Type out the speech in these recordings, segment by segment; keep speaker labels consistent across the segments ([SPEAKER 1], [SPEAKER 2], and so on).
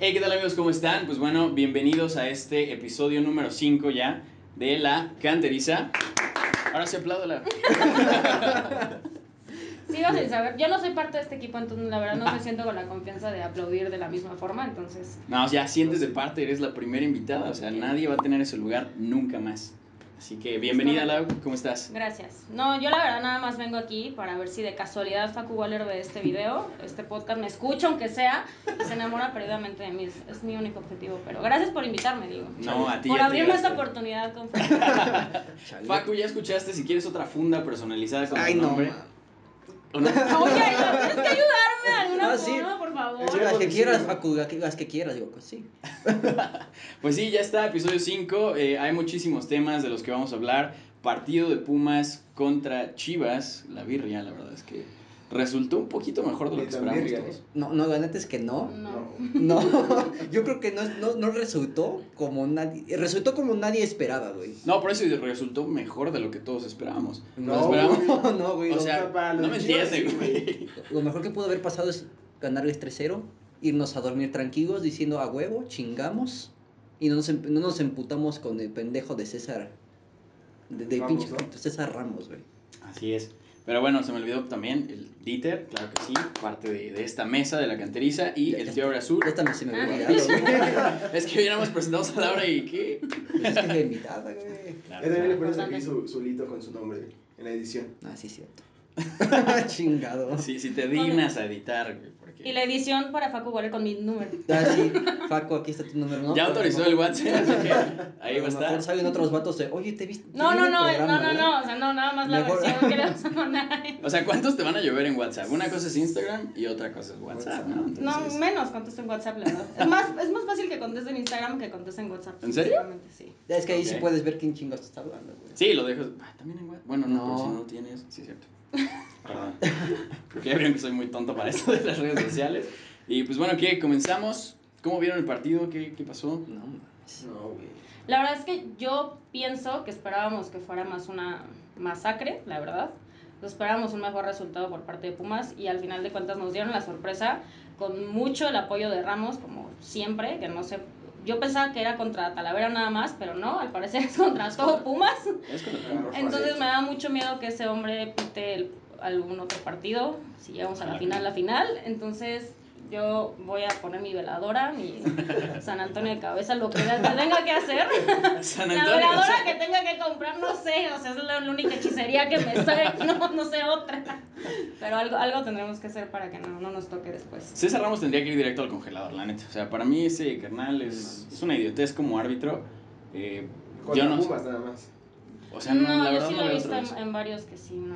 [SPEAKER 1] Hey, ¿qué tal amigos? ¿Cómo están? Pues bueno, bienvenidos a este episodio número 5 ya de La Canteriza. Ahora sí apláudala.
[SPEAKER 2] Sigo sin saber. Yo no soy parte de este equipo, entonces la verdad no me siento con la confianza de aplaudir de la misma forma, entonces.
[SPEAKER 1] No, ya sientes de parte, eres la primera invitada, o sea, nadie va a tener ese lugar nunca más. Así que
[SPEAKER 2] Pues
[SPEAKER 1] bienvenida, Lau, ¿cómo estás?
[SPEAKER 2] Gracias. No, yo la verdad nada más vengo aquí para ver si de casualidad Facu Waller ve este video, este podcast, me escucha aunque sea, y se enamora perdidamente de mí. Es, es mi único objetivo, pero gracias por invitarme, digo.
[SPEAKER 1] No, a ti.
[SPEAKER 2] Por
[SPEAKER 1] a ti,
[SPEAKER 2] abrirme
[SPEAKER 1] gracias.
[SPEAKER 2] esta oportunidad con Facu.
[SPEAKER 3] Chale.
[SPEAKER 1] Facu, ya escuchaste, si quieres otra funda personalizada con
[SPEAKER 3] Ay,
[SPEAKER 1] tu
[SPEAKER 3] no.
[SPEAKER 1] nombre.
[SPEAKER 3] ma.
[SPEAKER 1] ¿O no?
[SPEAKER 2] Oye, ¿no tienes que ayudarme de alguna
[SPEAKER 3] Ah, sí.
[SPEAKER 2] forma, por
[SPEAKER 3] Sí, las
[SPEAKER 2] favor.
[SPEAKER 3] que quieras, Facu, las que- las que quieras, digo, pues sí.
[SPEAKER 1] Pues sí, ya está, episodio 5. hay muchísimos temas de los que vamos a hablar. Partido de Pumas contra Chivas. La birria, la verdad es que resultó un poquito mejor de lo que
[SPEAKER 4] Ni tan
[SPEAKER 1] esperábamos
[SPEAKER 4] birria,
[SPEAKER 1] todos.
[SPEAKER 4] ¿eh?
[SPEAKER 3] No, no, la neta es que no.
[SPEAKER 2] No.
[SPEAKER 3] No, yo creo que no, no, no resultó como nadie, resultó como nadie esperaba, güey.
[SPEAKER 1] No, por eso resultó mejor de lo que todos esperábamos.
[SPEAKER 4] No,
[SPEAKER 1] Nos
[SPEAKER 4] güey.
[SPEAKER 1] esperábamos.
[SPEAKER 3] ¿eh? No, no, güey.
[SPEAKER 1] O
[SPEAKER 3] lo-
[SPEAKER 1] sea,
[SPEAKER 4] para los
[SPEAKER 1] no me
[SPEAKER 4] Chivas,
[SPEAKER 1] entiendes,
[SPEAKER 4] sí,
[SPEAKER 1] güey.
[SPEAKER 3] lo mejor que pudo haber pasado es ganarles 3-0, irnos a dormir tranquilos diciendo a huevo, chingamos, y no nos, em- no nos emputamos con el pendejo de César, de, de
[SPEAKER 4] Ramos,
[SPEAKER 3] pinche César Ramos, güey.
[SPEAKER 1] Así es. Pero bueno, se me olvidó también el Dieter, claro que sí, parte de, de esta mesa de la canteriza y
[SPEAKER 3] Ya,
[SPEAKER 1] el
[SPEAKER 3] ya.
[SPEAKER 1] tío Aura Azul.
[SPEAKER 3] Ya hasta me se me
[SPEAKER 2] Ah.
[SPEAKER 3] había olvidado, güey.
[SPEAKER 1] Es que hoy nada más presentamos a Laura y ¿qué?
[SPEAKER 3] Pues Es que es la invitada, güey.
[SPEAKER 4] Yo
[SPEAKER 1] Claro,
[SPEAKER 4] también le
[SPEAKER 1] claro.
[SPEAKER 4] pones aquí su, su lito con su nombre en la edición.
[SPEAKER 3] Ah, sí, es cierto. Chingado.
[SPEAKER 1] Sí, si te dignas a editar, güey,
[SPEAKER 2] Y
[SPEAKER 1] porque...
[SPEAKER 2] la edición para Facu Waller con mi número.
[SPEAKER 3] Ah, sí, Faco, aquí está tu número, ¿no?
[SPEAKER 1] Ya autorizó el WhatsApp, así que ahí va a
[SPEAKER 3] A lo mejor
[SPEAKER 1] estar.
[SPEAKER 3] salen otros vatos de, oye, te viste. te
[SPEAKER 2] No,
[SPEAKER 3] vi en
[SPEAKER 2] no,
[SPEAKER 3] el
[SPEAKER 2] no, no,
[SPEAKER 3] programa,
[SPEAKER 2] no,
[SPEAKER 3] ¿eh?"
[SPEAKER 2] no, o sea, no, nada más la
[SPEAKER 3] Mejor-
[SPEAKER 2] versión que le vas a mandar.
[SPEAKER 1] O sea, ¿cuántos te van a llover en WhatsApp? Una cosa es Instagram y otra cosa es WhatsApp, ¿no?
[SPEAKER 2] No,
[SPEAKER 1] Entonces-
[SPEAKER 2] menos contesto en WhatsApp, la verdad. Es más, es más fácil que conteste en Instagram que conteste en WhatsApp.
[SPEAKER 1] ¿En serio?
[SPEAKER 2] sinceramente, Sí.
[SPEAKER 3] Es que ahí sí
[SPEAKER 1] Ok.
[SPEAKER 3] puedes ver quién chingados te está hablando, güey.
[SPEAKER 1] Sí, lo dejo. Ah, También en WhatsApp. Bueno, no,
[SPEAKER 3] No.
[SPEAKER 1] pero si no lo tienes. Sí, es cierto. Perdón. Porque ya vieron que soy muy tonto para esto de las redes sociales. Y pues bueno, ¿qué? Comenzamos. ¿Cómo vieron el partido? ¿Qué, qué pasó?
[SPEAKER 3] No, mames.
[SPEAKER 4] No, güey.
[SPEAKER 2] La verdad es que yo pienso que esperábamos que fuera más una masacre, la verdad. Esperábamos un mejor resultado por parte de Pumas y al final de cuentas nos dieron la sorpresa con mucho el apoyo de Ramos, como siempre, que no sé. Yo pensaba que era contra Talavera nada más, pero no, al parecer es contra todo Pumas.
[SPEAKER 1] Es con el
[SPEAKER 4] Ah,
[SPEAKER 2] Entonces me da mucho miedo que ese hombre pite el- algún otro partido, si llegamos a la final, la final. Entonces yo voy a poner mi veladora, mi San Antonio de cabeza, lo que la- que tenga que hacer.
[SPEAKER 1] San
[SPEAKER 2] La
[SPEAKER 1] Antonio. o
[SPEAKER 2] veladora
[SPEAKER 1] sea,
[SPEAKER 2] que tenga que comprar, no sé, o sea, es la, la única hechicería que me sé, no, no sé otra. Pero algo, algo tendremos que hacer para que no, no nos toque después.
[SPEAKER 1] César Ramos tendría que ir directo al congelador, la neta. O sea, para mí ese carnal es, es una idiotez como árbitro. Eh,
[SPEAKER 4] Contra
[SPEAKER 1] yo no.
[SPEAKER 4] Pumas nada más.
[SPEAKER 1] O sea, no, la
[SPEAKER 2] yo
[SPEAKER 1] verdad
[SPEAKER 2] sí
[SPEAKER 1] no
[SPEAKER 2] lo he
[SPEAKER 1] veo
[SPEAKER 2] visto
[SPEAKER 1] otra
[SPEAKER 2] en,
[SPEAKER 1] vez.
[SPEAKER 2] en varios que sí, no.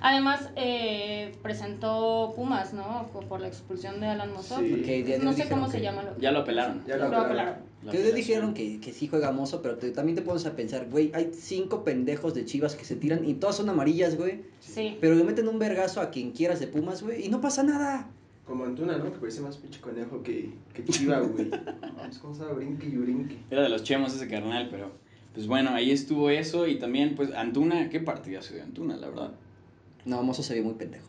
[SPEAKER 2] Además, eh, presentó Pumas, ¿no? Por por la expulsión de Alan Mozo.
[SPEAKER 4] Sí.
[SPEAKER 3] Ok, ya- ya
[SPEAKER 2] Pues No sé
[SPEAKER 3] dijeron
[SPEAKER 2] cómo se
[SPEAKER 3] que-
[SPEAKER 2] llama. Lo...
[SPEAKER 1] Ya lo apelaron.
[SPEAKER 4] Ya lo
[SPEAKER 2] Lo
[SPEAKER 4] aclararon.
[SPEAKER 2] aclaro.
[SPEAKER 1] La
[SPEAKER 3] Que
[SPEAKER 1] apelación.
[SPEAKER 3] dijeron que, que sí juega mozo, pero te- también te pones a pensar, güey, hay cinco pendejos de chivas que se tiran y todas son amarillas, güey.
[SPEAKER 2] Sí.
[SPEAKER 3] Pero le meten un vergazo a quien quieras de Pumas, güey, y no pasa nada.
[SPEAKER 4] Como Antuna, ¿no? Que parece más pinche conejo que, que Chiva, güey. Vamos, ¿cómo estaba? Brinque y brinque.
[SPEAKER 1] Era de los chemos ese carnal, pero pues bueno, ahí estuvo eso y también pues Antuna, qué partidazo de Antuna, la verdad.
[SPEAKER 3] No, mozo se ve muy pendejo.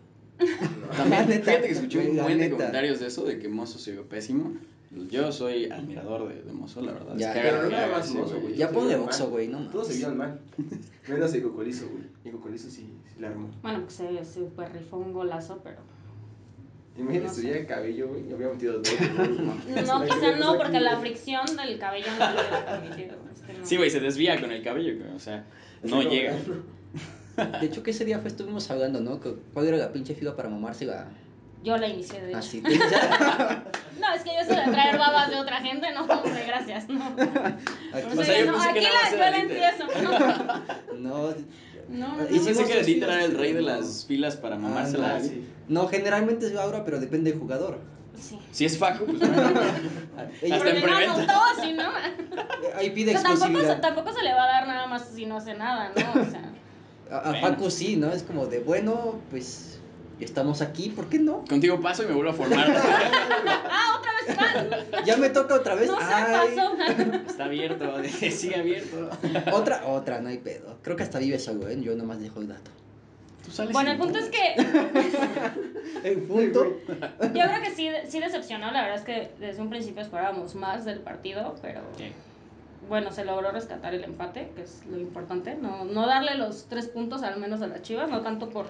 [SPEAKER 1] También,
[SPEAKER 3] La neta,
[SPEAKER 1] fíjate que escuché
[SPEAKER 3] güey,
[SPEAKER 1] un
[SPEAKER 3] la
[SPEAKER 1] buen de
[SPEAKER 3] neta.
[SPEAKER 1] comentarios de eso, de que Mozo se vio pésimo. Yo soy admirador de, de Mozo, la verdad.
[SPEAKER 3] Ya,
[SPEAKER 1] es que
[SPEAKER 3] pero
[SPEAKER 1] haga lo
[SPEAKER 4] no
[SPEAKER 1] que
[SPEAKER 4] nada
[SPEAKER 1] haga
[SPEAKER 4] más
[SPEAKER 1] ese
[SPEAKER 4] Mozo,
[SPEAKER 1] güey.
[SPEAKER 4] güey.
[SPEAKER 3] Ya
[SPEAKER 4] sí,
[SPEAKER 3] ponle
[SPEAKER 4] no,
[SPEAKER 3] boxo,
[SPEAKER 4] man.
[SPEAKER 3] güey, no
[SPEAKER 4] Todos se
[SPEAKER 3] mames.
[SPEAKER 4] vieron mal. Menos el Cocolizo, güey. El Cocolizo sí, sí la armó.
[SPEAKER 2] Bueno, pues se super rifó un golazo, pero.
[SPEAKER 4] Imagínate,
[SPEAKER 2] No sé.
[SPEAKER 4] si tuviera cabello, güey. Yo había metido dos. güey.
[SPEAKER 2] No,
[SPEAKER 4] Ay,
[SPEAKER 2] quizá
[SPEAKER 4] güey,
[SPEAKER 2] no,
[SPEAKER 4] aquí,
[SPEAKER 2] porque la
[SPEAKER 4] güey.
[SPEAKER 2] fricción del cabello no lo hubiera permitido. es que no.
[SPEAKER 1] Sí, güey, se desvía con el cabello, güey, o sea, no
[SPEAKER 4] Así como-
[SPEAKER 1] llega.
[SPEAKER 3] De hecho, que ese día fue, estuvimos hablando, ¿no? Que- ¿Cuál era la pinche fila para mamarse la...
[SPEAKER 2] Yo la inicié
[SPEAKER 1] Ah,
[SPEAKER 2] de hecho.
[SPEAKER 3] Así, pues, ya.
[SPEAKER 2] No, es que yo soy de traer babas de otra gente, no, hombre, gracias, no. Por eso
[SPEAKER 1] O sea,
[SPEAKER 2] yo
[SPEAKER 1] yo
[SPEAKER 2] no-
[SPEAKER 1] pensé que
[SPEAKER 2] aquí
[SPEAKER 1] nada más
[SPEAKER 2] la, yo
[SPEAKER 1] era
[SPEAKER 2] la
[SPEAKER 1] Dieter.
[SPEAKER 2] empiezo. No,
[SPEAKER 3] No,
[SPEAKER 2] no, no.
[SPEAKER 3] Y sí,
[SPEAKER 1] Yo pensé que
[SPEAKER 3] Mozo sí,
[SPEAKER 1] Dieter era el rey de
[SPEAKER 3] no.
[SPEAKER 1] las filas para
[SPEAKER 4] Ah,
[SPEAKER 1] mamársela.
[SPEAKER 4] sí.
[SPEAKER 3] no, generalmente es Laura, pero depende del jugador.
[SPEAKER 2] Sí.
[SPEAKER 1] Si es fajo, pues bueno.
[SPEAKER 3] Ella-
[SPEAKER 1] Hasta en
[SPEAKER 2] Porque no
[SPEAKER 1] preventa.
[SPEAKER 2] anotó, si no.
[SPEAKER 3] ahí
[SPEAKER 2] O
[SPEAKER 3] pide
[SPEAKER 2] sea, tampoco, se,
[SPEAKER 3] exclusividad.
[SPEAKER 2] tampoco se le va a dar nada más si no hace nada, ¿no? O sea.
[SPEAKER 3] A, a
[SPEAKER 1] Bueno.
[SPEAKER 3] Facu sí, ¿no? Es como de, bueno, pues estamos aquí, ¿por qué no?
[SPEAKER 1] Contigo paso y me vuelvo a formar.
[SPEAKER 2] Ah, otra vez más.
[SPEAKER 3] Ya me toca otra vez.
[SPEAKER 2] No se
[SPEAKER 3] Ay,
[SPEAKER 2] pasó.
[SPEAKER 1] Está abierto, sigue abierto.
[SPEAKER 3] Otra, otra, no hay pedo. Creo que hasta vive solo, ¿eh? Yo nomás dejo el dato.
[SPEAKER 1] Tú sales
[SPEAKER 2] Bueno,
[SPEAKER 1] en
[SPEAKER 2] el punto es
[SPEAKER 1] puntos.
[SPEAKER 2] que
[SPEAKER 3] En punto.
[SPEAKER 2] yo creo que sí, sí decepcionó. La verdad es que desde un principio esperábamos más del partido, pero
[SPEAKER 1] Sí.
[SPEAKER 2] bueno, se logró rescatar el empate, que es lo importante. No, no darle los tres puntos al menos a las Chivas, no tanto por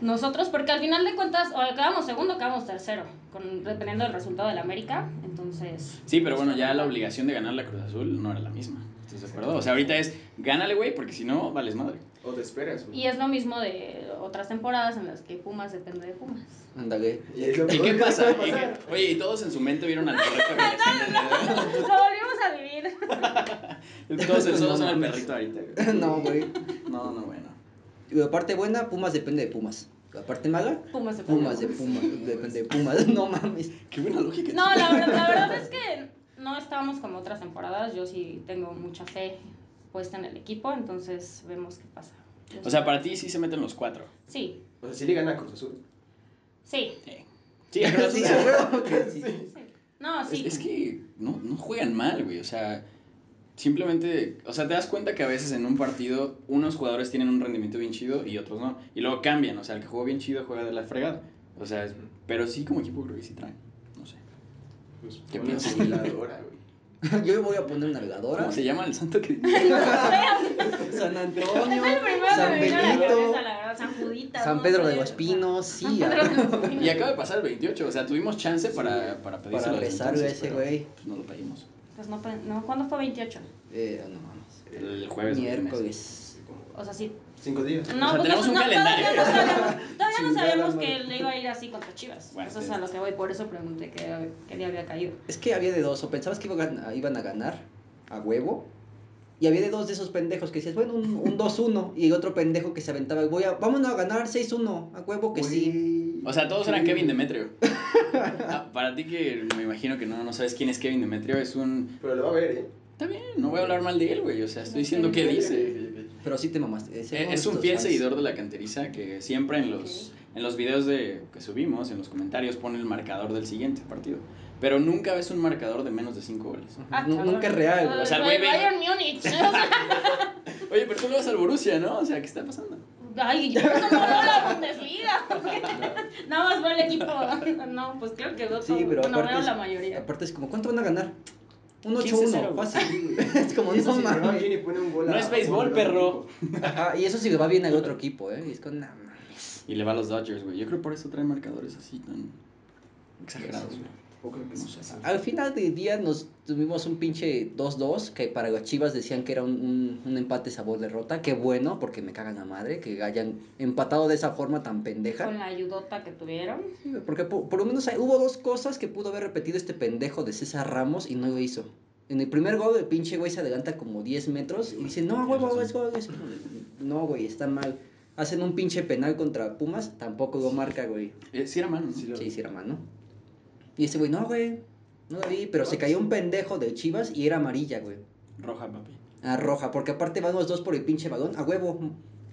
[SPEAKER 2] nosotros, porque al final de cuentas, o acabamos segundo, acabamos tercero, con, dependiendo del resultado del América. Entonces,
[SPEAKER 1] Sí, pero bueno, ya la obligación de ganar la Cruz Azul no era la misma. ¿Estás de acuerdo? O sea, ahorita es gánale, güey, porque si no, vales madre.
[SPEAKER 4] O te esperas, güey.
[SPEAKER 2] y es lo mismo de otras temporadas en las que Pumas depende de Pumas.
[SPEAKER 3] Ándale.
[SPEAKER 4] Y es lo
[SPEAKER 1] ¿Y
[SPEAKER 4] peor
[SPEAKER 1] qué
[SPEAKER 4] que
[SPEAKER 1] pasa?
[SPEAKER 4] puede
[SPEAKER 1] ¿Y
[SPEAKER 4] pasar.
[SPEAKER 1] qué- Oye, y todos en su mente vieron al perrito Alexander.
[SPEAKER 2] Lo volvimos a vivir.
[SPEAKER 1] Todos en todos son al
[SPEAKER 3] No,
[SPEAKER 1] perrito ahorita. güey.
[SPEAKER 3] No, güey.
[SPEAKER 1] No, no, bueno.
[SPEAKER 3] Y La parte buena, Pumas depende de Pumas. La parte mala,
[SPEAKER 2] Pumas depende
[SPEAKER 3] Pumas de Pumas. Depende de Pumas. No mames.
[SPEAKER 1] Qué buena lógica.
[SPEAKER 2] No, la verdad, la verdad es que no estábamos como otras temporadas. Yo sí tengo mucha fe puesta en el equipo, entonces vemos qué pasa.
[SPEAKER 1] O sea, para ti sí se meten los cuatro.
[SPEAKER 2] Sí,
[SPEAKER 4] O sea, si le gana a Cruz Azul.
[SPEAKER 2] sí,
[SPEAKER 1] Sí. Sí, pero
[SPEAKER 3] Sí,
[SPEAKER 1] es-
[SPEAKER 3] a huevo que sí.
[SPEAKER 2] sí. No,
[SPEAKER 1] es,
[SPEAKER 2] sí.
[SPEAKER 1] es que no, no juegan mal, güey. O sea, simplemente. O sea, te das cuenta que a veces en un partido unos jugadores tienen un rendimiento bien chido y otros no. Y luego cambian. O sea, el que jugó bien chido juega de la fregada. O sea, es- pero sí como equipo creo que sí traen. No sé.
[SPEAKER 4] Pues
[SPEAKER 1] ¿Qué
[SPEAKER 4] pon la
[SPEAKER 1] piensas?
[SPEAKER 4] simuladora, güey.
[SPEAKER 3] Yo voy a poner navegadora.
[SPEAKER 1] ¿Cómo se llama el santo que.?
[SPEAKER 3] San Antonio.
[SPEAKER 2] Es el primero que
[SPEAKER 3] San
[SPEAKER 2] me vino a la
[SPEAKER 3] Benito.
[SPEAKER 2] cabeza, la verdad, San Judita.
[SPEAKER 3] San
[SPEAKER 2] no
[SPEAKER 3] Pedro
[SPEAKER 2] sé,
[SPEAKER 3] de los
[SPEAKER 2] o sea,
[SPEAKER 3] Pinos.
[SPEAKER 2] San
[SPEAKER 3] Sí,
[SPEAKER 2] Pedro
[SPEAKER 3] a-
[SPEAKER 2] de los Pinos.
[SPEAKER 1] Y acaba de pasar el 28. O sea, tuvimos chance para, para pedírselo.
[SPEAKER 3] para
[SPEAKER 1] desde
[SPEAKER 3] rezarle a
[SPEAKER 1] entonces,
[SPEAKER 3] ese
[SPEAKER 1] pero,
[SPEAKER 3] güey.
[SPEAKER 1] Pues no lo pedimos.
[SPEAKER 2] Pues no, fue- no, ¿cuándo fue 28?
[SPEAKER 3] Eh, no mames.
[SPEAKER 1] El jueves. o viernes.
[SPEAKER 3] Miércoles.
[SPEAKER 4] Sí, como
[SPEAKER 2] O sea, sí.
[SPEAKER 4] Cinco días.
[SPEAKER 2] No,
[SPEAKER 1] sea,
[SPEAKER 2] porque
[SPEAKER 1] tenemos un
[SPEAKER 2] no,
[SPEAKER 1] calendario.
[SPEAKER 2] Todavía no sabíamos, todavía no
[SPEAKER 4] Chingada
[SPEAKER 2] sabíamos
[SPEAKER 4] madre.
[SPEAKER 2] que le iba a ir así contra Chivas.
[SPEAKER 1] Bueno,
[SPEAKER 2] eso es
[SPEAKER 1] sí.
[SPEAKER 2] a lo que voy, por eso pregunté qué, qué día había caído.
[SPEAKER 3] Es que había de dos. O pensabas que iba a gan- ah, iban a ganar a huevo. Y había de dos de esos pendejos que decías, bueno, un, un 2-1. Y otro pendejo que se aventaba, voy a, vámonos a ganar 6-1. A huevo que sí.
[SPEAKER 4] Güey.
[SPEAKER 1] O sea, todos eran Kevin Demetrio. Ah, para ti que me imagino que no, no sabes quién es Kevin Demetrio, es un...
[SPEAKER 4] Pero lo va a ver, ¿eh?
[SPEAKER 1] Está bien, no voy a hablar mal de él, güey. O sea, estoy diciendo qué dice.
[SPEAKER 3] Pero sí te mamaste. Ese
[SPEAKER 1] Eh,
[SPEAKER 3] uno de
[SPEAKER 1] Es un
[SPEAKER 3] estos
[SPEAKER 1] fiel
[SPEAKER 3] fans.
[SPEAKER 1] seguidor de la canteriza que siempre en los, en los videos de, que subimos, en los comentarios, pone el marcador del siguiente partido. Pero nunca ves un marcador de menos de 5 goles.
[SPEAKER 3] Ujú,
[SPEAKER 2] Ah,
[SPEAKER 3] nu-
[SPEAKER 2] cabrón.
[SPEAKER 3] nunca es real.
[SPEAKER 2] Ah,
[SPEAKER 3] güey.
[SPEAKER 1] O sea, el
[SPEAKER 2] güey,
[SPEAKER 1] güey ve-
[SPEAKER 2] Bayern Múnich.
[SPEAKER 1] Oye, pero tú lo vas al Borussia, ¿no? O sea, ¿qué está pasando?
[SPEAKER 2] Ay, yo no veo la Bundesliga. Nada más veo el equipo. No, pues claro que dos.
[SPEAKER 3] Sí, pero
[SPEAKER 2] bueno,
[SPEAKER 3] aparte,
[SPEAKER 2] veo
[SPEAKER 3] es,
[SPEAKER 2] la mayoría.
[SPEAKER 3] aparte es como, ¿cuánto van a ganar? Un
[SPEAKER 1] 15-0,
[SPEAKER 3] 8-1,
[SPEAKER 1] güey.
[SPEAKER 3] fácil. es como,
[SPEAKER 4] Eso
[SPEAKER 3] no
[SPEAKER 4] si le va
[SPEAKER 3] mames.
[SPEAKER 4] bien y pone un gol
[SPEAKER 1] No
[SPEAKER 4] a-
[SPEAKER 1] es béisbol,
[SPEAKER 4] a-
[SPEAKER 1] perro.
[SPEAKER 3] Ajá, y eso sí le va bien al otro equipo, ¿eh? Y es con, no mames.
[SPEAKER 1] Y le va a los Dodgers, güey. Yo creo por eso traen marcadores así tan
[SPEAKER 4] pues,
[SPEAKER 1] exagerados, güey.
[SPEAKER 4] O creo que
[SPEAKER 1] No
[SPEAKER 4] sí.
[SPEAKER 1] sé.
[SPEAKER 3] Al final del día nos tuvimos un pinche 2-2 que para las chivas decían que era un, un- un empate sabor derrota. Qué bueno, porque me cagan la madre que hayan empatado de esa forma tan
[SPEAKER 2] Con
[SPEAKER 3] pendeja.
[SPEAKER 2] la ayudota que tuvieron.
[SPEAKER 3] Sí, güey, Porque por, por lo menos hay- hubo dos cosas que pudo haber repetido este pendejo de César Ramos y no lo hizo. En el primer gol, el pinche güey se adelanta como 10 metros y dice: No, güey, güey, es gol, es gol". No, güey, está mal. Hacen un pinche penal contra Pumas, tampoco lo marca, güey.
[SPEAKER 1] Eh, sí era mano, ¿no?
[SPEAKER 4] Sí,
[SPEAKER 3] Sí, sí, era mano. Y ese güey, no, güey. No la vi, pero se cayó un pendejo de Chivas y era amarilla, güey.
[SPEAKER 1] Roja, papi.
[SPEAKER 3] Ah, roja, porque aparte van los dos por el pinche balón, a huevo.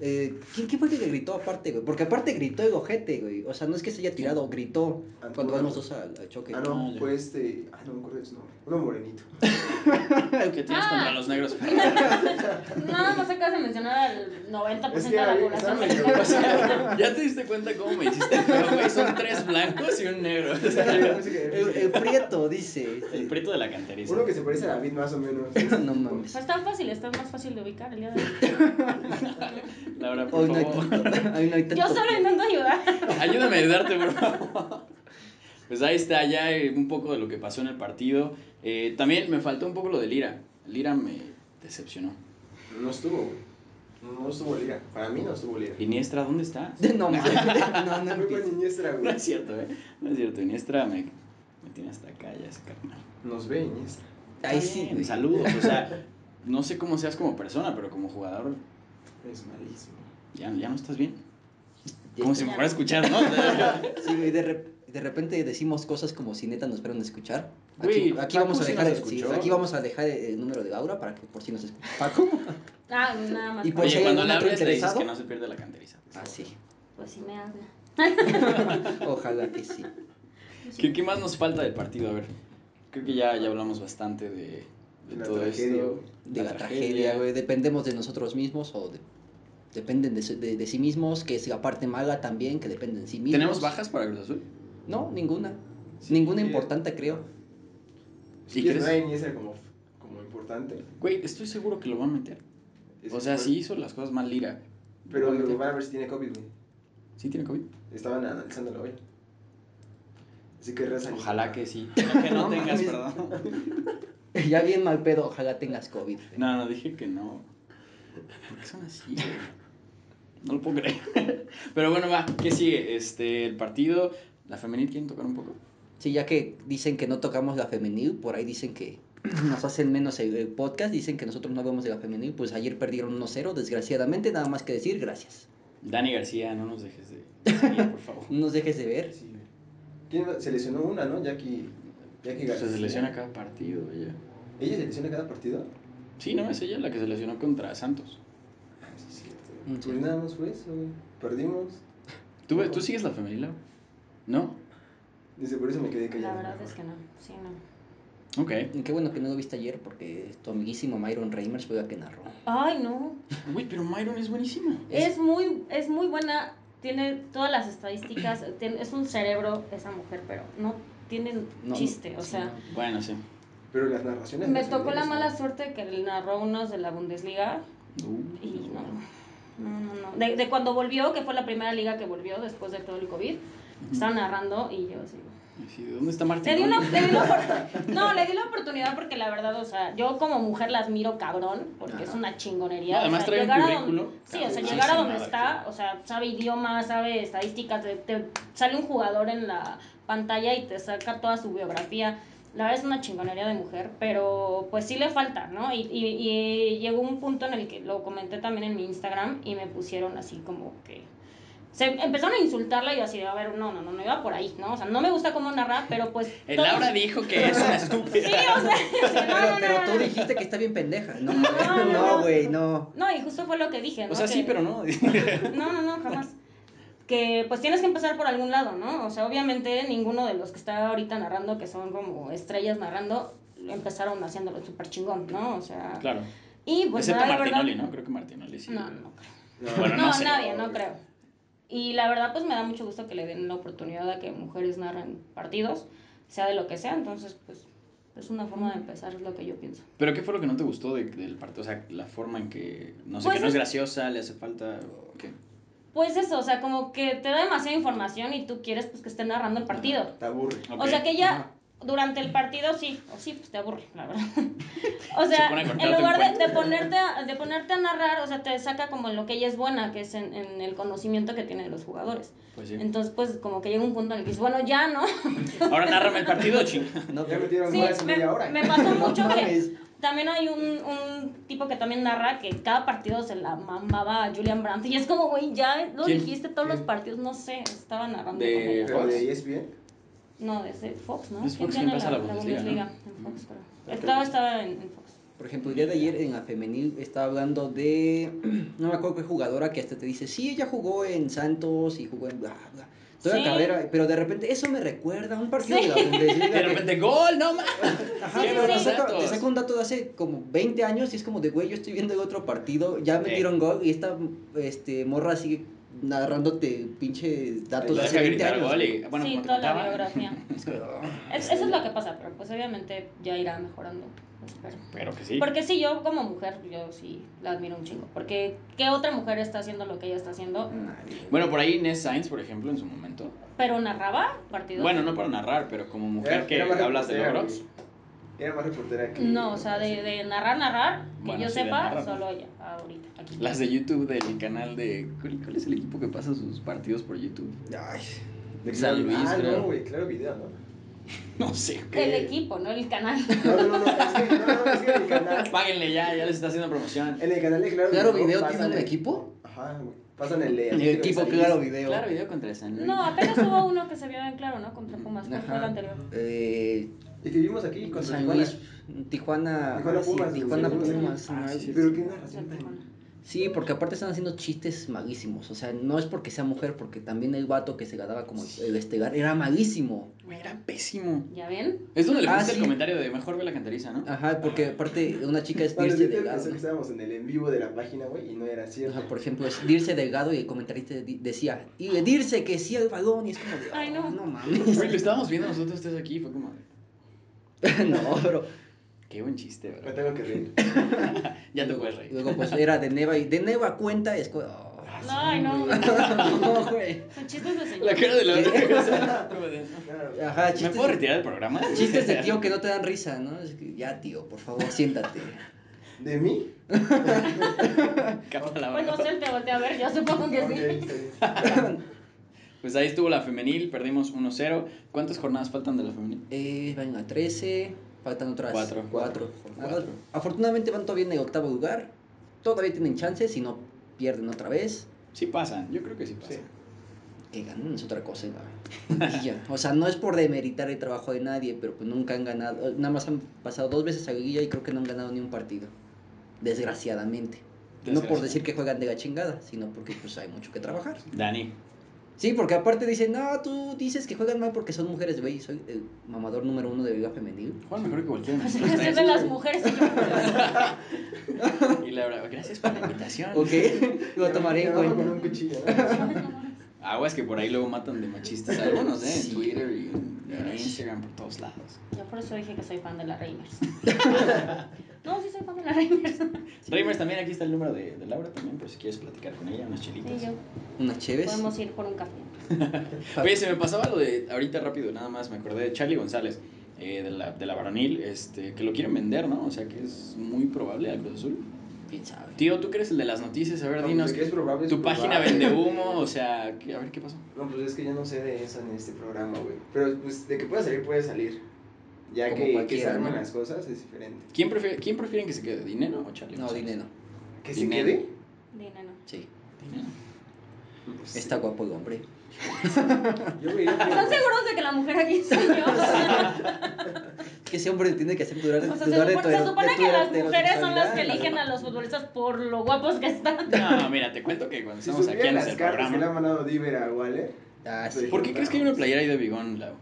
[SPEAKER 3] Eh, ¿quién, quién fue que gritó aparte, güey? Porque aparte gritó el ojete, güey. O sea, no es que se haya tirado, gritó
[SPEAKER 4] Ah,
[SPEAKER 3] cuando van los
[SPEAKER 4] bueno.
[SPEAKER 3] dos al, al choque.
[SPEAKER 4] Ah,
[SPEAKER 1] Ah,
[SPEAKER 4] no,
[SPEAKER 1] ya.
[SPEAKER 4] fue este. Ah, no me acuerdo de su nombre. Uno morenito.
[SPEAKER 1] ¿Qué tienes
[SPEAKER 2] Ah.
[SPEAKER 1] contra los negros?
[SPEAKER 2] Nada más acabas de mencionar al 90%
[SPEAKER 4] Es
[SPEAKER 2] de
[SPEAKER 4] que
[SPEAKER 2] la
[SPEAKER 4] ahí
[SPEAKER 2] población
[SPEAKER 4] estaba
[SPEAKER 1] O
[SPEAKER 2] mexicana.
[SPEAKER 1] sea, ya te diste cuenta cómo me hiciste el feo, güey. Son tres blancos y un negro. O sea,
[SPEAKER 3] El, el prieto, dice. este,
[SPEAKER 1] el prieto de la canteriza.
[SPEAKER 4] Uno que se parece a David más o menos.
[SPEAKER 3] No mames.
[SPEAKER 2] No es tan fácil, Pues está más fácil de ubicar el día de hoy.
[SPEAKER 1] Laura, por
[SPEAKER 3] Hoy no hay
[SPEAKER 1] favor.
[SPEAKER 3] tanto- hoy no hay
[SPEAKER 2] Yo
[SPEAKER 3] tanto-
[SPEAKER 2] solo intento ayudar.
[SPEAKER 1] Ayúdame a ayudarte, por favor. Pues ahí está ya eh, un poco de lo que pasó en el partido. Eh, también me faltó un poco lo de Lira. Lira me decepcionó.
[SPEAKER 4] No estuvo, güey. No estuvo Lira. Para mí no estuvo Lira.
[SPEAKER 1] Iniestra, ¿dónde estás?
[SPEAKER 3] No mames.
[SPEAKER 1] Ah,
[SPEAKER 3] No, no
[SPEAKER 4] Muy buena
[SPEAKER 3] empieces.
[SPEAKER 4] Iniestra,
[SPEAKER 1] No
[SPEAKER 4] güey.
[SPEAKER 1] es cierto, ¿eh? No es cierto. Iniestra me, me tiene hasta acá ya ese carnal.
[SPEAKER 4] Nos ve Iniestra.
[SPEAKER 3] Ahí
[SPEAKER 1] Está
[SPEAKER 3] sí,
[SPEAKER 1] bien,
[SPEAKER 3] güey.
[SPEAKER 1] Saludos, o sea, no sé cómo seas como persona, pero como jugador
[SPEAKER 4] Es malísimo.
[SPEAKER 1] ya, ya no estás bien.
[SPEAKER 3] Ya
[SPEAKER 1] Como
[SPEAKER 3] está.
[SPEAKER 1] si me fuera a escuchar, ¿no? O sea,
[SPEAKER 3] Sí, güey, de, rep- de repente decimos cosas como si neta nos fueron a escuchar. Aquí,
[SPEAKER 1] Güey,
[SPEAKER 3] aquí
[SPEAKER 1] Paco
[SPEAKER 3] vamos a
[SPEAKER 1] sí
[SPEAKER 3] dejar
[SPEAKER 1] nos
[SPEAKER 3] el, sí,
[SPEAKER 1] escuchó.
[SPEAKER 3] aquí vamos a dejar el, el número de Laura para que por si nos escucha. Paco.
[SPEAKER 2] Ah, nada más.
[SPEAKER 3] Y
[SPEAKER 2] por-
[SPEAKER 3] pues-
[SPEAKER 1] Oye,
[SPEAKER 3] hay
[SPEAKER 1] cuando
[SPEAKER 3] algún
[SPEAKER 1] le
[SPEAKER 3] otro
[SPEAKER 1] hables le dices
[SPEAKER 3] interesado?
[SPEAKER 1] que no se pierde la canteriza.
[SPEAKER 3] Ah, sí.
[SPEAKER 2] Pues sí me habla.
[SPEAKER 3] Ojalá que sí.
[SPEAKER 1] ¿Qué, qué más nos falta del partido? A ver, creo que ya, ya hablamos bastante de, de
[SPEAKER 4] La
[SPEAKER 1] todo
[SPEAKER 4] tragedia,
[SPEAKER 1] esto.
[SPEAKER 4] güey.
[SPEAKER 3] De la, tragedia, güey. Dependemos de nosotros mismos o de dependen de, su- de- de sí mismos, que es la parte mala también, que dependen de sí mismos.
[SPEAKER 1] ¿Tenemos bajas para Cruz Azul?
[SPEAKER 3] No, ninguna.
[SPEAKER 4] Sí,
[SPEAKER 3] ninguna
[SPEAKER 4] sí.
[SPEAKER 3] importante, creo.
[SPEAKER 1] ¿Y
[SPEAKER 4] Y que
[SPEAKER 1] crees?
[SPEAKER 4] no hay ni ese como, como importante.
[SPEAKER 1] Güey, estoy seguro que lo va a meter.
[SPEAKER 4] Es-
[SPEAKER 1] O sea, sí hizo las cosas mal Lira.
[SPEAKER 4] Pero
[SPEAKER 1] Obviamente.
[SPEAKER 4] van a ver si tiene COVID, güey.
[SPEAKER 1] Sí tiene COVID.
[SPEAKER 4] Estaban analizándolo hoy. Así que rezan.
[SPEAKER 1] Ojalá que sí. No, que no,
[SPEAKER 3] No
[SPEAKER 1] tengas,
[SPEAKER 3] mames.
[SPEAKER 1] perdón.
[SPEAKER 3] ya bien mal pedo, ojalá tengas COVID. güey.
[SPEAKER 1] No, no, dije que no. ¿Por qué son así? güey? No lo puedo creer. Pero bueno, va, ¿qué sigue? Este, el partido, la femenil, ¿quieren tocar un poco?
[SPEAKER 3] Sí, ya que dicen que no tocamos la femenil, por ahí dicen que nos hacen menos el, el podcast, dicen que nosotros no vemos de la femenil, pues ayer perdieron 1-0, desgraciadamente, nada más que decir gracias.
[SPEAKER 1] Dani García, no nos dejes de... seguir, por favor.
[SPEAKER 3] No nos dejes de ver.
[SPEAKER 4] Sí, güey. ¿Quién era? se lesionó una, ¿no? Jackie. Jackie
[SPEAKER 1] Se
[SPEAKER 4] García.
[SPEAKER 1] lesiona cada partido, ella.
[SPEAKER 4] ¿Ella se lesiona cada partido?
[SPEAKER 1] Sí, no, es ella la que se lesionó contra Santos.
[SPEAKER 4] Ah, sí, es cierto.
[SPEAKER 3] Mm,
[SPEAKER 4] Pues
[SPEAKER 3] sí.
[SPEAKER 4] nada más fue eso, güey. Perdimos.
[SPEAKER 1] ¿Tú, ve- ¿tú sigues la femenil? Lau? No.
[SPEAKER 4] Dice, por eso me quedé callado.
[SPEAKER 2] La verdad es que no, sí, no.
[SPEAKER 1] Ok.
[SPEAKER 3] Y Qué bueno que no lo viste ayer, porque tu amiguísimo Myron Reimers fue la que narró.
[SPEAKER 2] Ay, no.
[SPEAKER 1] Güey, pero Myron es buenísimo.
[SPEAKER 2] Es muy, es muy buena, tiene todas las estadísticas, tiene- es un cerebro esa mujer, pero no tiene
[SPEAKER 3] No,
[SPEAKER 2] chiste, o
[SPEAKER 3] sí,
[SPEAKER 2] sea.
[SPEAKER 3] no.
[SPEAKER 1] Bueno, sí.
[SPEAKER 4] Pero las narraciones.
[SPEAKER 2] Me
[SPEAKER 4] no son
[SPEAKER 2] tocó
[SPEAKER 4] de
[SPEAKER 2] la
[SPEAKER 4] eso.
[SPEAKER 2] mala suerte que le narró unos de la Bundesliga y no. No, no, no. De, de cuando volvió, que fue la primera liga que volvió después de todo el COVID, estaba narrando y yo así.
[SPEAKER 1] Sí, ¿Dónde está Martín?
[SPEAKER 2] Le di, una, le di la opor- no, le di la oportunidad porque la verdad, o sea, yo como mujer las miro cabrón, porque
[SPEAKER 4] Ajá.
[SPEAKER 2] es una chingonería.
[SPEAKER 1] No,
[SPEAKER 2] o
[SPEAKER 1] además
[SPEAKER 2] sea,
[SPEAKER 1] trae un
[SPEAKER 2] llegar a
[SPEAKER 1] currículo.
[SPEAKER 2] donde- sí, o sea,
[SPEAKER 1] cabrón.
[SPEAKER 2] llegar a
[SPEAKER 1] Sí,
[SPEAKER 2] donde
[SPEAKER 1] nada,
[SPEAKER 2] está, o sea, sabe idioma, sabe estadísticas, te, te sale un jugador en la pantalla y te saca toda su biografía. La verdad es una chingonería de mujer, pero pues sí le falta, ¿no? Y, y, y llegó un punto en el que lo comenté también en mi Instagram y me pusieron así como que... Se empezaron a insultarla y yo así, a ver, no, no, no, no iba por ahí, ¿no? O sea, no me gusta cómo narra, pero pues...
[SPEAKER 1] El
[SPEAKER 2] todos-
[SPEAKER 1] Laura dijo que es una
[SPEAKER 2] Sí,
[SPEAKER 1] estúpida.
[SPEAKER 2] o sea...
[SPEAKER 3] Pero,
[SPEAKER 2] no, no,
[SPEAKER 3] pero
[SPEAKER 2] no,
[SPEAKER 3] tú
[SPEAKER 2] no.
[SPEAKER 3] dijiste que está bien pendeja. No,
[SPEAKER 2] no,
[SPEAKER 3] no,
[SPEAKER 2] no.
[SPEAKER 3] güey, no.
[SPEAKER 2] No, y justo fue lo que dije, ¿no?
[SPEAKER 1] O sea, sí,
[SPEAKER 2] Que-
[SPEAKER 1] pero no.
[SPEAKER 2] No, no, no, jamás. Que pues tienes que empezar por algún lado, ¿no? O sea, obviamente ninguno de los que está ahorita narrando, que son como estrellas narrando, empezaron haciéndolo súper chingón, ¿no? O sea...
[SPEAKER 1] Claro.
[SPEAKER 2] Y pues
[SPEAKER 1] Excepto
[SPEAKER 2] nada, la verdad-
[SPEAKER 1] Martinoli, ¿no? Creo que Martinoli sí.
[SPEAKER 2] No, no,
[SPEAKER 4] No,
[SPEAKER 1] Bueno,
[SPEAKER 2] no,
[SPEAKER 1] no sé.
[SPEAKER 2] nadie, no creo. Y la verdad, pues me da mucho gusto que le den la oportunidad a que mujeres narren partidos, sea de lo que sea. Entonces, pues es una forma de empezar, es lo que yo pienso.
[SPEAKER 1] ¿Pero qué fue lo que no te gustó de- del partido? O sea, la forma en que, no sé,
[SPEAKER 2] Pues
[SPEAKER 1] que no es
[SPEAKER 2] es-
[SPEAKER 1] graciosa, le hace falta... o qué?
[SPEAKER 2] Pues eso, o sea, como que te da demasiada información y tú quieres pues que esté narrando el partido.
[SPEAKER 4] Te aburre.
[SPEAKER 1] Ok.
[SPEAKER 2] O sea, que ella
[SPEAKER 3] Ajá.
[SPEAKER 2] durante el partido sí, o sí, pues te aburre, la verdad. O
[SPEAKER 1] Se
[SPEAKER 2] sea,
[SPEAKER 1] pone a
[SPEAKER 2] en
[SPEAKER 1] cortarte
[SPEAKER 2] lugar
[SPEAKER 1] un
[SPEAKER 2] de,
[SPEAKER 1] cuento.
[SPEAKER 2] de ponerte a, de ponerte a narrar, o sea, te saca como en lo que ella es buena, que es en, en el conocimiento que tiene de los jugadores.
[SPEAKER 1] Pues sí.
[SPEAKER 2] Entonces, pues como que llega un punto en el que dices, bueno, ya, ¿no?
[SPEAKER 1] Ahora nárrame el partido, ching.
[SPEAKER 3] No,
[SPEAKER 4] Ya
[SPEAKER 3] pero-
[SPEAKER 4] metieron
[SPEAKER 2] Sí,
[SPEAKER 4] gol hace
[SPEAKER 2] me,
[SPEAKER 4] media hora.
[SPEAKER 2] me pasó mucho
[SPEAKER 3] mames.
[SPEAKER 2] que también hay un, un tipo que también narra que cada partido se la mamaba a Julian Brandt y es como, güey, ya lo
[SPEAKER 1] ¿Quién?
[SPEAKER 2] dijiste todos los
[SPEAKER 4] ¿Quién?
[SPEAKER 2] partidos, no sé, estaba narrando
[SPEAKER 1] De-
[SPEAKER 2] con ella.
[SPEAKER 4] Pero de ESPN.
[SPEAKER 2] No, desde Fox, ¿no?
[SPEAKER 1] Es
[SPEAKER 2] ¿Quién
[SPEAKER 1] Fox
[SPEAKER 2] tiene
[SPEAKER 1] quien pasa la Bundesliga,
[SPEAKER 2] En
[SPEAKER 1] ¿no? Ah,
[SPEAKER 2] Fox, creo.
[SPEAKER 4] Creo
[SPEAKER 2] Estaba,
[SPEAKER 4] que-
[SPEAKER 2] estaba en, en Fox.
[SPEAKER 3] Por ejemplo, el día de ayer en la femenil estaba hablando de, no me acuerdo qué jugadora que hasta te dice, sí, ella jugó en Santos y jugó en bla, bla, toda la
[SPEAKER 2] Sí.
[SPEAKER 3] carrera, pero de repente eso me recuerda a un partido
[SPEAKER 2] Sí.
[SPEAKER 3] de la Bundesliga.
[SPEAKER 1] De repente, ¡gol! ¡No, más!
[SPEAKER 3] que- Ajá,
[SPEAKER 2] Sí,
[SPEAKER 3] pero
[SPEAKER 2] sí,
[SPEAKER 3] te
[SPEAKER 2] sí.
[SPEAKER 3] saca- te
[SPEAKER 1] Santos.
[SPEAKER 3] saca un dato de hace como 20 años y es como de, güey, yo estoy viendo el otro partido, ya metieron gol y esta este, morra sigue narrándote pinche datos
[SPEAKER 1] Le
[SPEAKER 3] de hace
[SPEAKER 1] deja
[SPEAKER 3] 20
[SPEAKER 1] gritar
[SPEAKER 3] años.
[SPEAKER 1] gol y... Ah, Bueno,
[SPEAKER 2] sí,
[SPEAKER 1] como te
[SPEAKER 2] toda la
[SPEAKER 1] contaba.
[SPEAKER 2] biografía.
[SPEAKER 3] Es que, ah,
[SPEAKER 2] Es- eso es lo que pasa, pero pues obviamente ya irá mejorando. espero.
[SPEAKER 1] Pero que sí.
[SPEAKER 2] Porque sí, yo como mujer, yo sí la admiro un chingo. Porque, ¿qué otra mujer está haciendo lo que ella está haciendo?
[SPEAKER 3] nadie.
[SPEAKER 1] Bueno, por ahí Inés Sainz, por ejemplo, en su momento.
[SPEAKER 2] Pero narraba partidos.
[SPEAKER 1] Bueno, no para narrar, pero como mujer
[SPEAKER 3] Eh,
[SPEAKER 4] Era-
[SPEAKER 1] que
[SPEAKER 4] era más
[SPEAKER 1] hablas de
[SPEAKER 4] reportera,
[SPEAKER 1] logros.
[SPEAKER 4] güey. Era más reportera que.
[SPEAKER 2] No, o sea, de, de narrar, narrar, que
[SPEAKER 1] Bueno,
[SPEAKER 2] yo
[SPEAKER 1] sí, de
[SPEAKER 2] sepa,
[SPEAKER 1] narrar, ¿no?
[SPEAKER 2] solo ella, ahorita. Aquí.
[SPEAKER 1] Las de YouTube del canal de. ¿Cuál, cuál es el equipo que pasa sus partidos por YouTube?
[SPEAKER 3] Ay,
[SPEAKER 4] De
[SPEAKER 1] San
[SPEAKER 4] Claro-
[SPEAKER 1] Luis,
[SPEAKER 4] Ah,
[SPEAKER 1] creo.
[SPEAKER 4] no, güey, claro video, ¿no?
[SPEAKER 1] No sé.
[SPEAKER 2] El equipo, no el canal.
[SPEAKER 4] No, no, no, es que, no, no, es que en el canal.
[SPEAKER 1] Páguenle ya, ya les está haciendo promoción.
[SPEAKER 4] En el canal de Claro,
[SPEAKER 3] claro, video tiene
[SPEAKER 4] pasan
[SPEAKER 3] un
[SPEAKER 4] el-
[SPEAKER 3] equipo.
[SPEAKER 4] Ajá, güey. Pasan el.
[SPEAKER 3] El equipo, claro, video.
[SPEAKER 1] Claro, video contra San Luis.
[SPEAKER 2] No, apenas hubo uno que se vio en claro, ¿no? Contra Pumas, ¿cuál fue el
[SPEAKER 3] Ajá.
[SPEAKER 2] anterior?
[SPEAKER 3] Eh,
[SPEAKER 4] El que vimos aquí contra
[SPEAKER 3] San
[SPEAKER 4] Tijuana.
[SPEAKER 3] Luis, Tijuana,
[SPEAKER 4] Tijuana
[SPEAKER 3] sí,
[SPEAKER 4] Pumas,
[SPEAKER 3] Tijuana
[SPEAKER 4] güey,
[SPEAKER 3] Pumas,
[SPEAKER 1] Ah,
[SPEAKER 3] no,
[SPEAKER 1] sí.
[SPEAKER 4] Pero qué
[SPEAKER 2] O sea,
[SPEAKER 4] narración tan.
[SPEAKER 2] Tijuana.
[SPEAKER 3] Sí, porque aparte están haciendo chistes malísimos. O sea, no es porque sea mujer, porque también el vato que se ganaba como el Estegar era malísimo.
[SPEAKER 1] Güey, era pésimo.
[SPEAKER 2] ¿Ya ven?
[SPEAKER 1] Es donde le
[SPEAKER 3] Ah,
[SPEAKER 1] puse
[SPEAKER 3] sí. Ah,
[SPEAKER 1] el comentario de mejor ve la cantariza, ¿no?
[SPEAKER 3] Ajá, porque aparte una chica es
[SPEAKER 4] Bueno,
[SPEAKER 3] Dirce
[SPEAKER 4] yo
[SPEAKER 3] Delgado.
[SPEAKER 4] pensé que estábamos en el en vivo de la página, güey, y no era
[SPEAKER 3] ¿no?
[SPEAKER 4] cierto.
[SPEAKER 3] Ajá, por ejemplo, es Dirce Delgado y el comentarista di- decía, y de Dirce que sí al balón, y es como de,
[SPEAKER 2] Ay, no.
[SPEAKER 3] "Oh, no
[SPEAKER 1] Güey,
[SPEAKER 3] mames.
[SPEAKER 1] lo estábamos viendo nosotros tres aquí y fue como, de,
[SPEAKER 3] no, pero
[SPEAKER 1] qué buen chiste,
[SPEAKER 4] Me
[SPEAKER 1] bro.
[SPEAKER 4] tengo que reír.
[SPEAKER 1] Ya te puedes reír.
[SPEAKER 3] luego pues era de Neva y de Neva cuenta y es como, "Oh,
[SPEAKER 1] Ah,
[SPEAKER 2] No, ay, no.
[SPEAKER 3] no, güey.
[SPEAKER 2] Son chistes
[SPEAKER 1] La
[SPEAKER 2] de señor.
[SPEAKER 1] cara de la
[SPEAKER 3] ¿Qué?
[SPEAKER 4] Claro.
[SPEAKER 3] Ajá,
[SPEAKER 1] ¿Me
[SPEAKER 3] chistes,
[SPEAKER 1] puedo retirar del programa?
[SPEAKER 3] chistes de tío que no te dan risa, ¿no? Es que, ya, tío, por favor, siéntate.
[SPEAKER 4] ¿De mí?
[SPEAKER 1] Capa la
[SPEAKER 2] Bueno,
[SPEAKER 1] boca.
[SPEAKER 2] Pues sé, te volteé a ver, yo supongo que
[SPEAKER 4] Ok,
[SPEAKER 2] sí.
[SPEAKER 4] está bien.
[SPEAKER 1] Pues ahí estuvo la femenil, perdimos 1-0. ¿Cuántas jornadas faltan de la femenil?
[SPEAKER 3] Eh, van a 13, faltan otras
[SPEAKER 1] Cuatro.
[SPEAKER 3] cuatro jornadas.
[SPEAKER 1] Cuatro.
[SPEAKER 3] Afortunadamente van todavía en el octavo lugar. Todavía tienen chances si no pierden otra vez.
[SPEAKER 1] Sí pasan, yo creo que sí pasan.
[SPEAKER 4] Sí.
[SPEAKER 3] Que ganen es otra cosa. ¿no? Y ya. O sea, no es por demeritar el trabajo de nadie, pero pues nunca han ganado. Nada más han pasado dos veces a Liguilla y creo que no han ganado ni un partido. Desgraciadamente. No por
[SPEAKER 1] Desgraciadamente.
[SPEAKER 3] decir que juegan de la chingada, sino porque pues hay mucho que trabajar.
[SPEAKER 1] Dani,
[SPEAKER 3] Sí, porque aparte dicen, no, tú dices que juegan mal porque son mujeres, güey. Soy el mamador número uno de la Liga Femenil.
[SPEAKER 1] Juan mejor que cualquiera de
[SPEAKER 2] Así
[SPEAKER 1] nosotros
[SPEAKER 2] que se
[SPEAKER 1] tres.
[SPEAKER 2] ven las mujeres. señor.
[SPEAKER 1] Y Laura, gracias por la invitación.
[SPEAKER 3] Ok, lo tomaré en
[SPEAKER 4] Me agarro
[SPEAKER 3] cuenta.
[SPEAKER 4] Con un cuchillo, ¿no?
[SPEAKER 1] Aguas que por ahí luego matan de machistas a algunos, ¿eh?
[SPEAKER 3] Sí.
[SPEAKER 1] En Twitter y en, en Instagram, por todos lados.
[SPEAKER 2] Yo por eso dije que soy fan de la Reimers. No, sí soy fan de la Reimers.
[SPEAKER 1] Reimers, también aquí está el número de, de Laura también, por si quieres platicar con ella, unas
[SPEAKER 2] Sí,
[SPEAKER 1] chelitas.
[SPEAKER 2] yo.
[SPEAKER 3] Unas cheves.
[SPEAKER 2] Podemos ir por un café.
[SPEAKER 1] Oye, se me pasaba lo de, ahorita rápido, nada más, me acordé de Charlie González, eh, de, la, de la varonil, este, que lo quieren vender, ¿no? O sea, que es muy probable al Cruz Azul.
[SPEAKER 3] Quién sabe.
[SPEAKER 1] Tío, tú que eres el de las noticias, a ver,
[SPEAKER 4] No,
[SPEAKER 1] dinos,
[SPEAKER 4] pues, es probable, es
[SPEAKER 1] tu página
[SPEAKER 4] probable.
[SPEAKER 1] vende humo, o sea, que- a ver qué pasó.
[SPEAKER 4] No, pues es que yo no sé de eso en este programa, güey. Pero pues de que pueda salir, puede salir. Ya
[SPEAKER 3] Como
[SPEAKER 4] que, que se
[SPEAKER 3] cualquiera,
[SPEAKER 4] arman
[SPEAKER 3] ¿no?
[SPEAKER 4] las cosas es diferente.
[SPEAKER 1] ¿Quién, prefiere, ¿Quién prefieren que se quede, Dinero o Charlie
[SPEAKER 3] No,
[SPEAKER 1] González?
[SPEAKER 3] dinero.
[SPEAKER 4] ¿Que se
[SPEAKER 1] Dinero.
[SPEAKER 4] quede?
[SPEAKER 2] Dina, no.
[SPEAKER 3] Sí.
[SPEAKER 1] Dineno.
[SPEAKER 4] Pues,
[SPEAKER 3] Está guapo el hombre.
[SPEAKER 4] Yo me iría
[SPEAKER 2] ¿Están seguros de que la mujer aquí soy yo? O sea,
[SPEAKER 3] Que ese hombre tiene que hacer durar
[SPEAKER 2] Pues se
[SPEAKER 3] dudar Pues,
[SPEAKER 2] supone, se
[SPEAKER 3] de tu hero-
[SPEAKER 2] supone
[SPEAKER 3] de tu
[SPEAKER 2] que las
[SPEAKER 3] hero-
[SPEAKER 2] mujeres son las que
[SPEAKER 3] heterosexualidad.
[SPEAKER 2] eligen a los futbolistas por lo guapos que están.
[SPEAKER 3] Pues,
[SPEAKER 1] No, mira, te cuento que cuando
[SPEAKER 4] Si
[SPEAKER 1] estamos aquí
[SPEAKER 4] supieran
[SPEAKER 1] en
[SPEAKER 4] las
[SPEAKER 1] el
[SPEAKER 4] cartas que le ha
[SPEAKER 1] programa...
[SPEAKER 4] mandado Diver a Waller,
[SPEAKER 3] Ah, sí.
[SPEAKER 1] ¿Por qué crees que hay una playera ahí de Bigón, Lau?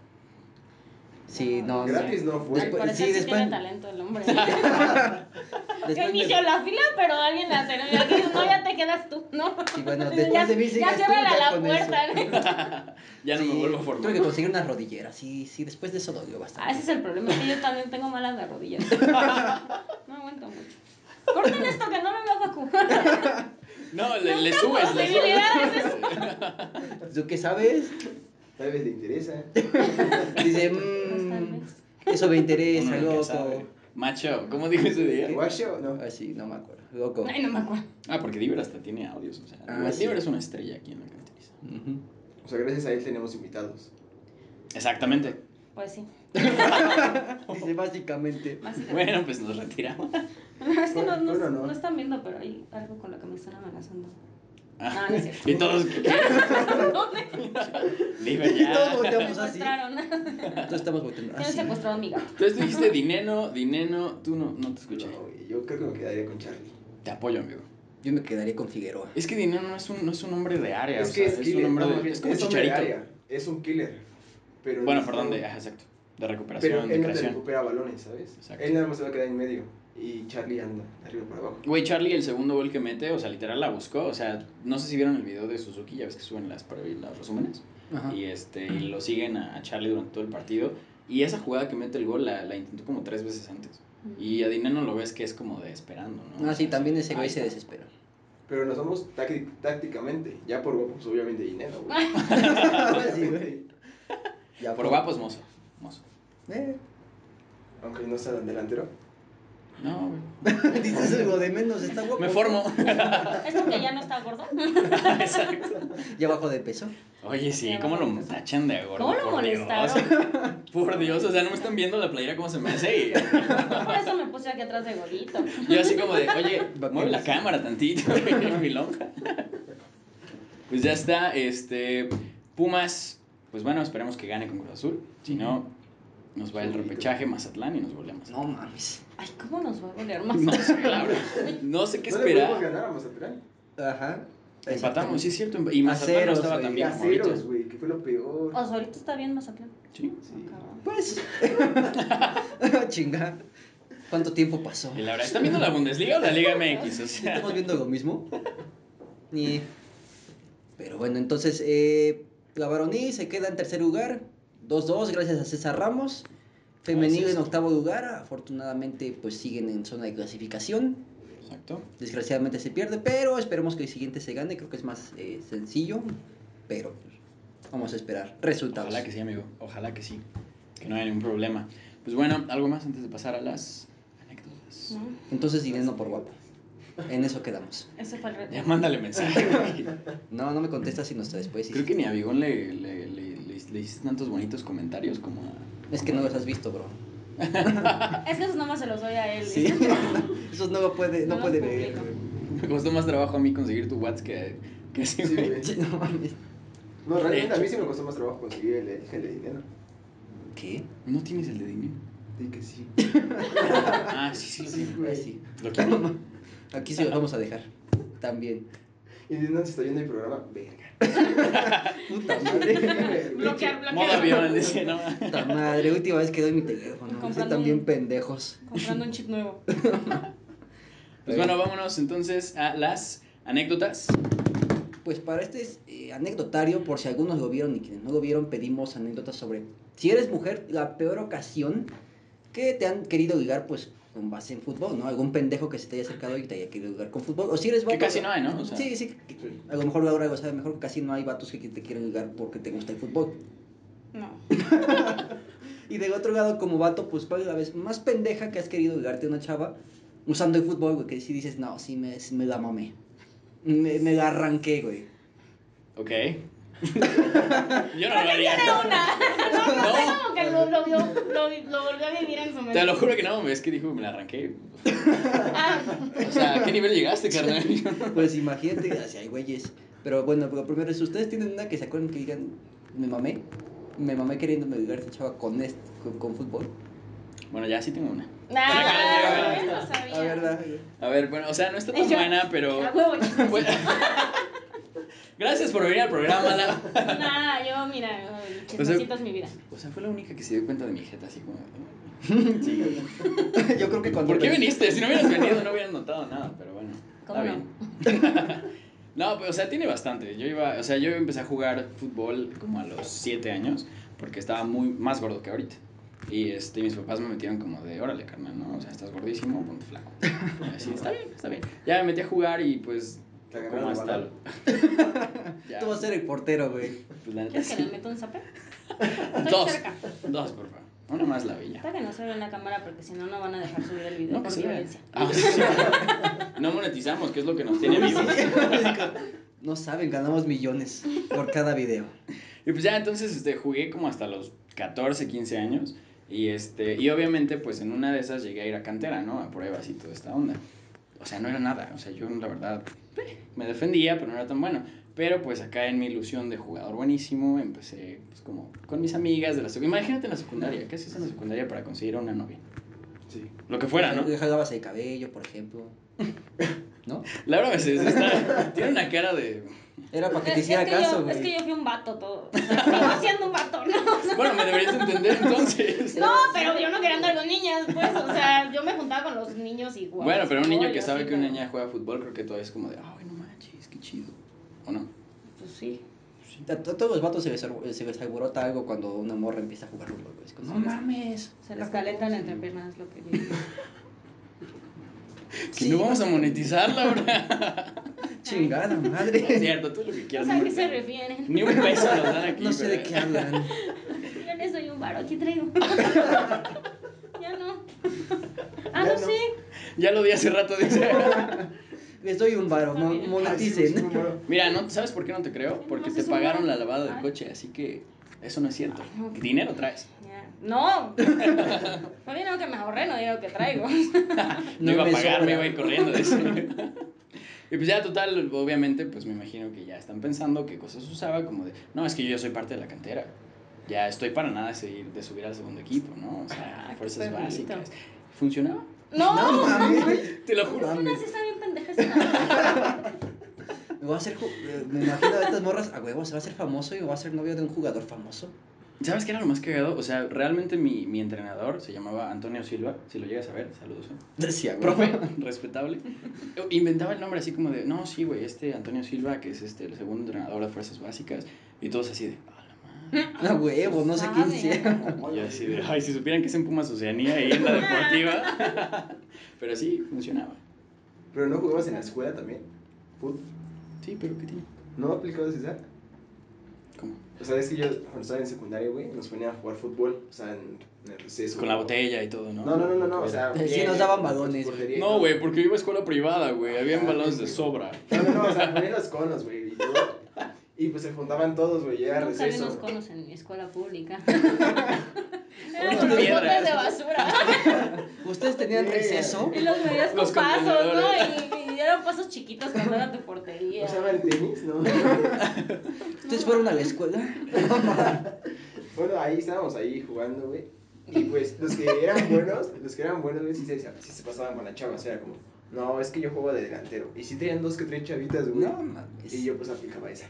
[SPEAKER 3] Sí, no. no.
[SPEAKER 4] gratis no fue.
[SPEAKER 2] Al parecer
[SPEAKER 3] Después- pues, sí,
[SPEAKER 2] sí,
[SPEAKER 3] después-
[SPEAKER 2] tiene talento el hombre.
[SPEAKER 3] Después
[SPEAKER 2] Yo
[SPEAKER 3] me-
[SPEAKER 2] inicio la fila, pero alguien la cerró. Y aquí, no, ya te quedas tú, ¿no?
[SPEAKER 3] Sí, bueno,
[SPEAKER 2] ya,
[SPEAKER 3] después de mí
[SPEAKER 2] ya
[SPEAKER 3] sigas tú,
[SPEAKER 2] ciérrale
[SPEAKER 3] ya
[SPEAKER 2] a la
[SPEAKER 3] con
[SPEAKER 2] puerta.
[SPEAKER 3] eso.
[SPEAKER 2] ¿no?
[SPEAKER 1] Ya no
[SPEAKER 3] Sí,
[SPEAKER 1] me vuelvo a
[SPEAKER 3] Tuve
[SPEAKER 1] formar.
[SPEAKER 3] que conseguir unas rodilleras. Sí, sí, después de eso
[SPEAKER 2] Ah,
[SPEAKER 3] dolió
[SPEAKER 2] ese
[SPEAKER 3] bastante.
[SPEAKER 2] es el problema, que yo también tengo malas de rodillas. No aguanto mucho. Corten esto que no me va a vacunar.
[SPEAKER 1] No, le,
[SPEAKER 2] No
[SPEAKER 1] le
[SPEAKER 2] tengo
[SPEAKER 1] subes, le subes.
[SPEAKER 2] posibilidades.
[SPEAKER 3] ¿Tú qué sabes?
[SPEAKER 4] Tal vez le interesa.
[SPEAKER 3] Dice,
[SPEAKER 2] tal
[SPEAKER 3] mmm,
[SPEAKER 2] vez.
[SPEAKER 3] eso me
[SPEAKER 1] Uno
[SPEAKER 3] interesa,
[SPEAKER 1] nunca sabe.
[SPEAKER 3] loco.
[SPEAKER 1] Macho, ¿cómo dijo ese día?
[SPEAKER 4] ¿Guacho? No.
[SPEAKER 3] Así, no me acuerdo. Loco.
[SPEAKER 2] Ay, no me acuerdo.
[SPEAKER 1] Ah, porque Diver hasta tiene audios. O sea,
[SPEAKER 3] Ah,
[SPEAKER 1] igual
[SPEAKER 3] sí.
[SPEAKER 1] Diver es una estrella aquí en la caracteriza.
[SPEAKER 3] Ujú.
[SPEAKER 4] O sea, gracias a él tenemos invitados.
[SPEAKER 1] Exactamente.
[SPEAKER 2] Pues sí,
[SPEAKER 3] Dice, básicamente.
[SPEAKER 2] básicamente.
[SPEAKER 1] Bueno, pues nos retiramos.
[SPEAKER 2] es que no, no,
[SPEAKER 4] Bueno, no.
[SPEAKER 2] no están viendo, pero hay algo con lo que me están amenazando.
[SPEAKER 1] Ah,
[SPEAKER 2] No, no es cierto.
[SPEAKER 1] y todos, ¿qué? qué?
[SPEAKER 2] ¿Dónde?
[SPEAKER 1] Diver
[SPEAKER 3] Y todos
[SPEAKER 1] ya.
[SPEAKER 2] Me
[SPEAKER 3] volteamos así.
[SPEAKER 2] secuestraron.
[SPEAKER 3] Todos estamos volteando Ah,
[SPEAKER 2] Tienen
[SPEAKER 3] así.
[SPEAKER 2] secuestrado a mi gato.
[SPEAKER 1] Entonces tú dijiste dinero, dinero. Tú no, no te escuché.
[SPEAKER 4] No, güey, yo creo que me quedaría con Charlie.
[SPEAKER 1] Te apoyo, amigo.
[SPEAKER 3] Yo me quedaría con Figueroa.
[SPEAKER 1] Es que dinero no es un, no es un hombre de área.
[SPEAKER 4] es
[SPEAKER 1] o
[SPEAKER 4] que
[SPEAKER 1] sea,
[SPEAKER 4] es killer.
[SPEAKER 1] un hombre
[SPEAKER 4] no, más
[SPEAKER 1] de,
[SPEAKER 4] bien,
[SPEAKER 1] Es como
[SPEAKER 4] es hombre de
[SPEAKER 1] chicharito.
[SPEAKER 4] área, Es un killer. Pero
[SPEAKER 1] Bueno,
[SPEAKER 4] no-
[SPEAKER 1] perdón, de. Ajá, exacto. De
[SPEAKER 4] Pero
[SPEAKER 1] recuperación,
[SPEAKER 4] él
[SPEAKER 1] de
[SPEAKER 4] no te
[SPEAKER 1] creación.
[SPEAKER 4] recupera balones, ¿sabes?
[SPEAKER 1] Exacto.
[SPEAKER 4] Él nada más se va a quedar en medio. Y Charlie anda de arriba para abajo.
[SPEAKER 1] Güey, Charlie, el segundo gol que mete, o sea, literal la buscó. O sea, no sé si vieron el video de Suzuki, ya ves que suben las, pre- los resúmenes.
[SPEAKER 3] Ajá.
[SPEAKER 1] Y este y lo siguen a, a Charlie durante todo el partido. Y esa jugada que mete el gol la, la intentó como tres veces antes. Y a Dineno lo ves que es como de esperando, ¿no?
[SPEAKER 3] Ah, sí, también ese güey
[SPEAKER 1] ahí
[SPEAKER 3] se
[SPEAKER 1] está.
[SPEAKER 3] desespera.
[SPEAKER 4] Pero nos somos tácti- tácticamente. Ya por guapos, obviamente, dinero, güey.
[SPEAKER 3] Sí, güey. Ya
[SPEAKER 1] Por guapos, pues mozo. Mozo.
[SPEAKER 3] Eh,
[SPEAKER 4] Aunque no sea delantero.
[SPEAKER 1] No, güey.
[SPEAKER 3] dices algo de menos, está guapo.
[SPEAKER 1] Me formo.
[SPEAKER 2] ¿Es porque ya no está gordo?
[SPEAKER 1] Exacto.
[SPEAKER 3] Ya bajo de peso.
[SPEAKER 1] Oye, sí, ¿cómo lo tachan de gordo?
[SPEAKER 2] ¿Cómo lo
[SPEAKER 1] Por Dios.
[SPEAKER 2] molestaron?
[SPEAKER 1] Por Dios, o sea, no me están viendo la playera cómo se me hace. Y
[SPEAKER 2] Por eso me puse aquí atrás de gordito.
[SPEAKER 1] yo así como de, oye, mueve la cámara tantito, mi lonja. Pues ya está, este, Pumas, pues bueno, esperemos que gane con Cruz Azul. Si no, nos va el repechaje Mazatlán y nos volvemos.
[SPEAKER 3] No mames.
[SPEAKER 2] Ay, ¿cómo nos va a golear más?
[SPEAKER 1] No sé, claro. No sé qué
[SPEAKER 4] no le podemos
[SPEAKER 1] esperar.
[SPEAKER 4] ganar a Mazatlán.
[SPEAKER 3] Ajá.
[SPEAKER 1] Empatamos, sí es cierto. empa- Y Mazatlán no
[SPEAKER 3] ceros,
[SPEAKER 1] estaba
[SPEAKER 3] güey,
[SPEAKER 4] Y
[SPEAKER 1] también
[SPEAKER 4] a
[SPEAKER 1] como ahorita.
[SPEAKER 4] ceros, güey, que fue lo peor.
[SPEAKER 2] O sea, ahorita está bien Mazatlán.
[SPEAKER 1] Sí.
[SPEAKER 4] Sí.
[SPEAKER 2] Cabrón.
[SPEAKER 3] Pues. Chinga. ¿Cuánto tiempo pasó?
[SPEAKER 1] Y la verdad, ¿están viendo la Bundesliga o la Liga MX? O sea,
[SPEAKER 3] ¿Estamos viendo lo mismo? Ni- Pero bueno, entonces eh, la varonil se queda en tercer lugar. 2-2 gracias a César Ramos. Femenil
[SPEAKER 1] Gracias.
[SPEAKER 3] en octavo lugar. Afortunadamente pues siguen en zona de clasificación.
[SPEAKER 1] exacto.
[SPEAKER 3] Desgraciadamente se pierde, pero esperemos que el siguiente se gane. Creo que es más eh, sencillo. Pero pues, vamos a esperar resultados.
[SPEAKER 1] Ojalá que sí, amigo. Ojalá que sí. Que no haya ningún problema. Pues bueno, algo más antes de pasar a las anécdotas.
[SPEAKER 2] ¿no?
[SPEAKER 3] Entonces dinero por guapo. En eso quedamos.
[SPEAKER 2] Ese fue el reto.
[SPEAKER 1] Ya mándale mensaje. güey.
[SPEAKER 3] No, no me contestas sino hasta después. y
[SPEAKER 1] Creo
[SPEAKER 3] sí.
[SPEAKER 1] que ni a Bigón le, le, le, le- le hiciste tantos bonitos comentarios como a...
[SPEAKER 3] Es que no los has visto, bro.
[SPEAKER 2] Es que eso nomás se los doy a él.
[SPEAKER 3] Sí. Eso no lo puede, no,
[SPEAKER 2] No
[SPEAKER 3] puede
[SPEAKER 2] los
[SPEAKER 3] ver.
[SPEAKER 2] publico.
[SPEAKER 1] Me costó más trabajo a mí conseguir tu WhatsApp que, que ese
[SPEAKER 4] Sí,
[SPEAKER 1] güey.
[SPEAKER 4] güey.
[SPEAKER 3] Sí, No mames.
[SPEAKER 4] No, realmente a mí sí me costó más trabajo conseguir el, el, de dinero.
[SPEAKER 3] ¿Qué?
[SPEAKER 1] ¿No tienes el de dinero?
[SPEAKER 4] Dije que sí.
[SPEAKER 1] Ah, sí, sí,
[SPEAKER 4] Sí,
[SPEAKER 1] sí.
[SPEAKER 4] güey.
[SPEAKER 3] Sí.
[SPEAKER 1] Lo quiero.
[SPEAKER 3] Aquí sí los vamos a dejar. También.
[SPEAKER 4] Y no se está yendo el programa. Verga.
[SPEAKER 3] Puta madre.
[SPEAKER 2] Bloquear,
[SPEAKER 1] Modo
[SPEAKER 2] bloquear.
[SPEAKER 1] avión, decía, no.
[SPEAKER 3] Puta madre. Última vez que doy mi teléfono.
[SPEAKER 2] Comprando
[SPEAKER 3] Están bien
[SPEAKER 2] un-
[SPEAKER 3] pendejos.
[SPEAKER 2] Comprando un chip nuevo.
[SPEAKER 1] Pues bueno, vámonos entonces a las anécdotas.
[SPEAKER 3] Pues para este eh, anecdotario, por si algunos lo vieron y quienes no lo vieron, pedimos anécdotas sobre si eres mujer, la peor ocasión que te han querido ligar, pues con base en fútbol, ¿no? Algún pendejo que se te haya acercado y te haya querido ligar con fútbol. O si eres vato.
[SPEAKER 1] casi no hay, ¿no? O sea-
[SPEAKER 3] sí, sí. que- A lo mejor ahora lo sabe mejor que casi no hay vatos que te quieren ligar porque te gusta el fútbol.
[SPEAKER 2] No.
[SPEAKER 3] Y del otro lado, como vato, pues cuál es la vez más pendeja que has querido ligarte a una chava usando el fútbol, güey, que si dices, no, sí me, sí me la mamé. Me, me la arranqué, güey.
[SPEAKER 1] Ok. Yo no lo haría.
[SPEAKER 2] Tiene una. No, no sé
[SPEAKER 1] No.
[SPEAKER 2] como que lo, lo vio, lo, lo volvió a vivir en su mente.
[SPEAKER 1] Te lo juro que no, es que dijo, me la arranqué.
[SPEAKER 2] Ah,
[SPEAKER 1] O sea, ¿a qué nivel llegaste, carnal?
[SPEAKER 3] Pues imagínate, así hay güeyes. Pero bueno, lo primero es, ¿ustedes tienen una que se acuerdan que digan, me mamé? Me mamé queriéndome ligar a esta chava con, este, con, con fútbol.
[SPEAKER 1] Bueno, ya sí tengo una.
[SPEAKER 2] nah,
[SPEAKER 1] Ah,
[SPEAKER 2] yo no sabía.
[SPEAKER 3] La verdad.
[SPEAKER 1] A ver, bueno, o sea, no está tan
[SPEAKER 2] Yo-
[SPEAKER 1] buena, pero...
[SPEAKER 2] A huevo, chismes.
[SPEAKER 1] Bueno. Gracias por venir al programa, Lau.
[SPEAKER 2] Nah, yo, mira, chismecito es mi vida.
[SPEAKER 1] O sea, fue la única que se dio cuenta de mi jeta, así como...
[SPEAKER 3] Yo creo que cuando...
[SPEAKER 1] ¿Por qué viniste? Si no hubieras venido no hubieras notado nada, pero bueno.
[SPEAKER 2] Pues, ¿Cómo no?
[SPEAKER 1] No, pues, o sea, tiene bastante. Yo iba, o sea, yo empecé a jugar fútbol como a los 7 años porque estaba muy más gordo que ahorita. Y este, mis papás me metieron como de, órale, carnal, ¿no? O sea, estás gordísimo, ponte flaco. Y así, está bien, está bien. Ya me metí a jugar y pues,
[SPEAKER 4] Te agarraron
[SPEAKER 1] como
[SPEAKER 4] la
[SPEAKER 1] hasta...
[SPEAKER 4] bala.
[SPEAKER 1] el- Ya,
[SPEAKER 3] Tú vas a ser el portero, güey.
[SPEAKER 1] pues, la neta,
[SPEAKER 2] ¿Quieres que
[SPEAKER 1] sí.
[SPEAKER 2] le meta un zape?
[SPEAKER 1] Dos,
[SPEAKER 2] cerca.
[SPEAKER 1] dos, por favor. Una más la villa.
[SPEAKER 2] Para que no se vea en la cámara porque si no, no van a dejar subir el video
[SPEAKER 1] No, que
[SPEAKER 2] por
[SPEAKER 1] se vea.
[SPEAKER 2] violencia.
[SPEAKER 1] Ah, sí, sí. No monetizamos, que es lo que nos tiene vivos.
[SPEAKER 3] No saben, ganamos millones por cada video.
[SPEAKER 1] Y pues ya entonces este, jugué como hasta los 14, 15 años. Y, este, y obviamente pues en una de esas llegué a ir a cantera, ¿no? A pruebas y toda esta onda. O sea, no era nada. O sea, yo la verdad eh, me defendía, pero no era tan bueno. Pero pues acá en mi ilusión de jugador buenísimo empecé pues como con mis amigas de la secundaria. Imagínate en la secundaria. ¿Qué haces en la secundaria para conseguir a una novia?
[SPEAKER 4] Sí.
[SPEAKER 1] Lo que fuera, ¿no?
[SPEAKER 3] Le jalabas el cabello, por ejemplo. ¿No?
[SPEAKER 1] Laura me se- se está- tiene una cara de...
[SPEAKER 3] Era para que te
[SPEAKER 2] Es- es
[SPEAKER 3] hiciera
[SPEAKER 2] que
[SPEAKER 3] caso,
[SPEAKER 2] yo- Es que
[SPEAKER 3] güey.
[SPEAKER 2] yo fui un vato todo. O sea, sigo siendo un vato, ¿no?
[SPEAKER 1] Bueno, me deberías entender entonces.
[SPEAKER 2] No, pero yo no quería andar con niñas, pues. O sea, yo me juntaba con los niños y guau,
[SPEAKER 1] Bueno, pero un niño
[SPEAKER 2] yo
[SPEAKER 1] que sabe
[SPEAKER 2] sí,
[SPEAKER 1] que una
[SPEAKER 2] pero-
[SPEAKER 1] niña juega fútbol, creo que todavía es como de, ay, no manches, qué chido. ¿O no?
[SPEAKER 2] Pues sí.
[SPEAKER 3] A to- todos los vatos se les, ar- se les alborota algo cuando una morra empieza a jugar fútbol, güey. Es como-
[SPEAKER 1] mames.
[SPEAKER 2] Se Pues les calentan entre piernas, lo que digo.
[SPEAKER 1] Que
[SPEAKER 3] Sí,
[SPEAKER 1] no vamos a monetizar, Laura.
[SPEAKER 3] Chingada
[SPEAKER 1] No es
[SPEAKER 3] madre.
[SPEAKER 1] cierto, tú lo que
[SPEAKER 2] No
[SPEAKER 1] quieras.
[SPEAKER 2] sé a
[SPEAKER 1] no
[SPEAKER 2] qué
[SPEAKER 1] me-
[SPEAKER 2] se refieren.
[SPEAKER 1] Ni un peso nos dan aquí.
[SPEAKER 3] No sé de
[SPEAKER 1] pero-
[SPEAKER 3] qué hablan.
[SPEAKER 2] Yo no soy un varo, aquí traigo. ya no. Ah,
[SPEAKER 4] Ya
[SPEAKER 2] no,
[SPEAKER 4] no.
[SPEAKER 2] sé.
[SPEAKER 1] Ya lo di hace rato, dice.
[SPEAKER 3] Les doy un varo, mo-
[SPEAKER 4] Ay, sí, sí,
[SPEAKER 3] moneticen.
[SPEAKER 4] número.
[SPEAKER 1] Mira, no, ¿sabes por qué no te creo? Porque
[SPEAKER 2] No,
[SPEAKER 1] te
[SPEAKER 2] es un mal.
[SPEAKER 1] pagaron la lavada del
[SPEAKER 2] Ay.
[SPEAKER 1] coche, así que eso no es cierto.
[SPEAKER 2] Ay, no.
[SPEAKER 1] Dinero traes.
[SPEAKER 2] Ya. No. Más bien no que me ahorré, no digo que traigo.
[SPEAKER 1] No
[SPEAKER 3] No
[SPEAKER 1] iba a
[SPEAKER 3] me
[SPEAKER 1] pagar, me
[SPEAKER 3] sobra.
[SPEAKER 1] iba a ir corriendo. dice. Y pues ya, total, obviamente, pues me imagino que ya están pensando qué cosas usaba, como de, no, es que yo ya soy parte de la cantera. Ya estoy para nada de, seguir- de subir al segundo equipo, ¿no? O sea,
[SPEAKER 2] Ah, qué
[SPEAKER 1] fuerzas
[SPEAKER 2] perrito.
[SPEAKER 1] básicas. ¿Funcionaba?
[SPEAKER 2] No,
[SPEAKER 3] No mames,
[SPEAKER 4] güey.
[SPEAKER 1] Te lo
[SPEAKER 3] No
[SPEAKER 1] juro.
[SPEAKER 2] Una
[SPEAKER 3] mames.
[SPEAKER 2] sí está bien pendeja esa.
[SPEAKER 3] Me voy a hacer. ju- eh, Me imagino a estas morras, a huevo, se va a hacer famoso y va a ser novio de un jugador famoso.
[SPEAKER 1] ¿Sabes qué era lo más cagado? O sea, realmente mi, mi entrenador se llamaba Antonio Silva, si lo llegas a ver, saludos. ¿eh?
[SPEAKER 3] Decía, güey.
[SPEAKER 1] Profe, respetable. Inventaba el nombre así como de, no, sí, güey, este Antonio Silva, que es este el segundo entrenador de fuerzas básicas, y todos así de, a la madre.
[SPEAKER 3] A huevo, no sé quién
[SPEAKER 2] Sabe.
[SPEAKER 3] sea.
[SPEAKER 1] Y así de, ay, si supieran que es en Pumas Oceanía y en la deportiva. pero sí, funcionaba.
[SPEAKER 4] Pero no jugabas en la escuela también. Fut.
[SPEAKER 1] Sí, pero ¿qué tiene?
[SPEAKER 4] ¿No aplicabas esa?
[SPEAKER 1] ¿Cómo?
[SPEAKER 4] O sea, es que yo cuando estaba en secundaria, güey, nos ponían a jugar fútbol. O sea, en, en el receso.
[SPEAKER 1] Con la botella y todo, ¿no?
[SPEAKER 4] No, no, no, no, no. O sea,
[SPEAKER 3] Sí,
[SPEAKER 4] bien,
[SPEAKER 3] nos daban
[SPEAKER 4] en tu
[SPEAKER 3] balones.
[SPEAKER 4] portería,
[SPEAKER 1] No, güey, porque iba a escuela privada, güey, había
[SPEAKER 4] Ah,
[SPEAKER 1] balones de
[SPEAKER 4] sí, güey.
[SPEAKER 1] sobra.
[SPEAKER 4] No, no, no, o sea, ponían los conos, güey. Y, luego- y pues se juntaban todos, güey. Llega
[SPEAKER 2] Nunca vi unos
[SPEAKER 4] receso.
[SPEAKER 2] conos en mi escuela pública.
[SPEAKER 1] Unas
[SPEAKER 2] Eran unos botes
[SPEAKER 1] piedras.
[SPEAKER 2] de basura.
[SPEAKER 3] ¿Ustedes tenían
[SPEAKER 4] Sí.
[SPEAKER 3] receso?
[SPEAKER 2] Y los medías
[SPEAKER 1] Los
[SPEAKER 2] con pasos, ¿no?
[SPEAKER 1] contenedores.
[SPEAKER 2] Y, y eran pasos chiquitos cuando era tu portería.
[SPEAKER 4] O sea, ¿va el tenis, ¿no?
[SPEAKER 3] ¿Ustedes fueron a la escuela?
[SPEAKER 4] Bueno, ahí estábamos ahí jugando, güey. Y pues los que eran buenos, los que eran buenos, güey, sí se, sí se pasaban con la chava. O sea, era como, no, es que yo juego de delantero. Y sí tenían dos que tres chavitas, güey.
[SPEAKER 3] No mames.
[SPEAKER 4] Y yo pues aplicaba esa.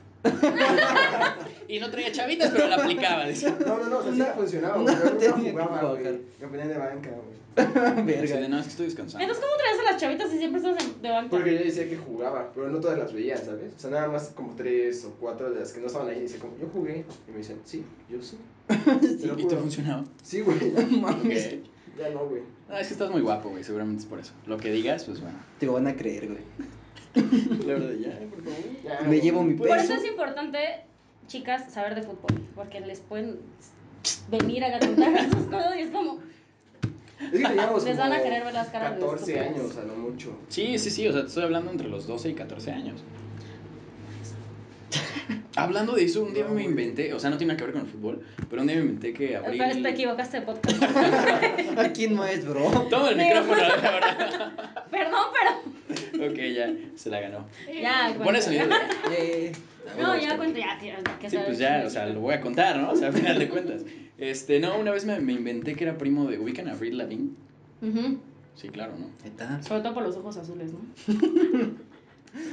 [SPEAKER 1] Y no traía chavitas, pero la aplicaba, decía.
[SPEAKER 4] No, no, no, o sea, sí
[SPEAKER 3] No,
[SPEAKER 4] me funcionaba,
[SPEAKER 3] no
[SPEAKER 4] güey. No, no,
[SPEAKER 3] tenía que
[SPEAKER 4] jugaba,
[SPEAKER 3] jugar.
[SPEAKER 4] güey. Me ponían de banca, güey.
[SPEAKER 1] Así de,
[SPEAKER 3] Verga.
[SPEAKER 1] no, es que estoy descansando.
[SPEAKER 2] Entonces, ¿cómo traes a las chavitas si siempre estás en- de banca?
[SPEAKER 4] Porque yo decía que jugaba, pero no todas las veía, ¿sabes? O sea, nada más como tres o cuatro de las que no estaban ahí. Dice como, yo jugué. Y me dicen, sí, yo sí. Te lo
[SPEAKER 1] ¿Y te
[SPEAKER 4] juro.
[SPEAKER 1] funcionaba?
[SPEAKER 4] Sí, güey.
[SPEAKER 3] Mames.
[SPEAKER 1] Ok.
[SPEAKER 4] Ya no, güey.
[SPEAKER 1] No, es que estás muy guapo, güey, seguramente es por eso. Lo que digas, pues bueno.
[SPEAKER 3] Te van a creer, güey.
[SPEAKER 1] La verdad, ya, por favor.
[SPEAKER 4] Ya,
[SPEAKER 3] Me
[SPEAKER 4] güey.
[SPEAKER 3] llevo mi
[SPEAKER 2] Por
[SPEAKER 3] peso.
[SPEAKER 2] eso es importante, chicas, saber de fútbol. Porque les pueden venir a contar sus cosas y es como.
[SPEAKER 4] Es que teníamos
[SPEAKER 2] Les van
[SPEAKER 4] como
[SPEAKER 2] a querer ver las caras de
[SPEAKER 4] 14
[SPEAKER 2] estúpidas.
[SPEAKER 4] años, a lo mucho.
[SPEAKER 1] Sí, sí, sí, o sea, te estoy hablando entre los 12 y 14 años. Hablando de eso, un día
[SPEAKER 4] No,
[SPEAKER 1] me
[SPEAKER 4] güey.
[SPEAKER 1] inventé, o sea, no tiene nada que ver con el fútbol, pero un día me inventé que abrí...
[SPEAKER 2] Pero te equivocaste de podcast.
[SPEAKER 3] ¿A quién no es, bro?
[SPEAKER 1] Toma el
[SPEAKER 2] Sí.
[SPEAKER 1] micrófono, la verdad.
[SPEAKER 2] Perdón, pero.
[SPEAKER 1] Ok, ya, se la ganó.
[SPEAKER 2] Ya,
[SPEAKER 1] Pon el sonido. güey.
[SPEAKER 3] Eh,
[SPEAKER 2] No, ya cuento, ya, tía, que
[SPEAKER 1] Sí,
[SPEAKER 2] sabes.
[SPEAKER 1] pues ya, o sea, lo voy a contar, ¿no? O sea, al final de cuentas. Este, no, una vez me, me inventé que era primo de Weekend Avril Lavigne.
[SPEAKER 2] Ujú.
[SPEAKER 1] Sí, claro, ¿no?
[SPEAKER 3] neta.
[SPEAKER 2] Sobre todo por los ojos azules, ¿no?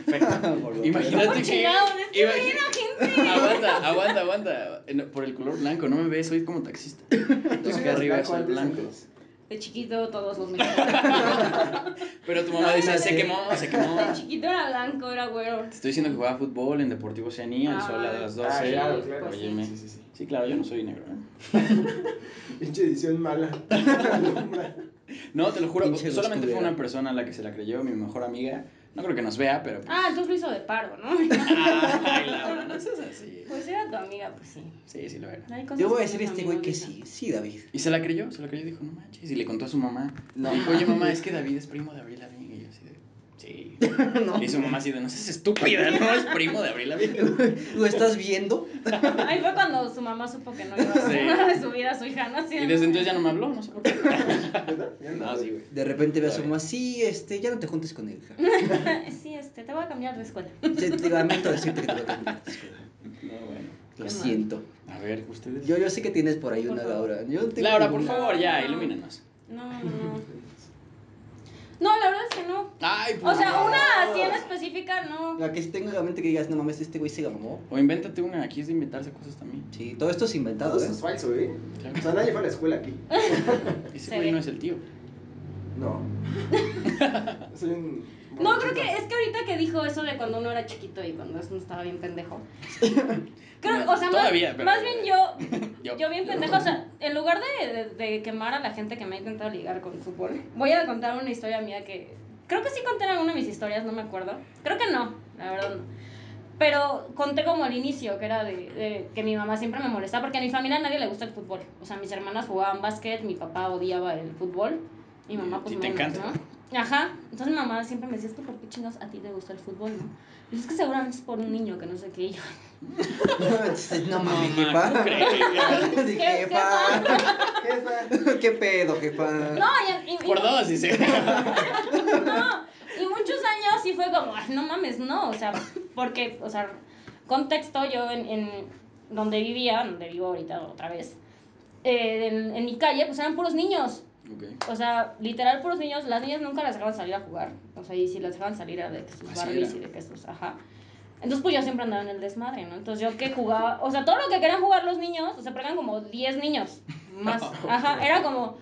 [SPEAKER 1] Perfecto.
[SPEAKER 3] Por
[SPEAKER 1] Imagínate que...
[SPEAKER 2] Chingados, es que
[SPEAKER 1] iba-
[SPEAKER 2] mira, gente.
[SPEAKER 1] Aguanta, aguanta, aguanta. Eh, no, Por el color blanco, no me ves, soy como taxista. Entonces que
[SPEAKER 4] eras
[SPEAKER 1] arriba
[SPEAKER 4] blanco
[SPEAKER 1] soy
[SPEAKER 4] antes,
[SPEAKER 1] blanco.
[SPEAKER 4] antes?
[SPEAKER 2] De chiquito todos los mexicanos.
[SPEAKER 1] Pero tu mamá dice, se quemó, se quemó.
[SPEAKER 2] De
[SPEAKER 1] Te
[SPEAKER 2] chiquito era blanco, era güero.
[SPEAKER 1] estoy diciendo que jugaba fútbol en Deportivo Oceanía, el
[SPEAKER 2] Ah,
[SPEAKER 1] sol a las 12.
[SPEAKER 4] Ah, claro, claro.
[SPEAKER 2] pues
[SPEAKER 1] Óyeme.
[SPEAKER 4] Sí, sí, sí.
[SPEAKER 1] Sí, claro, yo no soy negro. ¿eh?
[SPEAKER 4] Pinche edición mala.
[SPEAKER 1] No, te lo juro,
[SPEAKER 3] Pinche
[SPEAKER 1] solamente fue
[SPEAKER 3] oscurera.
[SPEAKER 1] una persona a la que se la creyó, mi mejor amiga. No creo que nos vea, pero... pues-
[SPEAKER 2] Ah, entonces lo hizo de paro, ¿no?
[SPEAKER 1] Ah, Ay, Laura, no seas así.
[SPEAKER 2] Pues era tu amiga, pues sí.
[SPEAKER 1] Sí, sí lo era.
[SPEAKER 2] Hay cosas
[SPEAKER 3] Yo voy a
[SPEAKER 2] que
[SPEAKER 3] decir a
[SPEAKER 2] los
[SPEAKER 3] este güey
[SPEAKER 2] amigos
[SPEAKER 3] que
[SPEAKER 2] dicen.
[SPEAKER 3] sí, sí, David.
[SPEAKER 1] Y se la creyó, se la creyó y dijo, no manches. Y le contó a su mamá.
[SPEAKER 3] No
[SPEAKER 1] dijo, oye, mamá, es que David es primo de Abril Lavigne. Y yo así de, sí.
[SPEAKER 3] No.
[SPEAKER 1] Y su mamá así de, no seas estúpida, no es primo de Abril Lavigne.
[SPEAKER 3] ¿Lo estás viendo?
[SPEAKER 2] Ahí fue cuando su mamá supo que no iba a
[SPEAKER 1] Sí.
[SPEAKER 2] subir subir a su hija, ¿no? Así
[SPEAKER 1] Y
[SPEAKER 2] de-
[SPEAKER 1] desde entonces ya no me habló, no sé por qué. No, sí, güey.
[SPEAKER 3] De repente ve a su
[SPEAKER 1] Ay.
[SPEAKER 3] mamá, sí, este, ya no te juntes con él, hija.
[SPEAKER 2] Sí, este, te voy a cambiar de escuela.
[SPEAKER 3] Te, te lamento decirte que te voy a cambiar de escuela.
[SPEAKER 1] No, bueno.
[SPEAKER 3] Lo
[SPEAKER 2] mal.
[SPEAKER 3] siento.
[SPEAKER 1] A ver, ustedes.
[SPEAKER 3] Yo, yo sé que tienes por ahí
[SPEAKER 2] Por
[SPEAKER 3] una
[SPEAKER 2] favor.
[SPEAKER 3] Laura. Yo no tengo
[SPEAKER 1] Laura, por
[SPEAKER 3] ninguna.
[SPEAKER 1] favor, ya,
[SPEAKER 2] No.
[SPEAKER 1] ilumínanos.
[SPEAKER 2] No, no, no. No, la verdad es que no.
[SPEAKER 1] Ay, pues.
[SPEAKER 2] O sea,
[SPEAKER 1] no.
[SPEAKER 2] una así en específica no.
[SPEAKER 3] La que sí tengo en la mente que digas, no mames, este güey se mamó.
[SPEAKER 1] O invéntate una, aquí es de inventarse cosas también.
[SPEAKER 3] Sí, todo esto es inventado,
[SPEAKER 4] Todo
[SPEAKER 3] ¿eh?
[SPEAKER 4] eso es falso, ¿eh?
[SPEAKER 1] Claro.
[SPEAKER 4] O sea, nadie fue a la escuela aquí.
[SPEAKER 1] Ese
[SPEAKER 2] Se
[SPEAKER 1] güey
[SPEAKER 2] ve.
[SPEAKER 1] no es el tío.
[SPEAKER 4] No. Soy un.
[SPEAKER 2] No, creo que es que ahorita que dijo eso de cuando uno era chiquito y cuando uno estaba bien pendejo. Creo, o sea, más,
[SPEAKER 1] Todavía, pero-
[SPEAKER 2] más bien yo,
[SPEAKER 1] Yo.
[SPEAKER 2] yo bien pendejo, o sea, en lugar de, de- de quemar a la gente que me ha intentado ligar con fútbol, voy a contar una historia mía que creo que sí conté en alguna de mis historias, no me acuerdo. Creo que no, la verdad no. Pero conté como al inicio, que era de, de que mi mamá siempre me molestaba, porque a mi familia a nadie le gusta el fútbol. O sea, mis hermanas jugaban básquet, mi papá odiaba el fútbol, mi mamá
[SPEAKER 1] Y
[SPEAKER 2] pues
[SPEAKER 1] a ti te
[SPEAKER 2] menos,
[SPEAKER 1] encanta.
[SPEAKER 2] ¿no? Ajá, entonces mi mamá siempre me decía, es que por qué chingados a ti te gusta el fútbol, ¿no? Y yo, es que seguramente es por un niño que no sé qué, Y yo,
[SPEAKER 3] no mames,
[SPEAKER 1] Mamá, ¿cómo
[SPEAKER 3] jefa.
[SPEAKER 1] crees?
[SPEAKER 3] Dije,
[SPEAKER 2] ¿Qué- qué
[SPEAKER 3] jefa.
[SPEAKER 4] Jefa.
[SPEAKER 3] ¿Qué pedo, jefa?
[SPEAKER 2] No, y, y- y-
[SPEAKER 1] Por dos, dice.
[SPEAKER 2] no, y muchos años sí fue como, "Ay, no mames, no, o sea, porque, o sea, contexto, yo en, en donde vivía, donde vivo ahorita otra vez, eh, en, en mi calle, pues eran puros niños.
[SPEAKER 1] Ok.
[SPEAKER 2] O sea, literal, puros niños, las niñas nunca las dejaban salir a jugar. O sea, y si las dejaban salir era de que sus
[SPEAKER 1] Así
[SPEAKER 2] Barbies
[SPEAKER 1] era.
[SPEAKER 2] y de que sus, ajá. Entonces, pues yo siempre andaba en el desmadre, ¿no? Entonces, yo que jugaba, o sea, todo lo que querían jugar los niños, o sea, pero eran como 10 niños más. Ajá, era como,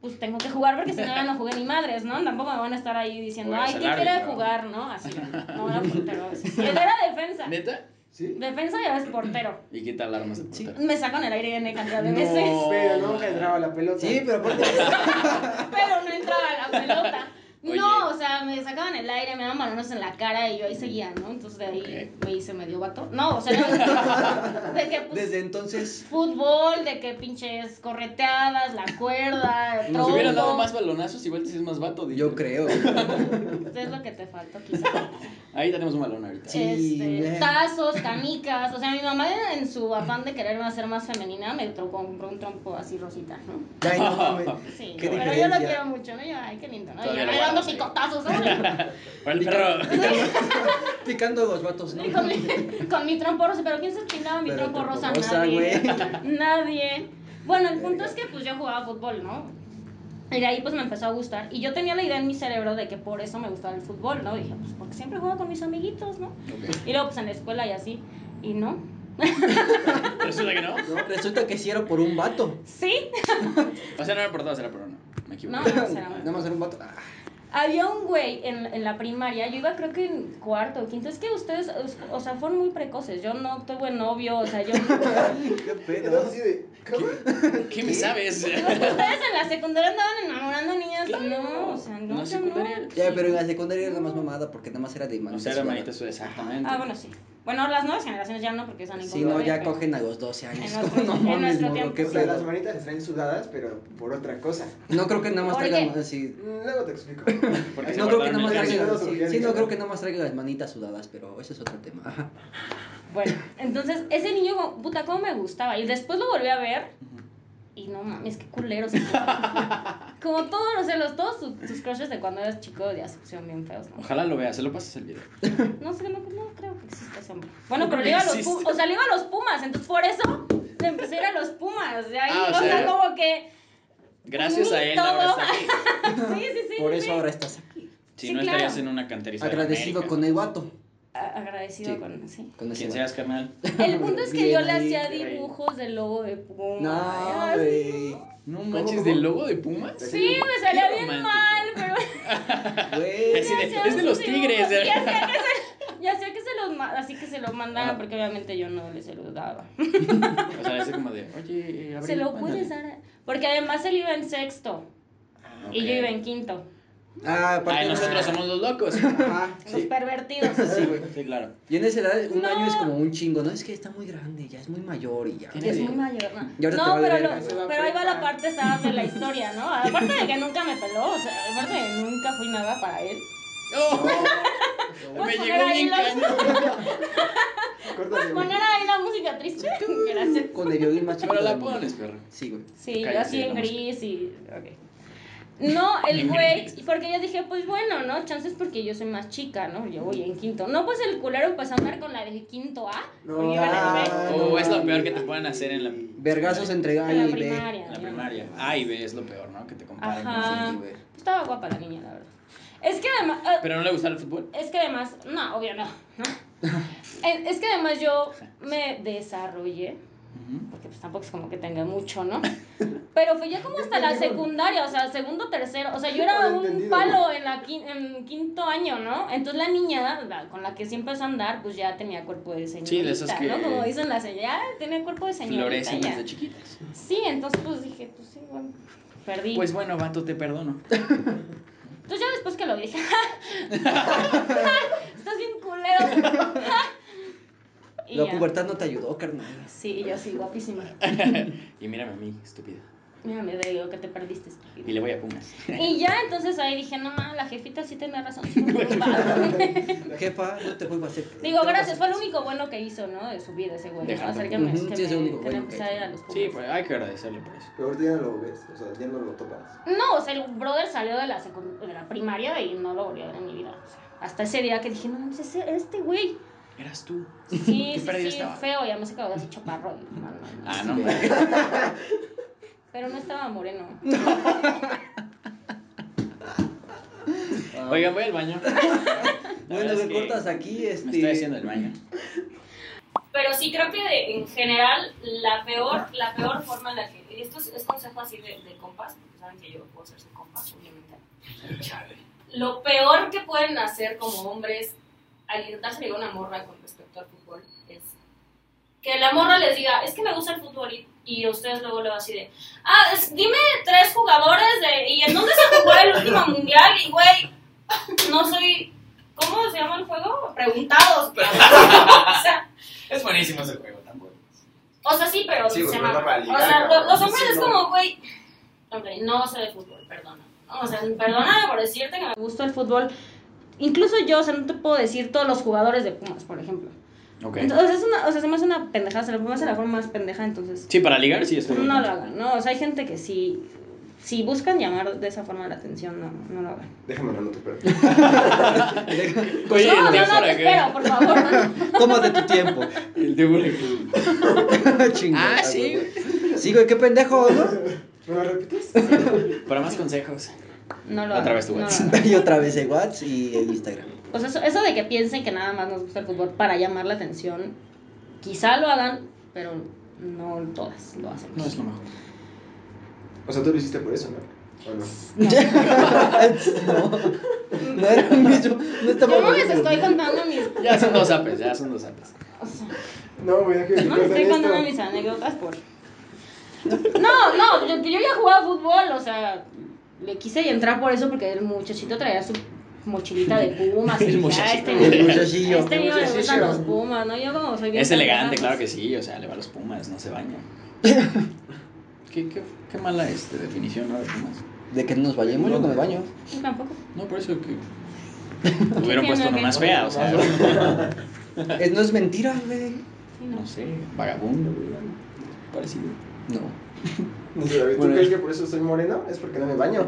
[SPEAKER 2] pues tengo que jugar porque si no, ya no jugué ni madres, ¿no? Tampoco me van a estar ahí diciendo,
[SPEAKER 1] Juegas
[SPEAKER 2] ay,
[SPEAKER 1] al
[SPEAKER 2] ¿quién quiere
[SPEAKER 1] árbitro".
[SPEAKER 2] jugar, no? Así, no era portero. Era defensa.
[SPEAKER 1] ¿Neta?
[SPEAKER 4] ¿Sí?
[SPEAKER 2] Defensa y a veces portero.
[SPEAKER 1] ¿Y qué tal armas de
[SPEAKER 3] Sí.
[SPEAKER 1] portero?
[SPEAKER 2] Me saco en el aire en cantidad de
[SPEAKER 3] No.
[SPEAKER 2] veces.
[SPEAKER 4] Pero nunca entraba la pelota.
[SPEAKER 3] Sí, pero aparte.
[SPEAKER 2] pero no entraba la pelota.
[SPEAKER 1] Oye.
[SPEAKER 2] No, o sea, me sacaban el aire, me daban balones en la cara y yo ahí seguía, ¿no? Entonces de ahí me hice medio vato. No, o sea, no, de que pues,
[SPEAKER 3] Desde entonces.
[SPEAKER 2] fútbol, de que pinches correteadas, la cuerda,
[SPEAKER 1] Nos
[SPEAKER 2] tronco.
[SPEAKER 1] hubieran dado más balonazos, igual te dices más vato. dije.
[SPEAKER 3] Yo creo.
[SPEAKER 2] Es lo que te faltó quizás.
[SPEAKER 1] Ahí tenemos un balón ahorita.
[SPEAKER 3] Sí,
[SPEAKER 2] este,
[SPEAKER 3] güey.
[SPEAKER 2] tazos, canicas. O sea, mi mamá en su afán de quererme hacer más femenina me trocó compró un trompo así rosita, ¿no?
[SPEAKER 3] Ay, no mames.
[SPEAKER 2] Sí,
[SPEAKER 3] Qué
[SPEAKER 2] pero yo lo
[SPEAKER 3] diferencia.
[SPEAKER 2] quiero mucho, ¿no? Yo, ay, qué lindo, ¿no? Y
[SPEAKER 1] Todavía
[SPEAKER 2] yo
[SPEAKER 1] lo
[SPEAKER 2] me dando
[SPEAKER 1] guardas ahí.
[SPEAKER 2] picotazos, ¿no?
[SPEAKER 1] Bueno, el perro.
[SPEAKER 3] Picando los vatos, ¿no?
[SPEAKER 2] Y con, mi, con mi trompo rosa, pero ¿quién se chingaba mi
[SPEAKER 3] Pero
[SPEAKER 2] trompo
[SPEAKER 3] trompo
[SPEAKER 2] rosa?
[SPEAKER 3] rosa,
[SPEAKER 2] Nadie.
[SPEAKER 3] güey.
[SPEAKER 2] Nadie. Bueno, el punto es que pues yo jugaba fútbol, ¿no? Y de ahí pues me empezó a gustar. Y yo tenía la idea en mi cerebro de que por eso me gustaba el fútbol, ¿no? Dije, pues porque siempre juego con mis amiguitos, ¿no?
[SPEAKER 1] Ok.
[SPEAKER 2] Y luego pues en la escuela y así. Y no.
[SPEAKER 1] Resulta que no.
[SPEAKER 3] ¿No? Resulta que sí era por un vato.
[SPEAKER 2] Sí.
[SPEAKER 1] O sea, no era por todas, era por uno. Me equivoqué.
[SPEAKER 2] No, no, será
[SPEAKER 3] Nada más era un vato. Ah,
[SPEAKER 2] Había un güey en, en la primaria, yo iba creo que en cuarto o quinto, es que ustedes, os- o sea, fueron muy precoces, yo no tuve novio, o sea, yo...
[SPEAKER 3] qué
[SPEAKER 4] Entonces
[SPEAKER 3] pedo.
[SPEAKER 4] así de, ¿cómo?
[SPEAKER 1] ¿Qué me sabes?
[SPEAKER 2] Ustedes en la secundaria andaban enamorando niñas. No, o sea, no. Ah,
[SPEAKER 1] No,
[SPEAKER 2] yo
[SPEAKER 1] secundaria.
[SPEAKER 2] no.
[SPEAKER 3] Ya, pero en la secundaria era más mamada porque nada más era de manita
[SPEAKER 1] O sea, era
[SPEAKER 3] sudada.
[SPEAKER 1] manita sudada, exactamente.
[SPEAKER 2] Ah, bueno, sí. Bueno, las nuevas generaciones ya no, porque están en
[SPEAKER 3] Si no, ya
[SPEAKER 2] pero-
[SPEAKER 3] cogen a los 12 años.
[SPEAKER 2] En nuestro-
[SPEAKER 3] no
[SPEAKER 2] en
[SPEAKER 3] mames,
[SPEAKER 2] nuestro
[SPEAKER 3] morro,
[SPEAKER 2] tiempo.
[SPEAKER 3] qué
[SPEAKER 4] O sea, las
[SPEAKER 3] pedo.
[SPEAKER 4] manitas están sudadas, pero por otra cosa.
[SPEAKER 3] No creo que nada más
[SPEAKER 2] ¿Por
[SPEAKER 3] traigan
[SPEAKER 2] qué?
[SPEAKER 3] así.
[SPEAKER 4] Luego te explico.
[SPEAKER 1] Porque se
[SPEAKER 3] No creo que
[SPEAKER 1] guardaron el
[SPEAKER 3] nada más
[SPEAKER 4] traigan-
[SPEAKER 3] traiga,
[SPEAKER 4] calzón.
[SPEAKER 3] sí, sí, no creo que nada más traiga las manitas sudadas, pero ese es otro tema. Ajá.
[SPEAKER 2] Bueno, entonces, ese niño, como- puta, cómo me gustaba. Y después lo volví a ver. Y no mames, qué culero. se puso. Como todos los celos, todos sus, sus crushes de cuando eras chico ya se pusieron bien feos, ¿no?
[SPEAKER 1] Ojalá lo veas, se lo pasas el video.
[SPEAKER 2] No sé, no, no creo que exista ese hombre. Bueno,
[SPEAKER 1] No
[SPEAKER 2] pero le
[SPEAKER 1] creo
[SPEAKER 2] iba a
[SPEAKER 1] que
[SPEAKER 2] los
[SPEAKER 1] exista.
[SPEAKER 2] Pumas, o sea, le iba a los Pumas, entonces por eso le empecé a ir a los Pumas. De ahí,
[SPEAKER 1] Ah, o
[SPEAKER 2] o sea,
[SPEAKER 1] sea,
[SPEAKER 2] como que,
[SPEAKER 1] Gracias a él
[SPEAKER 2] Todo.
[SPEAKER 1] ahora está aquí.
[SPEAKER 2] sí, sí, sí.
[SPEAKER 3] Por
[SPEAKER 2] sí,
[SPEAKER 3] eso
[SPEAKER 2] sí.
[SPEAKER 3] ahora estás aquí.
[SPEAKER 1] Si
[SPEAKER 2] Sí,
[SPEAKER 1] no
[SPEAKER 2] claro.
[SPEAKER 1] estarías en una canteriza. de
[SPEAKER 3] Agradecido
[SPEAKER 1] América.
[SPEAKER 3] con el vato.
[SPEAKER 2] A- agradecido
[SPEAKER 3] Sí.
[SPEAKER 2] con, sí.
[SPEAKER 3] Con ese
[SPEAKER 1] Quien
[SPEAKER 3] vato.
[SPEAKER 1] seas, carnal.
[SPEAKER 2] El punto es que
[SPEAKER 3] Bien
[SPEAKER 2] yo le
[SPEAKER 3] ahí,
[SPEAKER 2] hacía
[SPEAKER 1] bien ahí.
[SPEAKER 2] dibujos del logo de Puma.
[SPEAKER 3] No,
[SPEAKER 2] Ay,
[SPEAKER 3] güey.
[SPEAKER 1] No
[SPEAKER 3] ¿Cómo,
[SPEAKER 1] manches,
[SPEAKER 3] cómo?
[SPEAKER 1] ¿del logo de Pumas?
[SPEAKER 2] Sí, me salía
[SPEAKER 1] Qué
[SPEAKER 2] bien
[SPEAKER 1] romántico.
[SPEAKER 2] mal, pero
[SPEAKER 3] Güey.
[SPEAKER 1] Así de-
[SPEAKER 2] hacía
[SPEAKER 1] es de
[SPEAKER 2] sus
[SPEAKER 1] los
[SPEAKER 2] dibujos.
[SPEAKER 1] tigres. ¿eh?
[SPEAKER 2] Y hacía que se, y hacía que se los ma- así que se lo mandara,
[SPEAKER 1] Ah.
[SPEAKER 2] porque obviamente yo no le se lo daba.
[SPEAKER 1] O sea, ese como de, oye, eh, Abril,
[SPEAKER 2] se lo
[SPEAKER 1] mándale.
[SPEAKER 2] puedes dar. a- Porque además él iba en sexto y yo
[SPEAKER 1] Ah, Ok.
[SPEAKER 2] iba en quinto.
[SPEAKER 3] Ah, aparte
[SPEAKER 1] Ay,
[SPEAKER 3] de-
[SPEAKER 1] nosotros somos los locos.
[SPEAKER 4] Ah,
[SPEAKER 3] Ajá.
[SPEAKER 2] Los
[SPEAKER 1] Sí,
[SPEAKER 2] pervertidos.
[SPEAKER 3] Sí, güey.
[SPEAKER 1] sí, claro.
[SPEAKER 3] Y en esa edad, un
[SPEAKER 2] No.
[SPEAKER 3] año es como un chingo, ¿no? Es que está muy grande, ya es muy mayor y ya.
[SPEAKER 1] Tiene
[SPEAKER 2] Es
[SPEAKER 1] Sí.
[SPEAKER 2] muy mayor, ¿no?
[SPEAKER 3] Y ahora te
[SPEAKER 2] No,
[SPEAKER 3] vale
[SPEAKER 2] pero,
[SPEAKER 3] verga,
[SPEAKER 2] lo-
[SPEAKER 4] se va a
[SPEAKER 2] pero ahí va la
[SPEAKER 4] prepa.
[SPEAKER 2] parte sad de la historia, ¿no? Aparte de que nunca me peló, o sea, aparte de que nunca fui nada para él.
[SPEAKER 1] me
[SPEAKER 2] Puedes poner
[SPEAKER 1] llegó
[SPEAKER 2] ahí
[SPEAKER 1] bien
[SPEAKER 2] la-
[SPEAKER 1] cañón.
[SPEAKER 4] Córtale, güey.
[SPEAKER 2] Poner ahí la música triste. Gracias.
[SPEAKER 3] Con el violín más chico.
[SPEAKER 1] Pero la
[SPEAKER 3] del mundo.
[SPEAKER 1] pones, perro.
[SPEAKER 3] Sí, güey.
[SPEAKER 2] Sí, yo
[SPEAKER 1] Cállate,
[SPEAKER 2] así en
[SPEAKER 1] la música.
[SPEAKER 2] gris y. ok. No, el güey, porque yo dije, pues bueno, ¿no? Chances porque yo soy más chica, ¿no? Yo voy en quinto. No, pues el culero empezó a andar con la del quinto A.
[SPEAKER 4] No,
[SPEAKER 2] porque iba en el B,
[SPEAKER 4] Ah,
[SPEAKER 1] O
[SPEAKER 4] no
[SPEAKER 1] es lo peor
[SPEAKER 4] mames.
[SPEAKER 1] que te pueden hacer en la,
[SPEAKER 3] Vergazos entre A
[SPEAKER 2] en la
[SPEAKER 3] y B.
[SPEAKER 2] primaria.
[SPEAKER 1] en la
[SPEAKER 2] ¿no?
[SPEAKER 1] primaria. A y B es lo peor, ¿no? Que te comparen.
[SPEAKER 2] Ajá.
[SPEAKER 3] Sí, güey.
[SPEAKER 2] Estaba guapa la niña, la verdad. Es que además. ah,
[SPEAKER 1] Pero no le gusta el fútbol.
[SPEAKER 2] Es que además, no, obvio no. ¿no? Eh, Es es que además yo me desarrollé, porque pues tampoco es como que tenga mucho, ¿no? Pero fue ya como hasta la secundaria, o sea, segundo, tercero, o sea, yo era
[SPEAKER 4] Mal
[SPEAKER 2] un
[SPEAKER 4] entendido.
[SPEAKER 2] palo en, la quin- en quinto año, ¿no? Entonces la niña la- con la que sí empezó a andar, pues ya tenía cuerpo de señorita,
[SPEAKER 1] Sí, de esos que-
[SPEAKER 2] ¿no? Como dicen las señoras, ya tenía cuerpo de señorita
[SPEAKER 1] Florecen
[SPEAKER 2] ya.
[SPEAKER 1] desde chiquitas.
[SPEAKER 2] Sí, entonces pues dije, pues sí, bueno, perdí.
[SPEAKER 1] Pues bueno, vato, te perdono.
[SPEAKER 2] Entonces ya después que lo vi, dije, estás bien culero. Y
[SPEAKER 3] La
[SPEAKER 2] ya.
[SPEAKER 3] pubertad no te ayudó, carnal.
[SPEAKER 2] Sí, y yo sí, guapísima.
[SPEAKER 1] y mírame a mí, estúpida.
[SPEAKER 2] Mira, me digo que te perdiste.
[SPEAKER 1] Y le voy a Pumas.
[SPEAKER 2] Y ya, entonces ahí dije, no mames, la jefita sí tenía razón.
[SPEAKER 3] Jefa, no te vuelvo a hacer.
[SPEAKER 2] Digo, gracias, fue lo único bueno que hizo, ¿no? De su vida ese güey.
[SPEAKER 1] Dejando.
[SPEAKER 2] Hacer que me,
[SPEAKER 3] Ujú,
[SPEAKER 2] que
[SPEAKER 3] sí, es
[SPEAKER 2] me-
[SPEAKER 3] lo único
[SPEAKER 2] que me
[SPEAKER 3] bueno que
[SPEAKER 2] empezara a
[SPEAKER 3] hizo.
[SPEAKER 2] ir a los
[SPEAKER 1] Sí,
[SPEAKER 2] Pumas.
[SPEAKER 1] pues hay que agradecerle por eso.
[SPEAKER 4] Pero ahorita ya no lo ves, o sea, ya no lo topas.
[SPEAKER 3] pues.
[SPEAKER 2] No, o sea, el brother salió de la, secu- de la primaria y no lo volví a ver en mi vida. O sea, hasta ese día que dije, no mames, ese- este güey.
[SPEAKER 1] Eras tú.
[SPEAKER 2] Sí, sí,
[SPEAKER 1] perdido
[SPEAKER 2] sí,
[SPEAKER 1] estaba?
[SPEAKER 3] Ah,
[SPEAKER 2] feo. Ya me se quedó así chaparro. y, no, no, no.
[SPEAKER 1] Ah, no,
[SPEAKER 3] Sí.
[SPEAKER 1] mames.
[SPEAKER 2] Pero no estaba moreno.
[SPEAKER 1] Oigan, voy al baño. La verdad
[SPEAKER 3] Bueno,
[SPEAKER 1] es que
[SPEAKER 3] recortas aquí, este...
[SPEAKER 1] Me estoy haciendo el baño.
[SPEAKER 2] Pero sí creo que de- en general la peor, la peor forma en la que... y Esto es, es consejo así de, de compas, porque saben que yo puedo ser su compas, obviamente. Lo peor que pueden hacer como hombres al intentar llegar a una morra con respecto al fútbol es que la morra les diga, es que me gusta el fútbol y, y ustedes luego luego así de, ah, es- dime tres jugadores de, y en dónde se jugó el último mundial y güey, no soy... ¿Cómo se llama el juego? Preguntados. cabrón. O sea,
[SPEAKER 5] Es buenísimo ese juego, tan bueno.
[SPEAKER 2] o sea, sí, pero
[SPEAKER 4] Sí, güey,
[SPEAKER 2] se
[SPEAKER 4] pero no
[SPEAKER 2] mama.
[SPEAKER 4] para ligar,
[SPEAKER 2] O sea,
[SPEAKER 4] cabrón.
[SPEAKER 2] los, los hombres
[SPEAKER 4] Sí,
[SPEAKER 2] es
[SPEAKER 4] no.
[SPEAKER 2] como, güey. Ok, no sé de fútbol, perdona. No, O sea, perdóname por decirte que me gusta el fútbol. Incluso yo, o sea, no te puedo decir todos los jugadores de Pumas, por ejemplo.
[SPEAKER 1] Ok.
[SPEAKER 2] Entonces, es una, o sea, se me hace una pendejada, se me hace la forma más pendeja, entonces.
[SPEAKER 1] Sí, para ligar sí es
[SPEAKER 2] No lo hagan, ¿no? O sea, hay gente que sí, si buscan llamar de esa forma la atención, no, no lo hagan.
[SPEAKER 4] Déjame hablar, no te perro.
[SPEAKER 1] Oye,
[SPEAKER 2] no, no,
[SPEAKER 1] el tío
[SPEAKER 2] no,
[SPEAKER 1] por
[SPEAKER 2] te espero,
[SPEAKER 1] acá.
[SPEAKER 2] por favor.
[SPEAKER 3] Tómate tu tiempo.
[SPEAKER 1] El tío por acá.
[SPEAKER 3] Chingada,
[SPEAKER 1] Ah, sí,
[SPEAKER 3] güey. Sí, güey, qué pendejo, ¿no?
[SPEAKER 4] ¿Me lo repites?
[SPEAKER 1] Para más consejos.
[SPEAKER 2] No lo
[SPEAKER 1] Otra
[SPEAKER 2] hagan,
[SPEAKER 1] vez tu
[SPEAKER 2] no lo
[SPEAKER 1] WhatsApp.
[SPEAKER 2] hagan.
[SPEAKER 3] Y otra vez el WhatsApp y el Instagram.
[SPEAKER 2] O sea, eso, eso de que piensen que nada más nos gusta el fútbol para llamar la atención, quizá lo hagan, pero no todas lo hacen.
[SPEAKER 1] No es lo mejor.
[SPEAKER 4] O sea, tú lo hiciste por eso, ¿no? ¿O no?
[SPEAKER 3] no. No era un bicho. No estamos
[SPEAKER 2] Yo no les
[SPEAKER 3] hablando.
[SPEAKER 2] estoy contando mis...
[SPEAKER 1] Ya son dos apes, ya son dos apes.
[SPEAKER 2] o sea,
[SPEAKER 4] No, güey, déjame
[SPEAKER 2] no les estoy contando mis anécdotas por... No, no, yo, yo ya jugaba fútbol, o sea, le quise entrar por eso porque el muchachito traía su mochilita de pumas. y
[SPEAKER 1] El
[SPEAKER 2] dije, "Ah,
[SPEAKER 1] muchachito.
[SPEAKER 2] este,
[SPEAKER 3] El muchachillo.
[SPEAKER 2] a este niño le gustan
[SPEAKER 4] muchachillo.
[SPEAKER 2] los pumas, ¿no? Yo como soy bien...
[SPEAKER 1] Es elegante,
[SPEAKER 2] pendeja,
[SPEAKER 1] claro que
[SPEAKER 2] pues,
[SPEAKER 1] sí, o sea, le va a los Pumas, no se baña. ¿Qué, qué, qué mala este, definición, ¿no? De Pumas.
[SPEAKER 3] De que no nos vayamos, yo no me baño.
[SPEAKER 2] pues, yo Tampoco.
[SPEAKER 1] No, por eso que. Hubieran puesto una
[SPEAKER 2] que-
[SPEAKER 1] más fea, o sea.
[SPEAKER 3] Es- no es mentira, güey.
[SPEAKER 2] Sí, no.
[SPEAKER 1] No sé, vagabundo, güey. algo Parecido.
[SPEAKER 3] No.
[SPEAKER 4] Dice David, ¿tú
[SPEAKER 1] Bueno.
[SPEAKER 4] crees que por eso soy moreno? Es porque no me baño.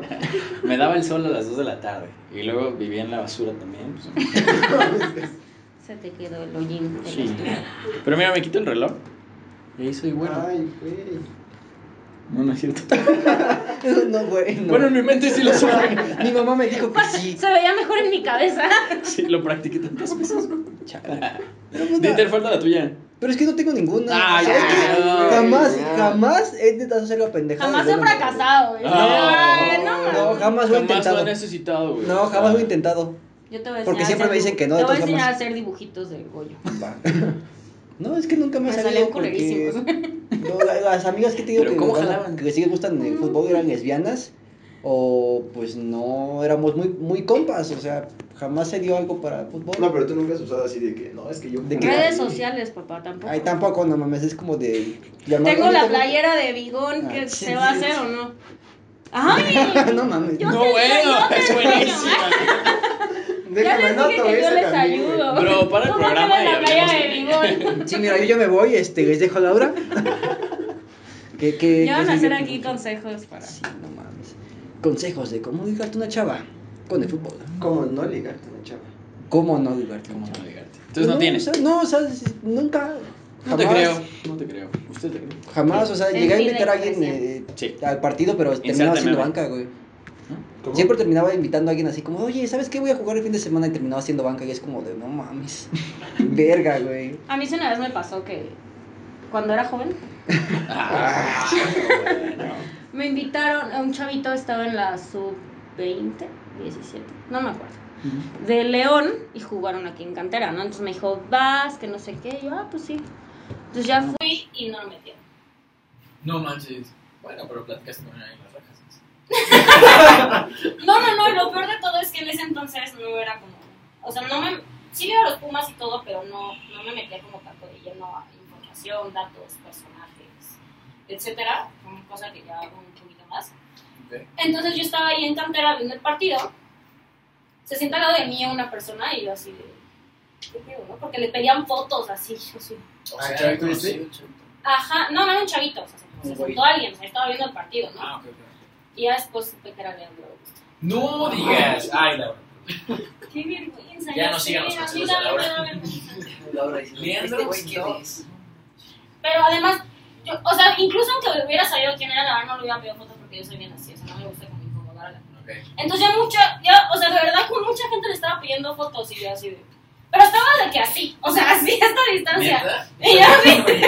[SPEAKER 1] Me daba el sol a las 2 de la tarde. Y luego vivía en la basura también. pues,
[SPEAKER 2] Se te quedó el hollín. de la
[SPEAKER 1] sí.
[SPEAKER 2] estufa.
[SPEAKER 1] Pero mira, me quito el reloj. Y ahí soy bueno.
[SPEAKER 4] Ay, güey.
[SPEAKER 1] No, no es cierto.
[SPEAKER 3] No, güey. no.
[SPEAKER 1] Bueno, en mi mente sí lo soy.
[SPEAKER 3] mi mamá me dijo que sí.
[SPEAKER 2] Se veía mejor en mi cabeza.
[SPEAKER 1] Sí, lo practiqué tantas veces. Chacala. Dieter, falta la tuya.
[SPEAKER 3] Pero es que no tengo ninguna.
[SPEAKER 1] Ay,
[SPEAKER 3] ¿Sabes qué?
[SPEAKER 1] ay,
[SPEAKER 3] jamás,
[SPEAKER 4] ay.
[SPEAKER 3] jamás he intentado hacer la pendejada.
[SPEAKER 2] Jamás
[SPEAKER 3] de
[SPEAKER 2] he
[SPEAKER 3] verme.
[SPEAKER 2] fracasado. ¿eh?
[SPEAKER 1] No. Ah,
[SPEAKER 2] Ay, no,
[SPEAKER 3] No,
[SPEAKER 2] mames.
[SPEAKER 3] jamás lo he
[SPEAKER 1] Jamás lo
[SPEAKER 3] intentado.
[SPEAKER 1] he necesitado, güey.
[SPEAKER 3] No,
[SPEAKER 1] O sea,
[SPEAKER 3] jamás lo he intentado.
[SPEAKER 2] Yo te voy a enseñar.
[SPEAKER 3] Porque
[SPEAKER 2] a
[SPEAKER 3] siempre
[SPEAKER 2] hacer
[SPEAKER 3] me dicen
[SPEAKER 2] dibuj-
[SPEAKER 3] que no, de
[SPEAKER 2] Te voy a
[SPEAKER 3] todas
[SPEAKER 2] enseñar a
[SPEAKER 3] formas.
[SPEAKER 2] hacer dibujitos de Goyo.
[SPEAKER 3] No, es que nunca me ha
[SPEAKER 2] Me
[SPEAKER 3] salido
[SPEAKER 2] salían
[SPEAKER 3] porque...
[SPEAKER 2] culerísimos.
[SPEAKER 3] No, la- las amigas que he tenido
[SPEAKER 1] Pero
[SPEAKER 3] que,
[SPEAKER 1] ¿cómo
[SPEAKER 3] me-
[SPEAKER 1] jalaban?
[SPEAKER 3] que sí les gustan el
[SPEAKER 2] Mm.
[SPEAKER 3] fútbol eran lesbianas o pues no éramos muy muy compas, o sea, jamás se dio algo para el fútbol.
[SPEAKER 4] No, pero tú nunca has usado así de que, no, es que yo...
[SPEAKER 3] ¿De qué?
[SPEAKER 2] Redes sociales, papá, tampoco.
[SPEAKER 3] Ay, tampoco, no mames, es como de llamar-
[SPEAKER 2] Tengo la
[SPEAKER 3] Oye,
[SPEAKER 2] playera de Bigón que
[SPEAKER 3] Ah, sí,
[SPEAKER 2] se va a
[SPEAKER 3] sí,
[SPEAKER 2] hacer
[SPEAKER 3] sí.
[SPEAKER 2] o no. ¡Ay!
[SPEAKER 3] no mames.
[SPEAKER 2] Yo- ¿eh?
[SPEAKER 1] No, bueno, es buenísima.
[SPEAKER 2] Ya les dije que yo
[SPEAKER 4] esa
[SPEAKER 2] les
[SPEAKER 4] también, güey.
[SPEAKER 2] ayudo.
[SPEAKER 1] Bro, para el
[SPEAKER 2] ¿Cómo
[SPEAKER 1] programa
[SPEAKER 2] queda
[SPEAKER 1] y
[SPEAKER 2] la playera de
[SPEAKER 1] hablemos
[SPEAKER 2] Bigón?
[SPEAKER 3] Sí, mira, yo ya me voy, este, les dejo a Laura. que que
[SPEAKER 2] Ya van
[SPEAKER 3] que
[SPEAKER 2] a
[SPEAKER 3] sí,
[SPEAKER 2] hacer
[SPEAKER 3] yo-
[SPEAKER 2] aquí consejos para.
[SPEAKER 3] Sí, no mames. Consejos de cómo ligarte a una chava con el fútbol.
[SPEAKER 4] ¿Cómo no ligarte, una chava?
[SPEAKER 3] ¿Cómo no ligarte? a una
[SPEAKER 1] ¿Cómo
[SPEAKER 3] chava? Pues,
[SPEAKER 1] no ligarte? Entonces no
[SPEAKER 3] o
[SPEAKER 1] tienes.
[SPEAKER 3] sea, no, o sea, nunca
[SPEAKER 1] No te
[SPEAKER 3] jamás-
[SPEAKER 1] creo. No te creo. Usted te cree.
[SPEAKER 3] Jamás, o sea,
[SPEAKER 2] Sí,
[SPEAKER 3] llegué a
[SPEAKER 2] sí,
[SPEAKER 3] invitar a
[SPEAKER 2] de
[SPEAKER 3] alguien
[SPEAKER 2] creación.
[SPEAKER 3] eh,
[SPEAKER 1] Sí.
[SPEAKER 3] al partido, pero terminaba
[SPEAKER 1] Inserte
[SPEAKER 3] haciendo
[SPEAKER 1] meme.
[SPEAKER 3] banca, güey.
[SPEAKER 4] ¿Cómo?
[SPEAKER 3] Siempre terminaba invitando a alguien así como, oye, ¿sabes qué? Voy a jugar el fin de semana y terminaba haciendo banca y es como de, no mames, verga, güey.
[SPEAKER 2] A mí sí una vez me pasó que cuando era joven
[SPEAKER 1] Ah, bueno.
[SPEAKER 2] Me invitaron, a un chavito estaba en la sub-20, 17, no me acuerdo, de León y jugaron aquí en Cantera, ¿no? Entonces me dijo, vas, que no sé qué, y yo, ah, pues sí. Entonces ya fui y no lo metieron.
[SPEAKER 5] No manches. Bueno, pero platicaste con él en las rajas.
[SPEAKER 6] No, no, no, lo peor de todo es que en ese entonces no era como, o sea, no me, sí iba a los Pumas y todo, pero no, no me metía como tanto de lleno a información, datos, personajes, etcétera, fue una cosa que ya hago un poquito más.
[SPEAKER 5] Ok.
[SPEAKER 6] Entonces yo estaba ahí en cantera viendo el partido, se sienta al lado de mí una persona y yo así de, ¿qué pedo, no? Porque le pedían fotos así, yo así,
[SPEAKER 5] Ah,
[SPEAKER 4] sea,
[SPEAKER 5] chavito,
[SPEAKER 4] ¿conocí?
[SPEAKER 5] ¿sí?
[SPEAKER 6] ajá, no, no era un chavito, o sea, se- se sentó alguien, o sea, estaba viendo el partido, ¿no?
[SPEAKER 5] Ah, ok, ok.
[SPEAKER 6] Y ya después supe que era Leandro Augusto.
[SPEAKER 5] No digas. Ay, Laura.
[SPEAKER 6] Qué vergüenza.
[SPEAKER 5] Ya no
[SPEAKER 6] sé,
[SPEAKER 5] sigan los
[SPEAKER 6] a mí también
[SPEAKER 5] consejos de Laura. Este
[SPEAKER 7] "Este
[SPEAKER 6] me da vergüenza.
[SPEAKER 5] Leandro, ¿quién es?
[SPEAKER 6] Pero además, yo, o sea, incluso aunque hubiera sabido quién era, la verdad no le hubiera pedido fotos porque yo soy bien así, o sea, no me gusta como incomodar a la
[SPEAKER 5] Ok.
[SPEAKER 6] Entonces ya mucha, ya, o sea, de verdad con mucha gente le estaba pidiendo fotos y yo así de... Pero estaba de que así, o sea, así a esta distancia.
[SPEAKER 5] ¿Neta?
[SPEAKER 6] Y yo así,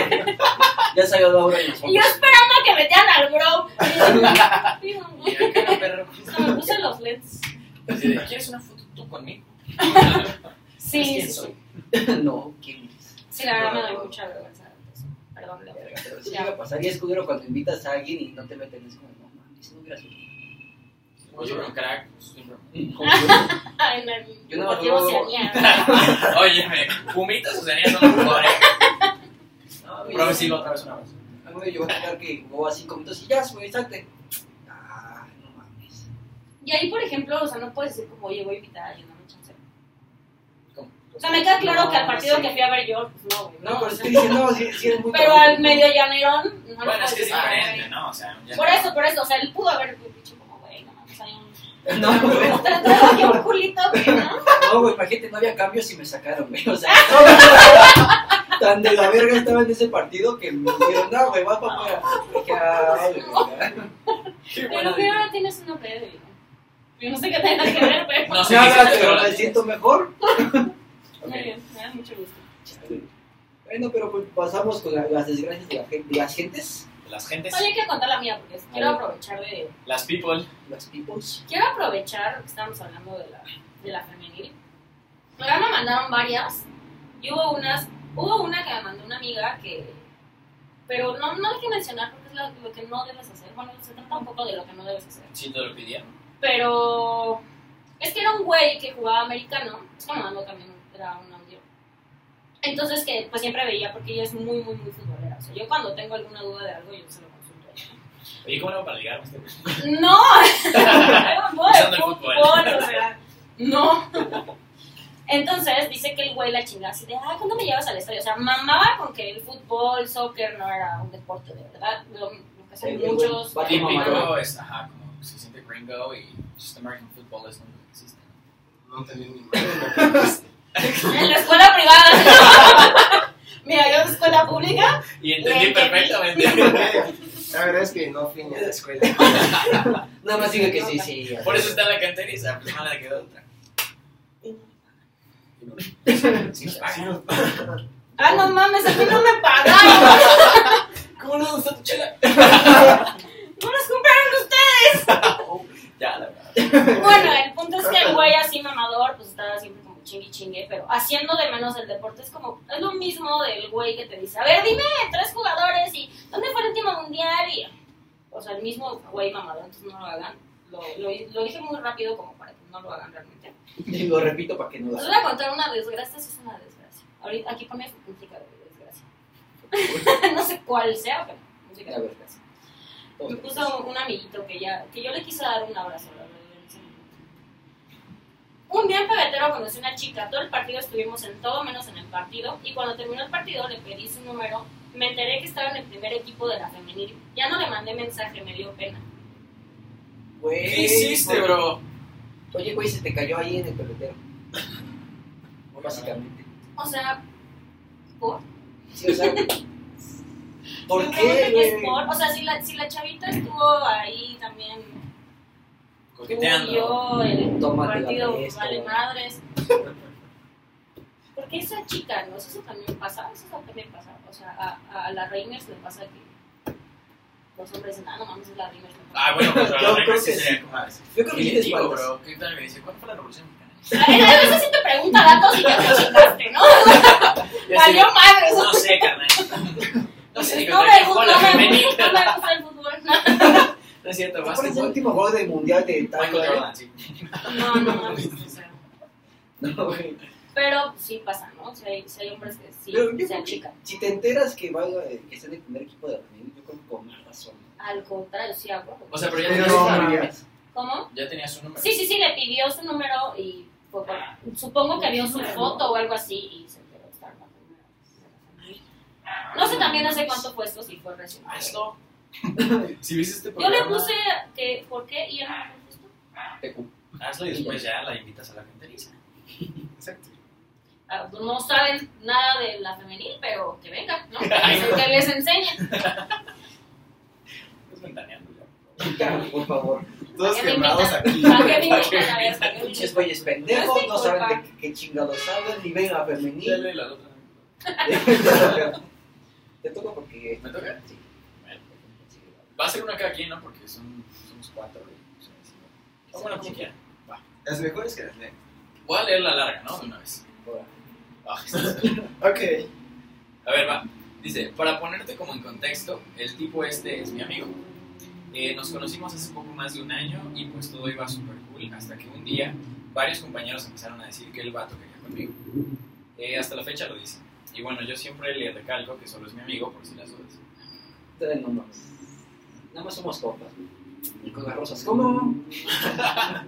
[SPEAKER 7] Ya salió Laura en las
[SPEAKER 6] y yo
[SPEAKER 7] fotos.
[SPEAKER 6] esperando a que metieran al bro. Y yo,
[SPEAKER 5] Y acá, perro.
[SPEAKER 6] hasta me puse los leds.
[SPEAKER 5] Así de, ¿Quieres una foto tú conmigo?
[SPEAKER 6] Sí,
[SPEAKER 5] ¿Sabes
[SPEAKER 6] sí,
[SPEAKER 5] quién soy?
[SPEAKER 7] no, ¿quién es?
[SPEAKER 6] sí, la verdad me da mucha vergüenza. eso. Perdón, la verdad.
[SPEAKER 7] Pero eso llega a pasar y es culero cuando invitas a alguien y no te meten. Es como, no mames, no hubiera sido.
[SPEAKER 5] Oye, un crack. pues, siempre.
[SPEAKER 6] Ay, me-
[SPEAKER 7] Yo no
[SPEAKER 6] porque
[SPEAKER 7] me acuerdo.
[SPEAKER 6] Oceanía.
[SPEAKER 5] Oye, me- Pumitas o sea, ya son los mejores.
[SPEAKER 7] No, güey,
[SPEAKER 5] Prueba sí, otra vez una vez.
[SPEAKER 7] A mí me llegó a contar que jugó a cinco minutos y ya, güey, salte. Ah, no mames.
[SPEAKER 6] Y ahí, por ejemplo, o sea, no puedes decir como, oye, voy a invitar a alguien, no me chance.
[SPEAKER 5] ¿Cómo?
[SPEAKER 6] O sea, me queda claro
[SPEAKER 7] No,
[SPEAKER 6] que al partido
[SPEAKER 7] sí.
[SPEAKER 6] que fui a ver yo, pues no, güey.
[SPEAKER 7] No, pero
[SPEAKER 6] o sea,
[SPEAKER 7] estoy diciendo, si, si eres muy
[SPEAKER 6] pero
[SPEAKER 7] cabrón.
[SPEAKER 6] al medio llanerón, no
[SPEAKER 5] Bueno,
[SPEAKER 6] lo
[SPEAKER 5] es que es
[SPEAKER 6] puedes decir,
[SPEAKER 5] diferente,
[SPEAKER 6] güey.
[SPEAKER 5] ¿no? O sea, ya-
[SPEAKER 6] Por eso, por eso, o sea, él pudo haber dicho como, güey, no, o sea, hay un...
[SPEAKER 7] No, güey.
[SPEAKER 6] Tratado de un culito, güey, ¿no?
[SPEAKER 7] No, güey, imagínate, no había cambios y me sacaron, güey. O sea, tan de la verga estaba en ese partido que me dijeron, no, güey, va para afuera. Dije, "Ah, güey".
[SPEAKER 5] Qué
[SPEAKER 6] Pero
[SPEAKER 5] bueno.
[SPEAKER 6] que ahora tienes una peda, güey. Yo no sé qué tenga que ver, pero...
[SPEAKER 5] No sé
[SPEAKER 7] No,
[SPEAKER 5] qué
[SPEAKER 7] no,
[SPEAKER 5] hiciste,
[SPEAKER 7] pero me
[SPEAKER 5] la-
[SPEAKER 7] siento mejor.
[SPEAKER 5] Ok.
[SPEAKER 6] Muy bien, me da mucho gusto.
[SPEAKER 7] Bueno, pero pues pasamos con la- las desgracias de, la gente, de las gentes,
[SPEAKER 5] Las gentes,
[SPEAKER 6] Oye, quiero contar la mía, porque quiero aprovechar de...
[SPEAKER 5] las people.
[SPEAKER 7] las peoples.
[SPEAKER 6] Quiero aprovechar que estábamos hablando de la, de la femenil. Ahora me mandaron varias y hubo unas, hubo una que me mandó una amiga que, pero no, no hay que mencionar porque es la- lo que no debes hacer. Bueno, se trata un poco de lo que no debes hacer.
[SPEAKER 5] Si te lo pidieron.
[SPEAKER 6] Pero es que era un güey que jugaba americano, es que me mandó también, era un audio. Entonces que pues siempre veía porque ella es muy, muy, muy futbolera. O sea, yo cuando tengo alguna duda de algo, yo se lo consulto a ella.
[SPEAKER 5] Oye, ¿cómo no para ligar? Este?
[SPEAKER 6] No, no
[SPEAKER 5] Pensando
[SPEAKER 6] de
[SPEAKER 5] en fútbol.
[SPEAKER 6] fútbol, o sea, no. Entonces dice que el güey la chingada así de, ah, ¿cuándo me llevas al estadio? O sea, mamaba con que el fútbol, soccer no era un deporte de verdad, lo, lo que hacen
[SPEAKER 7] Sí, el
[SPEAKER 6] muchos.
[SPEAKER 7] güey,
[SPEAKER 6] eh,
[SPEAKER 7] mamador.
[SPEAKER 5] Típico es, ajá, como se siente gringo y just American football es lo que existe.
[SPEAKER 4] No tenía ni
[SPEAKER 6] En la escuela privada. Mira, yo en escuela pública.
[SPEAKER 5] Y entendí
[SPEAKER 6] Le entendí.
[SPEAKER 5] perfectamente.
[SPEAKER 4] La verdad es que no fui ni a la escuela.
[SPEAKER 7] Nada más diga que sí, sí.
[SPEAKER 5] Por eso está la canteriza, pues mala quedó otra. Sí, nos pagan.
[SPEAKER 6] Ah, no mames, a mí no me pagaron.
[SPEAKER 5] ¿Cómo no gustó tu chela?
[SPEAKER 6] No los compraron ustedes.
[SPEAKER 5] Ya, la verdad.
[SPEAKER 6] Bueno, el punto es que el güey así mamador, pues estaba siempre como chingui chingue, pero haciendo de menos el deporte es como, es lo mismo del güey que te dice, a ver, dime tres jugadores y dónde fue el último mundial y, o sea, el mismo güey mamador, entonces no lo hagan, lo, lo, lo dije muy rápido como para que no lo hagan realmente.
[SPEAKER 7] Y lo repito para que no
[SPEAKER 6] Les
[SPEAKER 7] lo
[SPEAKER 6] voy a contar una desgracia, sí es una desgracia. Ahorita, aquí pone música de desgracia. no sé cuál sea, pero música de desgracia. Me puso un amiguito que ya, que yo le quise dar un abrazo, la verdad, en ese momento. Un día en Pebetero conocí una chica, todo el partido estuvimos en todo menos en el partido, y cuando terminó el partido le pedí su número, me enteré que estaba en el primer equipo de la femenil, ya no le mandé mensaje, me dio pena.
[SPEAKER 7] Güey,
[SPEAKER 5] ¿Qué hiciste, bro?
[SPEAKER 7] Oye, güey, se te cayó ahí en el pelotero. Básicamente.
[SPEAKER 6] O sea, ¿por?
[SPEAKER 7] Sí, o sea, ¿por
[SPEAKER 6] Me pregunta
[SPEAKER 7] qué,
[SPEAKER 6] es
[SPEAKER 7] güey?
[SPEAKER 6] por, o sea, si la, si la chavita estuvo ahí también, tú y
[SPEAKER 5] Coqueteando.
[SPEAKER 6] yo, el
[SPEAKER 7] Tómate la
[SPEAKER 6] partido
[SPEAKER 7] fresca,
[SPEAKER 6] vale
[SPEAKER 7] güey.
[SPEAKER 6] madres. Porque esa chica, ¿no? Eso también pasa, eso también pasa. O sea, a, a las Reimers le pasa que los hombres dicen, ah, no mames, es la Reimers.
[SPEAKER 5] Ah, bueno, pues
[SPEAKER 7] Yo
[SPEAKER 5] la
[SPEAKER 7] creo
[SPEAKER 5] regla sí
[SPEAKER 7] que sí.
[SPEAKER 5] sería como así.
[SPEAKER 7] Yo creo que
[SPEAKER 5] Y
[SPEAKER 7] sí
[SPEAKER 5] le
[SPEAKER 7] te
[SPEAKER 5] digo,
[SPEAKER 7] espaldas.
[SPEAKER 5] bro, ¿qué tal? Me dice, ¿cuándo fue la revolución mexicana?
[SPEAKER 6] A ver, a veces sí te pregunta datos y ya te chingaste, ¿no?
[SPEAKER 5] Y así,
[SPEAKER 6] Valió madres.
[SPEAKER 5] No sé, carnal. No sé,
[SPEAKER 6] No
[SPEAKER 5] contra
[SPEAKER 6] me
[SPEAKER 5] quién jugó
[SPEAKER 6] gusta,
[SPEAKER 5] la
[SPEAKER 6] no me
[SPEAKER 5] femenil.
[SPEAKER 6] gusta, no me gusta el fútbol.
[SPEAKER 5] No es cierto,
[SPEAKER 7] ¿Cuál es el
[SPEAKER 5] básquetbol.
[SPEAKER 7] último juego del mundial de
[SPEAKER 5] Michael
[SPEAKER 7] Taco? eh?
[SPEAKER 5] Jordan, sí.
[SPEAKER 6] No, no mames, o sea.
[SPEAKER 7] No, güey.
[SPEAKER 6] Pero pues, sí pasa, ¿no? O sea, hay, sí hay hombres que sí
[SPEAKER 7] Pero yo
[SPEAKER 6] se
[SPEAKER 7] creo que
[SPEAKER 6] achican.
[SPEAKER 7] Si te enteras que, va, eh, que está en el primer equipo de la familia, yo creo que con más razón.
[SPEAKER 6] Al contrario, sí hago.
[SPEAKER 5] O sea, pero Ah, ya
[SPEAKER 4] Pero no,
[SPEAKER 5] tenías su número.
[SPEAKER 4] María.
[SPEAKER 6] ¿Cómo?
[SPEAKER 5] Ya tenías su número.
[SPEAKER 6] Sí, sí, sí, le pidió su número y fue por- supongo que vio su foto o algo así y se enteró de estar en la primera vez de la familia. No sé también no sé cuánto fue esto, si fue recién.
[SPEAKER 5] Hazlo. Si viste este
[SPEAKER 6] Yo le
[SPEAKER 5] programa,
[SPEAKER 6] puse que, ¿por qué? Y él no me contestó.
[SPEAKER 5] hazlo y después ya la invitas a la genteriza. Exacto.
[SPEAKER 6] ah, no saben nada de la femenil, pero que vengan, ¿no? Que les enseñen.
[SPEAKER 5] Es ventaneando ya.
[SPEAKER 7] Ya, por favor.
[SPEAKER 5] Todos
[SPEAKER 6] ¿Para qué me
[SPEAKER 5] quemados
[SPEAKER 6] invitan?
[SPEAKER 5] aquí.
[SPEAKER 6] ¿Para qué me invitan? A ver,
[SPEAKER 5] Dale
[SPEAKER 6] ¿para qué me
[SPEAKER 7] Pinches
[SPEAKER 6] invitan?
[SPEAKER 7] güeyes pendejos,
[SPEAKER 6] No es mi
[SPEAKER 7] no saben
[SPEAKER 6] culpa.
[SPEAKER 7] de qué, qué chingados hablan, ni ven a femenil.
[SPEAKER 5] la otra.
[SPEAKER 7] Te toca porque.
[SPEAKER 5] ¿Me toca?
[SPEAKER 7] Sí.
[SPEAKER 5] Bueno, pues, Va a ser una cada quien, ¿no? Porque son, somos cuatro, güey. O sea, sí,
[SPEAKER 7] Ah,
[SPEAKER 5] ¿no? O bueno, como quieran.
[SPEAKER 4] Las mejores que las leen.
[SPEAKER 5] Voy a leer la larga, ¿no? De una vez.
[SPEAKER 7] Ahora.
[SPEAKER 5] Ah, estás-
[SPEAKER 4] Ok.
[SPEAKER 5] A ver, va. Dice, para ponerte como en contexto, el tipo este es mi amigo. Eh, nos conocimos hace poco más de un año y pues todo iba súper cool hasta que un día varios compañeros empezaron a decir que el vato quería conmigo. Eh, hasta la fecha lo dice. Y bueno, yo siempre le recalco que solo es mi amigo por si las dudas.
[SPEAKER 7] Ustedes no mames. Nada más somos compas. Y con las rosas. ¿Cómo?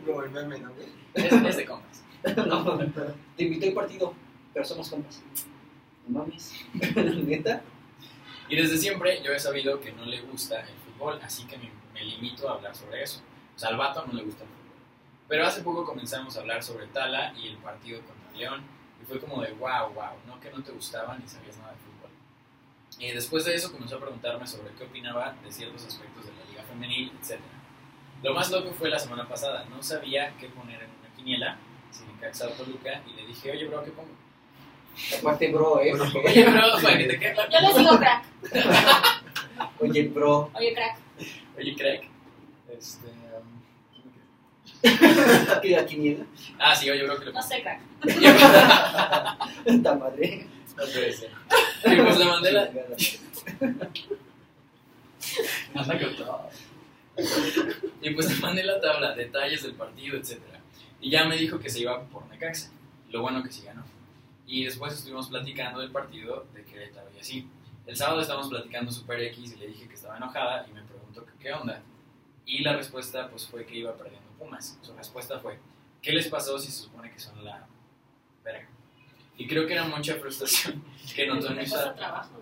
[SPEAKER 4] Como el meme, ¿no, güey?
[SPEAKER 5] Es, es de compas.
[SPEAKER 7] No, te invité al partido, pero somos compas. No mames. ¿Neta?
[SPEAKER 5] Y desde siempre yo he sabido que no le gusta el fútbol, así que me, me limito a hablar sobre eso. O sea, al vato no le gusta el fútbol. Pero hace poco comenzamos a hablar sobre Tala y el partido contra León. Y fue como de wow, wow, ¿no? Que no te gustaba ni sabías nada de fútbol. Y después de eso comenzó a preguntarme sobre qué opinaba de ciertos aspectos de la liga femenil, etc. Lo más loco fue la semana pasada. No sabía qué poner en una quiniela, sin encaxar Toluca, y le dije, oye, bro, ¿qué pongo?
[SPEAKER 7] Aparte, bro, eh.
[SPEAKER 5] Oye, bro, para que te quede claro.
[SPEAKER 6] Yo les digo crack.
[SPEAKER 7] Oye, bro.
[SPEAKER 6] Oye, crack.
[SPEAKER 5] Oye, Craig. Este. um,
[SPEAKER 7] ¿Qué la quiniela?
[SPEAKER 5] Ah, sí, oye, bro, que lo
[SPEAKER 6] No sé, crack.
[SPEAKER 7] Esta madre.
[SPEAKER 5] No puede ser. Y pues le mandé la. Anda con todo. Y pues le mandé la tabla, detalles del partido, etc. Y ya me dijo que se iba por Necaxa. Lo bueno que sí ganó. Y después estuvimos platicando del partido de Querétaro y así. El sábado estábamos platicando Super X y le dije que estaba enojada y me preguntó que qué onda. Y la respuesta pues fue que iba perdiendo Pumas. Su respuesta fue, ¿qué les pasó si se supone que son la verga? Y creo que era mucha frustración que
[SPEAKER 6] Me
[SPEAKER 5] notó en mis
[SPEAKER 6] cuesta trabajo.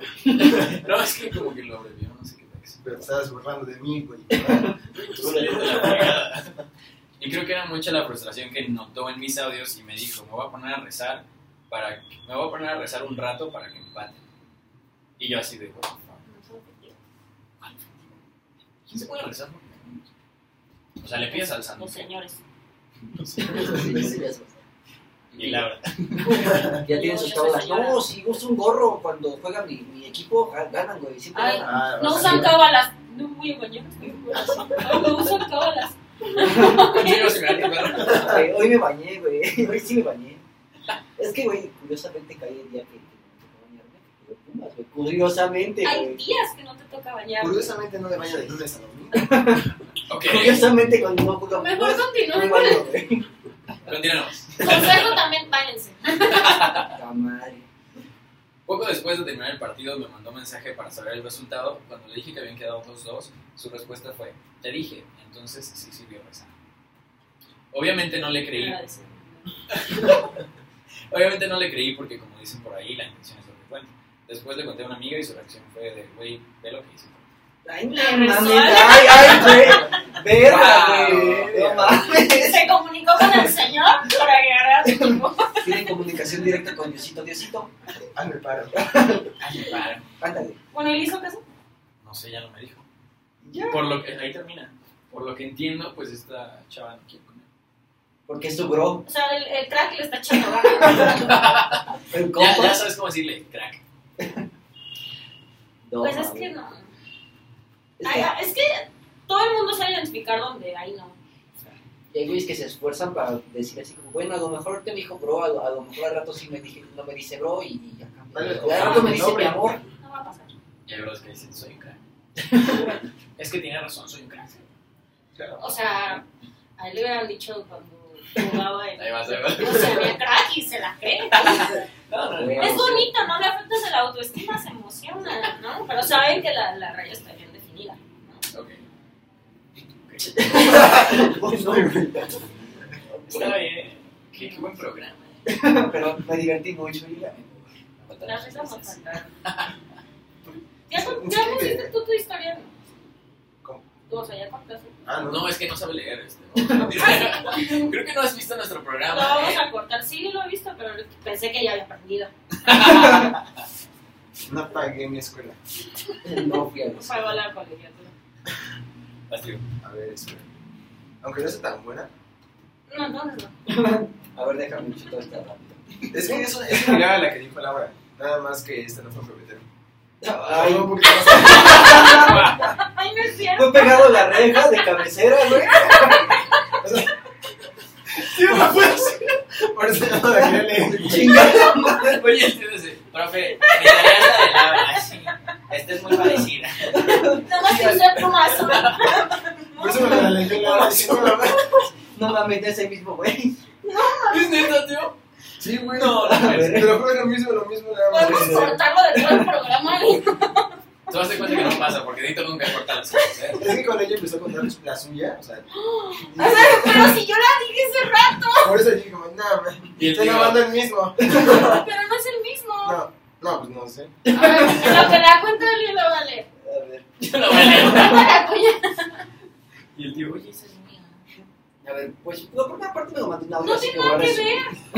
[SPEAKER 5] No, es que como que lo abrevió, no sé qué pex.
[SPEAKER 4] Pero te estabas burlando de mí, güey.
[SPEAKER 5] Y creo que era mucha la frustración que notó en mis audios y me dijo, me voy a poner a rezar para que- me voy a poner a rezar un rato para que empaten. Y yo así de, "What the fuck? ¿quién se puede rezar? por minutos?" O sea, le pides al santo.
[SPEAKER 6] Los señores.
[SPEAKER 5] Y la verdad.
[SPEAKER 7] Ya tienen sus cabras. No, si uso un gorro cuando juega mi, mi equipo, ga- ganan, güey. Siempre
[SPEAKER 6] Ay.
[SPEAKER 7] ganan.
[SPEAKER 4] Ah,
[SPEAKER 6] No
[SPEAKER 4] vas a
[SPEAKER 6] usan
[SPEAKER 4] ver.
[SPEAKER 6] cábalas. No, güey, güey, yo no estoy segura. Ay, No usan cábalas.
[SPEAKER 5] Contigo se me va a acabar.
[SPEAKER 7] Güey, hoy me bañé, güey. Hoy sí me bañé. Es que, güey, curiosamente caí el día que que me tocó bañarme, que quedó Pumas, güey. Curiosamente,
[SPEAKER 6] Hay
[SPEAKER 7] güey.
[SPEAKER 6] días que no te toca bañar.
[SPEAKER 4] Curiosamente no me baño de lunes a domingo.
[SPEAKER 5] Ok,
[SPEAKER 7] Curiosamente cuando no juega
[SPEAKER 6] Mejor
[SPEAKER 7] Pumas, no me
[SPEAKER 6] continúen.
[SPEAKER 7] baño, güey.
[SPEAKER 5] continuamos.
[SPEAKER 6] Consejo también, váyanse.
[SPEAKER 7] Puta madre.
[SPEAKER 5] Poco después de terminar el partido me mandó un mensaje para saber el resultado. Cuando le dije que habían quedado 2-2, su respuesta fue, te dije, entonces sí sirvió rezar. Obviamente no le creí,
[SPEAKER 6] Agradecido.
[SPEAKER 5] obviamente no le creí porque como dicen por ahí, la intención es lo que cuenta. Después le conté a una amiga y su reacción fue de, güey, ve lo que hice.
[SPEAKER 7] Ay, no
[SPEAKER 6] La
[SPEAKER 7] mames.
[SPEAKER 6] resuelve.
[SPEAKER 7] Ay, ay, güey. Verga,
[SPEAKER 5] Wow.
[SPEAKER 7] güey. No mames.
[SPEAKER 6] Se comunicó con el señor para agarrar su tiempo.
[SPEAKER 7] Tienen comunicación directa con Diosito. Diosito,
[SPEAKER 4] Hazme paro.
[SPEAKER 5] Ay, para.
[SPEAKER 7] ándale.
[SPEAKER 6] Bueno, ¿y le hizo caso?
[SPEAKER 5] No sé, ya no me dijo.
[SPEAKER 7] Ya.
[SPEAKER 5] Por lo que, ahí termina. Por lo que entiendo, pues esta chava no quiere comer.
[SPEAKER 7] Porque es tu bro.
[SPEAKER 6] O sea, el, el crack le está echando ganas.
[SPEAKER 7] El
[SPEAKER 5] Ya, ya
[SPEAKER 7] compas.
[SPEAKER 5] sabes cómo decirle, crack.
[SPEAKER 7] No,
[SPEAKER 6] Pues es
[SPEAKER 7] mames.
[SPEAKER 6] que no.
[SPEAKER 7] Es
[SPEAKER 6] Ay,
[SPEAKER 7] que
[SPEAKER 6] es que todo el mundo sabe identificar donde ahí no.
[SPEAKER 7] hay güeyes que se esfuerzan para decir así como, bueno, a lo mejor te me dijo bro, a lo, a lo mejor al rato sí me dije, no me dice bro y, y ya cambia.
[SPEAKER 4] Tal vez
[SPEAKER 7] Al rato me dice mi
[SPEAKER 4] nombre.
[SPEAKER 7] amor.
[SPEAKER 6] No va a pasar.
[SPEAKER 5] Y hay los que dicen, soy un crack. es que tiene razón, soy un crack.
[SPEAKER 4] Claro.
[SPEAKER 6] O sea, a él le hubieran dicho cuando jugaba en.
[SPEAKER 5] Ahí vas, ahí vas.
[SPEAKER 6] No se había crack y se la cree.
[SPEAKER 5] No, no, no.
[SPEAKER 7] Güey,
[SPEAKER 6] Es bonito, no le afectas a la autoestima, se emociona, ¿no? Pero saben que la, la raya está bien definida.
[SPEAKER 5] Ok.
[SPEAKER 7] no,
[SPEAKER 5] Está bien. Qué, qué buen programa.
[SPEAKER 7] pero me divertí mucho. Y ya.
[SPEAKER 6] Las risas no faltaron. Pues, ¿Ya, con- ya me hiciste tú tu historia? ¿no?
[SPEAKER 4] ¿Cómo?
[SPEAKER 6] Tú, o sea, ya contaste. tu
[SPEAKER 4] Ah, no.
[SPEAKER 5] No, es que no sabe leer. Este. Creo que no has visto nuestro
[SPEAKER 6] Lo
[SPEAKER 5] programa.
[SPEAKER 6] vamos
[SPEAKER 5] ¿eh?
[SPEAKER 6] a cortar. Sí, lo he visto, pero pensé que ya había aprendido.
[SPEAKER 4] No pagué mi escuela.
[SPEAKER 7] No fui a los.
[SPEAKER 6] Fue a la colegiatura.
[SPEAKER 5] Así,
[SPEAKER 4] A ver, espera. Aunque no sea tan buena.
[SPEAKER 6] No, entonces no.
[SPEAKER 7] A ver, déjame chutar esta rápido.
[SPEAKER 4] Es que es, es similar a la que dijo Laura. Nada más que esta no fue prometero.
[SPEAKER 7] Ay,
[SPEAKER 4] No,
[SPEAKER 7] no
[SPEAKER 4] porque no sabe.
[SPEAKER 6] Ay, no es cierto.
[SPEAKER 7] he pegado a la reja de cabecera, güey.
[SPEAKER 4] Sí, no fue así. Por eso ya no la quería leer.
[SPEAKER 7] Chingada madre.
[SPEAKER 5] Oye, este es de- profe, mi tarea es la de Laura, sí. Esta es muy parecida.
[SPEAKER 6] Nada más que usé plumazo.
[SPEAKER 4] Por eso me la leyó Laura. Sí, no la-
[SPEAKER 7] No mames, es el mismo, güey.
[SPEAKER 5] ¿Es neta, tío?
[SPEAKER 4] Sí, güey.
[SPEAKER 5] No, la verdad.
[SPEAKER 4] Te lo juro, lo mismo, lo mismo. Nada
[SPEAKER 6] Podemos
[SPEAKER 4] más.
[SPEAKER 6] cortarlo de todo el programa.
[SPEAKER 5] Tú hazte cuenta que no pasa, porque Dito nunca corta las cosas, ¿eh?
[SPEAKER 4] Es que cuando ella empezó a contar la suya, o sea,
[SPEAKER 6] O sea, pero si yo la dije hace rato,
[SPEAKER 4] por eso dije como, no, man,
[SPEAKER 5] Y el
[SPEAKER 4] estoy
[SPEAKER 5] tío-
[SPEAKER 4] grabando el mismo.
[SPEAKER 6] pero no es el mismo.
[SPEAKER 4] No, no, pues no sé.
[SPEAKER 6] A ver, lo que la cuenta de lo vale.
[SPEAKER 7] A ver,
[SPEAKER 5] Yo lo voy a leer.
[SPEAKER 6] Cuenta la cuña.
[SPEAKER 5] Y el tío, oye,
[SPEAKER 6] Esa es mía.
[SPEAKER 7] a ver, pues, no, por una parte me lo mandé una
[SPEAKER 6] No tiene nada que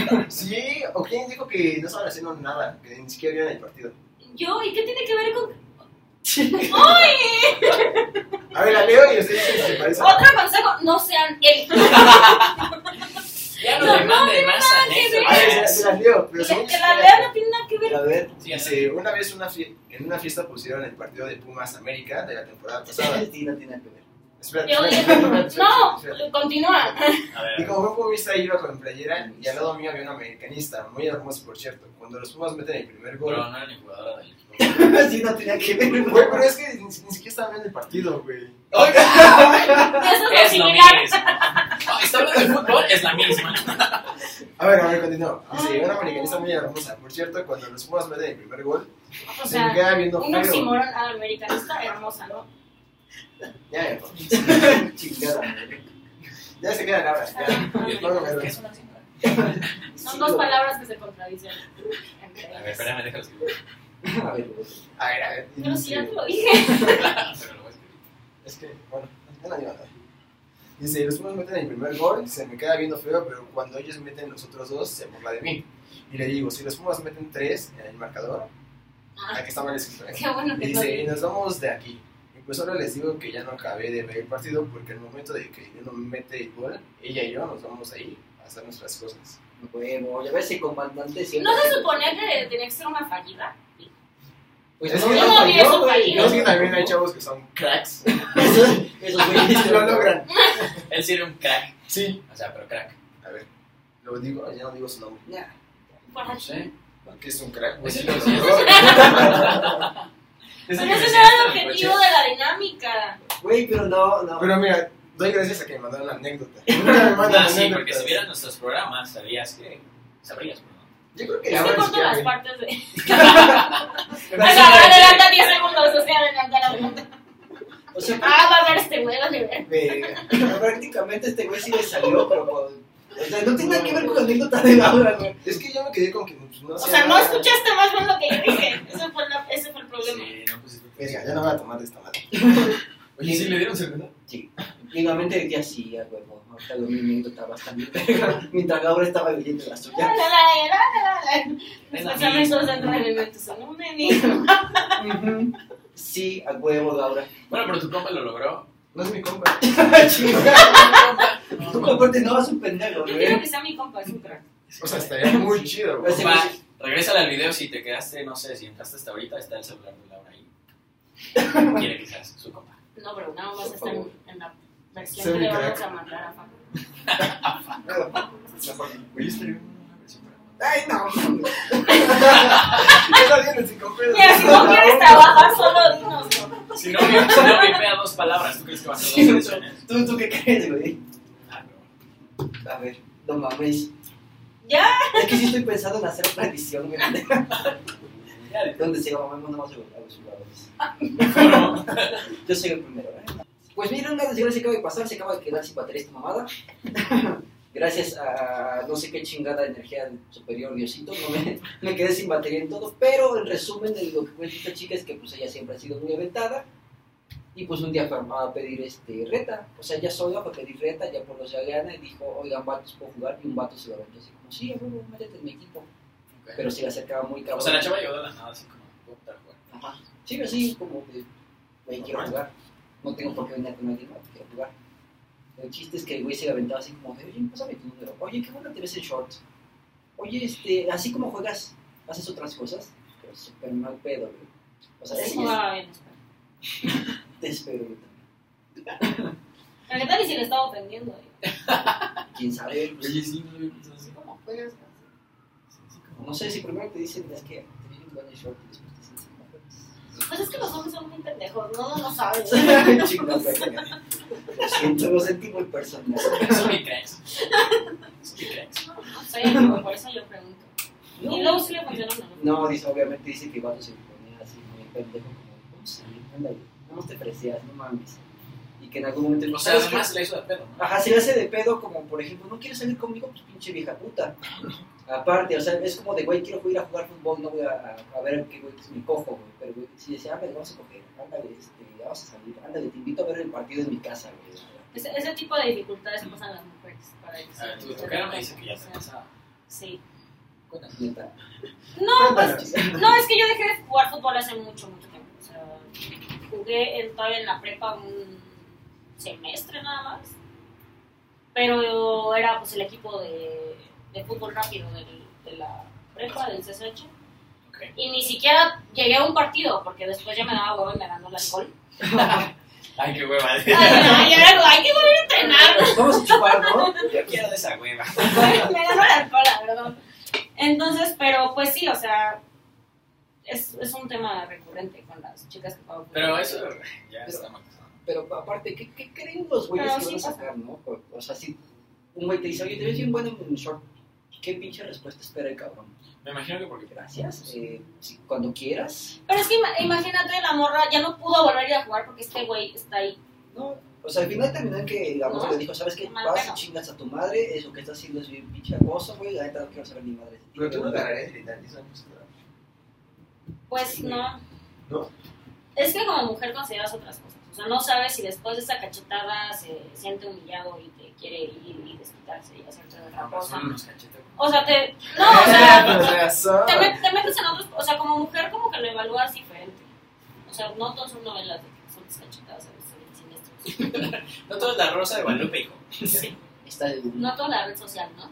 [SPEAKER 6] ver.
[SPEAKER 4] Sí, o quién dijo que no estaban haciendo nada, que ni siquiera vieron el partido.
[SPEAKER 6] Yo, ¿y qué tiene que ver con.? ¡Ay!
[SPEAKER 4] A ver, la leo y ustedes dicen si se parece.
[SPEAKER 6] Otro consejo: no sean él.
[SPEAKER 5] ya
[SPEAKER 6] No,
[SPEAKER 5] no
[SPEAKER 6] no,
[SPEAKER 5] le manden más
[SPEAKER 6] que
[SPEAKER 4] A ver,
[SPEAKER 5] anécdotas.
[SPEAKER 4] se las leo, pero según
[SPEAKER 6] Que
[SPEAKER 4] yo-
[SPEAKER 6] la lea no tiene nada que ver.
[SPEAKER 7] A ver,
[SPEAKER 5] Sí, así.
[SPEAKER 4] Dice, una vez una fie- en una fiesta pusieron el partido de Pumas América de la temporada pasada.
[SPEAKER 7] sí, no tiene nada que ver.
[SPEAKER 4] Espera,
[SPEAKER 6] Yo,
[SPEAKER 4] espera, espera, espera, espera, espera.
[SPEAKER 6] no, continúa.
[SPEAKER 5] A ver,
[SPEAKER 4] Y como fue pumista iba con playera y al lado mío había un americanista, muy hermoso por cierto. Cuando los Pumas meten el primer gol,
[SPEAKER 5] pero no era ni jugadora del equipo.
[SPEAKER 7] Sí, no tenía que ver,
[SPEAKER 4] Güey,
[SPEAKER 7] güey.
[SPEAKER 4] pero es que ni, ni siquiera estaban viendo el partido, güey.
[SPEAKER 6] Eso es
[SPEAKER 5] Es lo
[SPEAKER 6] similar.
[SPEAKER 5] mismo. No, está hablando de fútbol, es la misma.
[SPEAKER 4] A ver, a ver, continúa.
[SPEAKER 6] Ah.
[SPEAKER 4] Dice, una americanista muy hermosa. Por cierto, cuando los Pumas meten el primer gol,
[SPEAKER 6] O
[SPEAKER 4] se
[SPEAKER 6] sea,
[SPEAKER 4] me queda viendo
[SPEAKER 6] un
[SPEAKER 4] feo.
[SPEAKER 6] oxímoron al americanista hermosa, ¿no?
[SPEAKER 4] Ya, ya,
[SPEAKER 7] Chingada, madre.
[SPEAKER 4] ya se queda Laura. Ya.
[SPEAKER 6] Ah,
[SPEAKER 4] No, no, no.
[SPEAKER 6] es un oxímoron. Son dos palabras que se contradicen. entre
[SPEAKER 5] A ver,
[SPEAKER 6] ellas.
[SPEAKER 5] espérame, déjalo escribir.
[SPEAKER 7] A ver, pues, güey.
[SPEAKER 4] A ver, a ver.
[SPEAKER 6] Pero si ya
[SPEAKER 4] dice-
[SPEAKER 6] te lo dije.
[SPEAKER 5] Pero lo voy a escribir.
[SPEAKER 4] Es que, bueno, ya no digo nada. Dice, los Pumas meten el primer gol, se me queda viendo feo, pero cuando ellos meten los otros dos, se burla de mí. Y le digo, si los Pumas meten tres en el marcador,
[SPEAKER 6] Ah,
[SPEAKER 4] aquí está mal escrito. ¿eh?
[SPEAKER 6] Qué bueno
[SPEAKER 4] Y
[SPEAKER 6] que no.
[SPEAKER 4] dice, y nos vamos de aquí. Y pues ahora les digo que ya no acabé de ver el partido porque al momento de que yo no mete el gol, ella y yo nos vamos ahí a hacer nuestras cosas.
[SPEAKER 7] Huevo, ya ves, ese comandante siempre.
[SPEAKER 6] ¿No se suponía que tenía que ser una fallida?
[SPEAKER 7] Pues
[SPEAKER 4] Es
[SPEAKER 7] no,
[SPEAKER 4] que
[SPEAKER 7] no,
[SPEAKER 4] no,
[SPEAKER 7] no,
[SPEAKER 6] eso
[SPEAKER 7] güey.
[SPEAKER 6] falló.
[SPEAKER 4] Yo sé que también hay chavos que son cracks.
[SPEAKER 7] Esos- Esos güeyes
[SPEAKER 4] Lo logran.
[SPEAKER 5] Él sí era un crack.
[SPEAKER 4] Sí.
[SPEAKER 5] O sea, pero crack.
[SPEAKER 4] A ver, lo digo, ya no digo su nombre.
[SPEAKER 7] Nah,
[SPEAKER 6] Por
[SPEAKER 5] No
[SPEAKER 6] aquí.
[SPEAKER 5] sé.
[SPEAKER 4] Porque es un crack. güey.
[SPEAKER 5] Es el
[SPEAKER 4] Lo
[SPEAKER 5] que-
[SPEAKER 4] logró.
[SPEAKER 5] Desde
[SPEAKER 6] Pero ese no era
[SPEAKER 5] que me
[SPEAKER 6] el
[SPEAKER 5] siento en el
[SPEAKER 6] objetivo
[SPEAKER 5] coche.
[SPEAKER 6] de la dinámica.
[SPEAKER 7] Güey, pero no, no.
[SPEAKER 4] Pero mira, doy gracias a que me mandaron la anécdota. Nunca me mandan
[SPEAKER 5] Ah, sí,
[SPEAKER 4] anécdotas.
[SPEAKER 5] porque si vieras nuestros programas, sabías que. Sabrías, ¿no?
[SPEAKER 4] Yo creo que
[SPEAKER 6] Es
[SPEAKER 4] ahora
[SPEAKER 6] que
[SPEAKER 4] ni
[SPEAKER 6] corto
[SPEAKER 4] siquiera
[SPEAKER 6] las
[SPEAKER 4] ve.
[SPEAKER 6] partes de.
[SPEAKER 4] Pero sí,
[SPEAKER 6] Bueno, ahora adelanta 10 segundos. O sea, adelanta, adelanta.
[SPEAKER 7] O sea,
[SPEAKER 6] Ah, va a ver este güey, va a ver.
[SPEAKER 4] me-
[SPEAKER 7] Pero prácticamente este güey sí le salió, pero con- O sea, no tiene nada que ver con la anécdota de Laura, güey.
[SPEAKER 4] Es que yo me quedé con que pues, no
[SPEAKER 6] O
[SPEAKER 4] sé
[SPEAKER 6] sea, no
[SPEAKER 4] nada.
[SPEAKER 6] escuchaste más bien lo que yo dije. Ese fue, la- ese fue el problema.
[SPEAKER 5] Sí, no, pues.
[SPEAKER 4] Verga, ya no voy a tomar de esta madre.
[SPEAKER 5] Oye, ¿sí le dieron cerveza?
[SPEAKER 7] Últimamente diría sí, a huevo. Ahorita lo mi anécdota bastante verga. Mientras Laura estaba leyendo la
[SPEAKER 6] La, la,
[SPEAKER 7] suya.
[SPEAKER 6] la, la, la, la.
[SPEAKER 5] Es
[SPEAKER 6] Los
[SPEAKER 5] la
[SPEAKER 6] pensamientos
[SPEAKER 5] misma.
[SPEAKER 6] dentro de mi mente son un menino.
[SPEAKER 7] Ujú. Sí, a huevo, Laura.
[SPEAKER 5] Bueno, pero tu compa lo logró.
[SPEAKER 4] No es mi compa.
[SPEAKER 5] No,
[SPEAKER 7] Tú,
[SPEAKER 5] no, no.
[SPEAKER 7] aparte, no vas un pendejo, ¿eh?
[SPEAKER 6] Yo quiero
[SPEAKER 7] güey.
[SPEAKER 6] que sea mi compa, es un crack.
[SPEAKER 4] O sea, estaría muy chido, güey.
[SPEAKER 7] Pues,
[SPEAKER 5] Va, regrésale al video si te quedaste, no sé, si entraste hasta ahorita, está el celular de Laura ahí. Quiere que seas su compa.
[SPEAKER 6] No, pero nada más
[SPEAKER 7] Por
[SPEAKER 6] está en,
[SPEAKER 7] favor.
[SPEAKER 6] en la
[SPEAKER 4] Soy
[SPEAKER 6] versión
[SPEAKER 4] un
[SPEAKER 6] que le vamos
[SPEAKER 4] crack.
[SPEAKER 6] a mandar a Facu.
[SPEAKER 4] Güey, estaría una versión para-
[SPEAKER 7] Ay, no.
[SPEAKER 4] Ya sabía, si compré-
[SPEAKER 6] Mira, si no quieres trabajar, solo dinoslo.
[SPEAKER 5] Si no, si no vipea dos palabras, ¿tú crees que va a ser dos versiones?
[SPEAKER 7] ¿Tú, ¿Tú qué crees, güey?
[SPEAKER 5] Ah, no.
[SPEAKER 7] A ver, no mames.
[SPEAKER 6] Ya.
[SPEAKER 7] Es que sí estoy pensando en hacer otra edición, güey.
[SPEAKER 5] Ya, de
[SPEAKER 7] Donde se mamá, no más a los jugadores.
[SPEAKER 5] todo.
[SPEAKER 7] Yo soy el primero, ¿eh? Pues mira, una desgracia acaba de pasar, se acaba de quedar sin batería esta mamada. Gracias a no sé qué chingada energía superior, Diosito, no me, me quedé sin batería en todo. Pero en resumen, de lo que cuenta esta chica es que pues ella siempre ha sido muy aventada. Y
[SPEAKER 3] Y pues un día fue a pedir este, reta. O sea, ya solo para pedir reta, ya por los ya gana. Y dijo, oigan, vatos, ¿puedo jugar? Y un vato se lo aventó así como, sí, bueno, métete en mi equipo.
[SPEAKER 5] Ok.
[SPEAKER 3] Pero se le acercaba muy cabrón.
[SPEAKER 5] O sea, la chava llegó de la nada, así como, puta, güey.
[SPEAKER 3] Ajá. Sí, así como que, güey, quiero jugar. No tengo por qué venir con alguien, no, quiero jugar. El chiste es que el güey se le aventaba así como, de, oye, pásame tu número. Oye, qué bueno te ves en short. Oye, este, así como juegas, haces otras cosas. Pero súper mal pedo, güey. O sea,
[SPEAKER 6] Sí,
[SPEAKER 3] ese ya
[SPEAKER 6] jugaba bien.
[SPEAKER 3] es despego, güey.
[SPEAKER 6] La neta ni si le estaba ofendiendo. eh.
[SPEAKER 3] Quién sabe, pues,
[SPEAKER 5] Oye, sí, no lo había pensado así.
[SPEAKER 6] ¿Cómo juegas?
[SPEAKER 5] Sí, sí, como-
[SPEAKER 3] no sé si primero te dicen, es que te ves bien bueno en short y después te dicen, sí, no juegas.
[SPEAKER 6] Pues es que los hombres son muy pendejos, no, no saben.
[SPEAKER 3] pues, Chingada, verga. Lo siento, lo sentí muy personal.
[SPEAKER 5] Eso que crees. Eso que crees.
[SPEAKER 6] No sé, no, por eso yo pregunto. Y luego
[SPEAKER 3] No,
[SPEAKER 6] sí le funciona a uno.
[SPEAKER 3] no, dice, obviamente dice que vato se ponía así muy pendejo, como, ¿cómo se Ándale, no este te parecías, no mames. Y que en algún momento,
[SPEAKER 5] O sea,
[SPEAKER 3] ¿sabes qué?
[SPEAKER 5] además la hizo de pedo, ¿no?
[SPEAKER 3] Ajá, se le hace de pedo como, por ejemplo, no quieres salir conmigo, pues pinche vieja puta. Aparte, o sea, es como de, güey, quiero ir a jugar fútbol, no voy a, a- a ver qué güey es mi cojo, güey. Pero, güey, si decía, ándale, vamos a coger, ándale, este, vamos a salir, ándale, te invito a ver el partido en mi casa, güey.
[SPEAKER 6] Ese, ese tipo de dificultades pasan las mujeres para ellos.
[SPEAKER 5] A ver, tu, tu cara me dice que ya se pasaba.
[SPEAKER 6] Sí.
[SPEAKER 5] Cuéntame.
[SPEAKER 3] Neta.
[SPEAKER 6] No, pues No, es que yo dejé de jugar fútbol hace mucho, mucho tiempo. O sea, jugué en, todavía en la prepa un semestre nada más. Pero era pues el equipo de, de fútbol rápido del- de la prepa, del CSH.
[SPEAKER 5] Ok.
[SPEAKER 6] Y ni siquiera llegué a un partido, porque después ya me daba huevo y me ganó el alcohol.
[SPEAKER 5] Ay, qué hueva.
[SPEAKER 6] Ay, ay, ay, hay que volver a entrenar.
[SPEAKER 3] Vamos a chupar, ¿no?
[SPEAKER 5] Yo quiero de esa hueva.
[SPEAKER 6] me ganó el alcohol, la verdad. Entonces, pero pues sí, o sea, es, es un tema recurrente con las chicas que juegan fútbol.
[SPEAKER 5] Pero eso ya está mal.
[SPEAKER 3] Pero aparte, ¿qué, qué creen los güeyes
[SPEAKER 6] Pero
[SPEAKER 3] que
[SPEAKER 6] sí
[SPEAKER 3] van a
[SPEAKER 6] pasa.
[SPEAKER 3] sacar, no? O, o sea, si un güey te dice, oye, te ves bien bueno en un short, ¿qué pinche respuesta espera el cabrón?
[SPEAKER 5] Me imagino que porque.
[SPEAKER 3] Gracias, eh, si- cuando quieras.
[SPEAKER 6] Pero es que ima- imagínate, la morra ya no pudo volver a ir a jugar porque este güey está ahí.
[SPEAKER 3] No, o sea, al final terminó en que la morra
[SPEAKER 6] No.
[SPEAKER 3] le dijo, ¿sabes qué?
[SPEAKER 6] Mal
[SPEAKER 3] Vas y
[SPEAKER 6] pedo.
[SPEAKER 3] chingas a tu madre, eso que estás haciendo es bien pinche acoso, güey, la neta no quiero saber ni madre. de ti".
[SPEAKER 7] Pero tú no ganarías gritando, eso no es nada.
[SPEAKER 6] Pues no.
[SPEAKER 7] No.
[SPEAKER 6] Es que como mujer consideras otras cosas. O sea, no sabes si después de esa cachetada se siente humillado y te quiere ir y desquitarse y hacerte otra cosa.
[SPEAKER 5] Son unos cachetes.
[SPEAKER 6] O sea, te. No, o sea.
[SPEAKER 7] Con razón.
[SPEAKER 6] te, met- te metes en otros. O sea, como mujer, como que lo evalúas diferente. O sea, no todas son novelas de que son descachetadas a veces son siniestros.
[SPEAKER 5] No todo es la rosa de Guadalupe, hijo.
[SPEAKER 3] Está el-
[SPEAKER 6] No toda la red social, ¿no?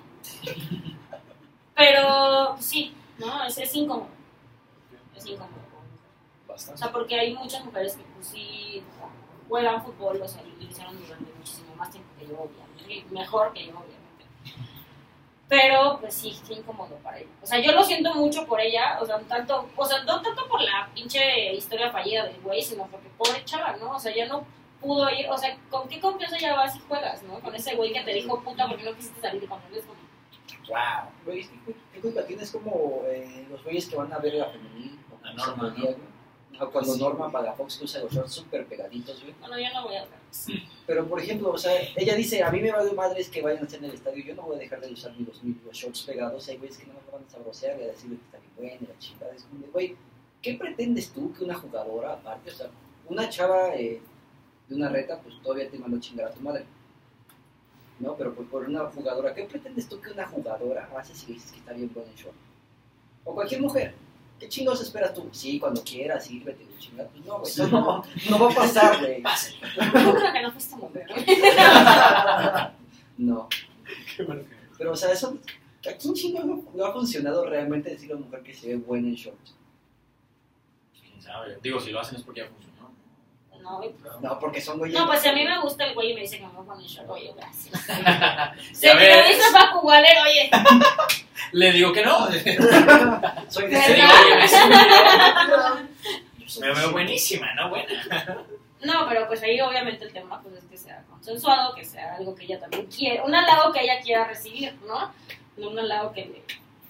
[SPEAKER 6] Pero sí, ¿no? Es, es incómodo. Es incómodo. O
[SPEAKER 5] Bastante.
[SPEAKER 6] sea, porque hay muchas mujeres que pues sí juegan fútbol, o sea, y lo hicieron durante muchísimo más tiempo que yo, obviamente. y Mejor que yo, obviamente. Pero, pues sí, qué incómodo para ella. O sea, yo lo siento mucho por ella, o sea, un tanto, o sea, no tanto por la pinche historia fallida del güey, sino porque pobre chava, ¿no? O sea, ya no pudo ir, o sea, ¿con qué confianza ya vas y juegas, no? Con ese güey que te dijo, puta, porque no quisiste salir con él, es como,
[SPEAKER 5] Wow.
[SPEAKER 3] Güey, es que, güey, qué culpa tienes como eh, los güeyes que van a ver la femenil o
[SPEAKER 5] La
[SPEAKER 3] no sé,
[SPEAKER 5] Norma,
[SPEAKER 3] el día, güey. O cuando
[SPEAKER 5] Sí.
[SPEAKER 3] Norma Palafox que usa los shorts súper pegaditos, güey.
[SPEAKER 6] bueno, yo no voy a hablar.
[SPEAKER 3] Pero, por ejemplo, o sea, ella dice, a mí me vale madres que vayan a hacer en el estadio, yo no voy a dejar de usar mis, mis- los shorts pegados, hay güeyes que no me van a sabrosear y a decirle que está bien bueno, y la chingada, es como de, güey, ¿qué pretendes tú que una jugadora, aparte, o sea, una chava eh, de una reta, pues todavía te mandó a chingar a tu madre, ¿no? Pero por, por una jugadora, ¿qué pretendes tú que una jugadora hace si le dices que está bien bueno el short? O cualquier mujer. ¿Qué chingados esperas tú? Sí, cuando quieras, sírvete, chingada. Pues no, güey, eso no, no va a pasar, güey.
[SPEAKER 6] Juro que no fuiste mujer.
[SPEAKER 3] No.
[SPEAKER 5] Qué bueno que.
[SPEAKER 3] Pero, o sea, eso, ¿a quién chingados no, no ha funcionado realmente decir a una mujer que se ve buena en shorts?
[SPEAKER 5] Quién sabe. Digo, si lo hacen es porque ya funcionó.
[SPEAKER 6] No, güey.
[SPEAKER 3] No, porque son güeyes.
[SPEAKER 6] No, pues si a mí me gusta el güey y me dice que me voy a poner short, oye, gracias. Si
[SPEAKER 5] Ya
[SPEAKER 6] me lo
[SPEAKER 5] ves.
[SPEAKER 6] dice Paco Waller, oye,
[SPEAKER 5] Le digo que no.
[SPEAKER 3] Soy de
[SPEAKER 5] Le digo,
[SPEAKER 6] ¿Verdad?
[SPEAKER 5] oye, me siento-
[SPEAKER 3] Yo soy
[SPEAKER 5] me veo
[SPEAKER 3] de-
[SPEAKER 5] buenísima, ¿no? Buena.
[SPEAKER 6] No, pero pues ahí obviamente el tema pues es que sea consensuado, que sea algo que ella también quiere, un halago que ella quiera recibir, ¿no? No un halago que le,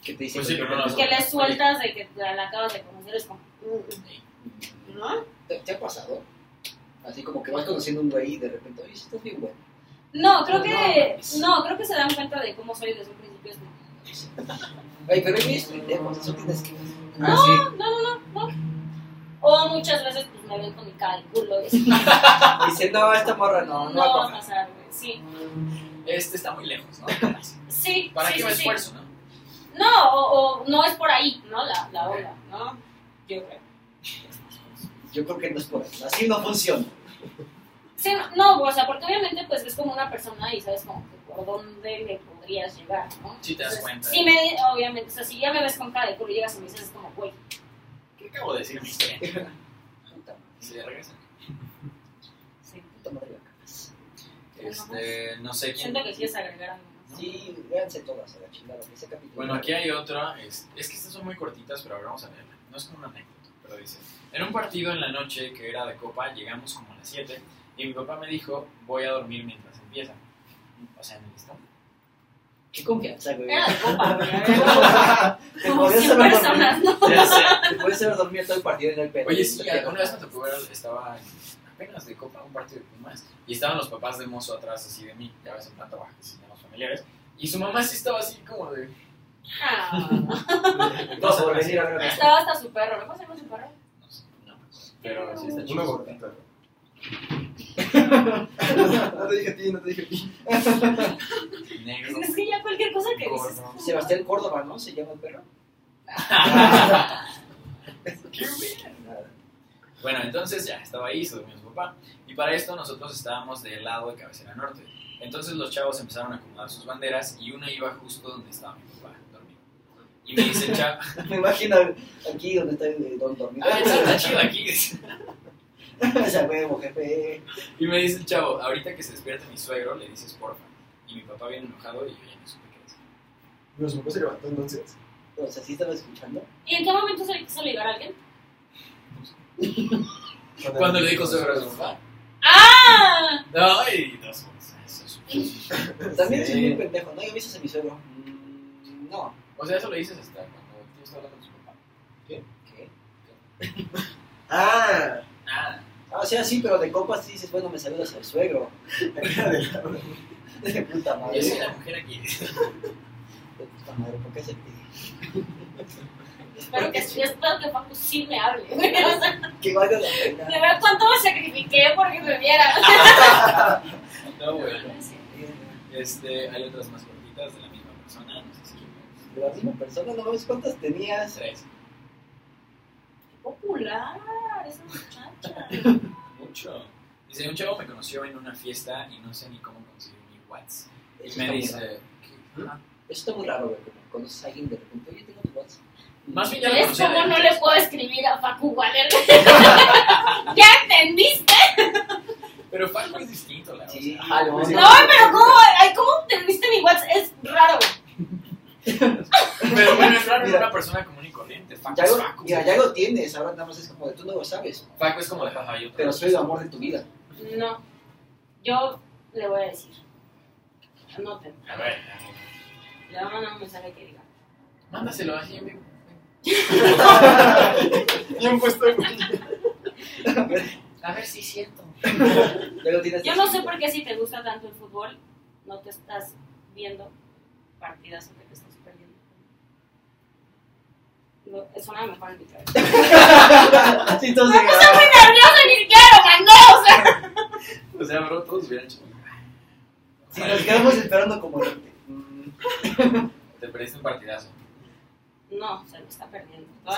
[SPEAKER 3] Que te dicen
[SPEAKER 5] Pues sí, pero no las-
[SPEAKER 6] que le sueltas de que la acabas de conocer, es como, mm, ¿no?
[SPEAKER 3] ¿Te, te ha pasado? Así como que vas conociendo a un güey y de repente, oye, sí estás bien bueno.
[SPEAKER 6] No, creo que, no, creo que se dan cuenta de cómo soy desde un principio. es como,
[SPEAKER 3] Ay, pero hay güeyes pendejos, eso tienes que.
[SPEAKER 5] Ah, sí.
[SPEAKER 6] No, no, no, no. O muchas veces pues me ven con mi cara de culo. Y así,
[SPEAKER 7] Dice, no, esta morra no, no,
[SPEAKER 6] no
[SPEAKER 7] va a
[SPEAKER 6] va a
[SPEAKER 7] comer.
[SPEAKER 6] pasar, güey. Sí,
[SPEAKER 5] Este está muy lejos, ¿no?
[SPEAKER 6] sí.
[SPEAKER 5] ¿Para
[SPEAKER 6] sí,
[SPEAKER 5] qué
[SPEAKER 6] sí,
[SPEAKER 5] me
[SPEAKER 6] sí.
[SPEAKER 5] esfuerzo, no?
[SPEAKER 6] No, o, o no es por ahí, ¿no? La, la ola, ¿no? Yo creo.
[SPEAKER 7] Yo creo que no es por eso. Así no funciona.
[SPEAKER 6] Sí, no, no, o sea, porque obviamente pues es como una persona y sabes como que por dónde me podrías llegar, ¿no?
[SPEAKER 5] Sí te das
[SPEAKER 6] Entonces,
[SPEAKER 5] cuenta.
[SPEAKER 6] Sí, me, obviamente, o sea, si ya me ves con cara de culo y llegas y me dices, es como, güey,
[SPEAKER 5] ¿Qué acabo de decir? mi historia?
[SPEAKER 7] Puta madre,
[SPEAKER 5] Se regresa.
[SPEAKER 6] sí.
[SPEAKER 7] puta madre, la cagas.
[SPEAKER 5] Este, no sé quién.
[SPEAKER 6] siento que quieres agregar algo más.
[SPEAKER 7] Sí, véanse todas a la chingada. Ese capítulo.
[SPEAKER 5] Bueno, aquí hay otra. Es, es que estas son muy cortitas, pero ahora vamos a leerla. No es como una anécdota, pero dice: En un partido en la noche que era de copa, llegamos como a las 7 y mi papá me dijo: Voy a dormir mientras empieza. O sea, en el estadio.
[SPEAKER 7] Qué confianza, güey.
[SPEAKER 6] Era de copa, güey. a ver,
[SPEAKER 7] Te
[SPEAKER 6] Como
[SPEAKER 7] podías
[SPEAKER 6] 100
[SPEAKER 7] haber
[SPEAKER 6] personas,
[SPEAKER 7] dormido-
[SPEAKER 6] ¿no?
[SPEAKER 5] Ya sé.
[SPEAKER 7] te podías haber dormido todo el partido en el pedo.
[SPEAKER 5] Oye, sí, alguna vez me tocó ver, estaba en- apenas de copa, un partido de Pumas, y estaban los papás de mozo atrás así de mí, ya ves, en planta baja, que se llaman los familiares, y su mamá sí estaba así como de...
[SPEAKER 6] Ah,
[SPEAKER 7] No, por venir a ver a mi-
[SPEAKER 6] estaba hasta su perro, ¿no? ¿Cómo se llama su perro?
[SPEAKER 5] No sé, no me acuerdo, pero sí está
[SPEAKER 4] Una
[SPEAKER 5] chido.
[SPEAKER 4] gordita. no te dije a ti, no te dije a ti.
[SPEAKER 5] Negro,
[SPEAKER 6] Es que ya cualquier cosa que dices.
[SPEAKER 5] gordo.
[SPEAKER 7] Sebastián Córdoba, ¿no? Se llama el perro.
[SPEAKER 5] ¡Qué bien! Bueno, entonces ya, estaba ahí, se durmió su papá, y para esto nosotros estábamos del lado de cabecera norte. Entonces los chavos empezaron a acomodar sus banderas y una iba justo donde estaba mi papá, dormido. Y me dice, chavo,
[SPEAKER 7] Me imagino aquí donde está el don dormido.
[SPEAKER 5] ah, está chido aquí.
[SPEAKER 7] Esa huevo, jefe.
[SPEAKER 5] Y me dice el chavo, ahorita que se despierta mi suegro, le dices porfa. Y mi papá viene enojado y yo ya no supe qué decir.
[SPEAKER 4] Pero su papá se levantó entonces.
[SPEAKER 7] O sea, ¿sí estaba escuchando?
[SPEAKER 6] ¿Y en qué momento se le quiso ligar a alguien?
[SPEAKER 5] Cuando le dijo suegro a su papá.
[SPEAKER 6] ¡Ah!
[SPEAKER 5] No, y dos cosas. eso es un-
[SPEAKER 7] También
[SPEAKER 4] Sí.
[SPEAKER 7] soy muy pendejo. ¿No? ¿Ya viste a mi suegro? Mm, No.
[SPEAKER 5] O sea, eso lo dices hasta cuando tú estás hablando con su papá.
[SPEAKER 7] ¿Qué?
[SPEAKER 4] Ah,
[SPEAKER 5] Nada.
[SPEAKER 7] Ah, o sea, sí, pero de copas sí dices, bueno, me saludas al suegro. De puta
[SPEAKER 5] Yo soy
[SPEAKER 7] madre.
[SPEAKER 5] la mujer aquí.
[SPEAKER 7] De puta madre, ¿por qué se te...
[SPEAKER 6] Espero que, espero que Paco sí me hable. güey, o sea,
[SPEAKER 7] Que valga la
[SPEAKER 6] De
[SPEAKER 7] pena. eh.
[SPEAKER 6] ver cuánto me sacrifiqué porque me viera.
[SPEAKER 5] No, Ah, bueno. Este, hay otras más cortitas de la misma persona. No sé si
[SPEAKER 7] De la misma persona, no mames, ¿cuántas tenías?
[SPEAKER 5] tres.
[SPEAKER 6] Popular, esa muchacha.
[SPEAKER 5] Mucho. Dice, un chavo me conoció en una fiesta y no sé ni cómo conseguir mi WhatsApp. Y
[SPEAKER 7] Eso
[SPEAKER 5] me
[SPEAKER 7] está muy
[SPEAKER 5] dice,
[SPEAKER 7] raro.
[SPEAKER 5] ¿qué? Ah,
[SPEAKER 7] Eso está muy raro, güey. como Conoces a alguien de repente, oye, tengo tu WhatsApp.
[SPEAKER 5] Más bien ya lo
[SPEAKER 6] ¿Ves
[SPEAKER 5] conocía.
[SPEAKER 6] cómo
[SPEAKER 5] de
[SPEAKER 6] no
[SPEAKER 5] antes.
[SPEAKER 6] le puedo escribir a Facu Waller? ¿Ya entendiste?
[SPEAKER 5] Pero Falco es distinto, la
[SPEAKER 7] Sí, ah,
[SPEAKER 5] verdad.
[SPEAKER 7] jalón.
[SPEAKER 4] sí.
[SPEAKER 6] No, pero ¿cómo? Ay, ¿Cómo entendiste mi WhatsApp? Es raro.
[SPEAKER 5] Pero bueno, es raro en
[SPEAKER 7] Mira.
[SPEAKER 5] una persona común y corriente. Faco
[SPEAKER 7] Ya
[SPEAKER 5] es
[SPEAKER 7] lo,
[SPEAKER 5] Faco.
[SPEAKER 7] mira, ya lo tienes, ahora nada más es como de tú no lo sabes,
[SPEAKER 5] Faco es como de jaja, yo
[SPEAKER 7] pero soy el amor de tu vida.
[SPEAKER 6] No, yo le voy a decir. Anoten.
[SPEAKER 5] A ver,
[SPEAKER 6] Le voy a mandar un mensaje que diga.
[SPEAKER 5] mándaselo así en vivo.
[SPEAKER 4] y un puesto de
[SPEAKER 5] A ver si siento.
[SPEAKER 7] Ya lo tienes.
[SPEAKER 6] Yo no sé por qué si te gusta tanto el fútbol, no te estás viendo partidas que te estás perdiendo. No, suena mejor en mi cabeza.
[SPEAKER 7] qué. Sí, entonces, ah,
[SPEAKER 6] Me puse muy nerviosa y ni siquiera lo mandó, o sea.
[SPEAKER 5] O sea, bro, todos hubieran hecho.
[SPEAKER 7] si nos quedamos esperando como gente.
[SPEAKER 5] Te perdiste un partidazo.
[SPEAKER 6] No, se lo está perdiendo.
[SPEAKER 5] Ah,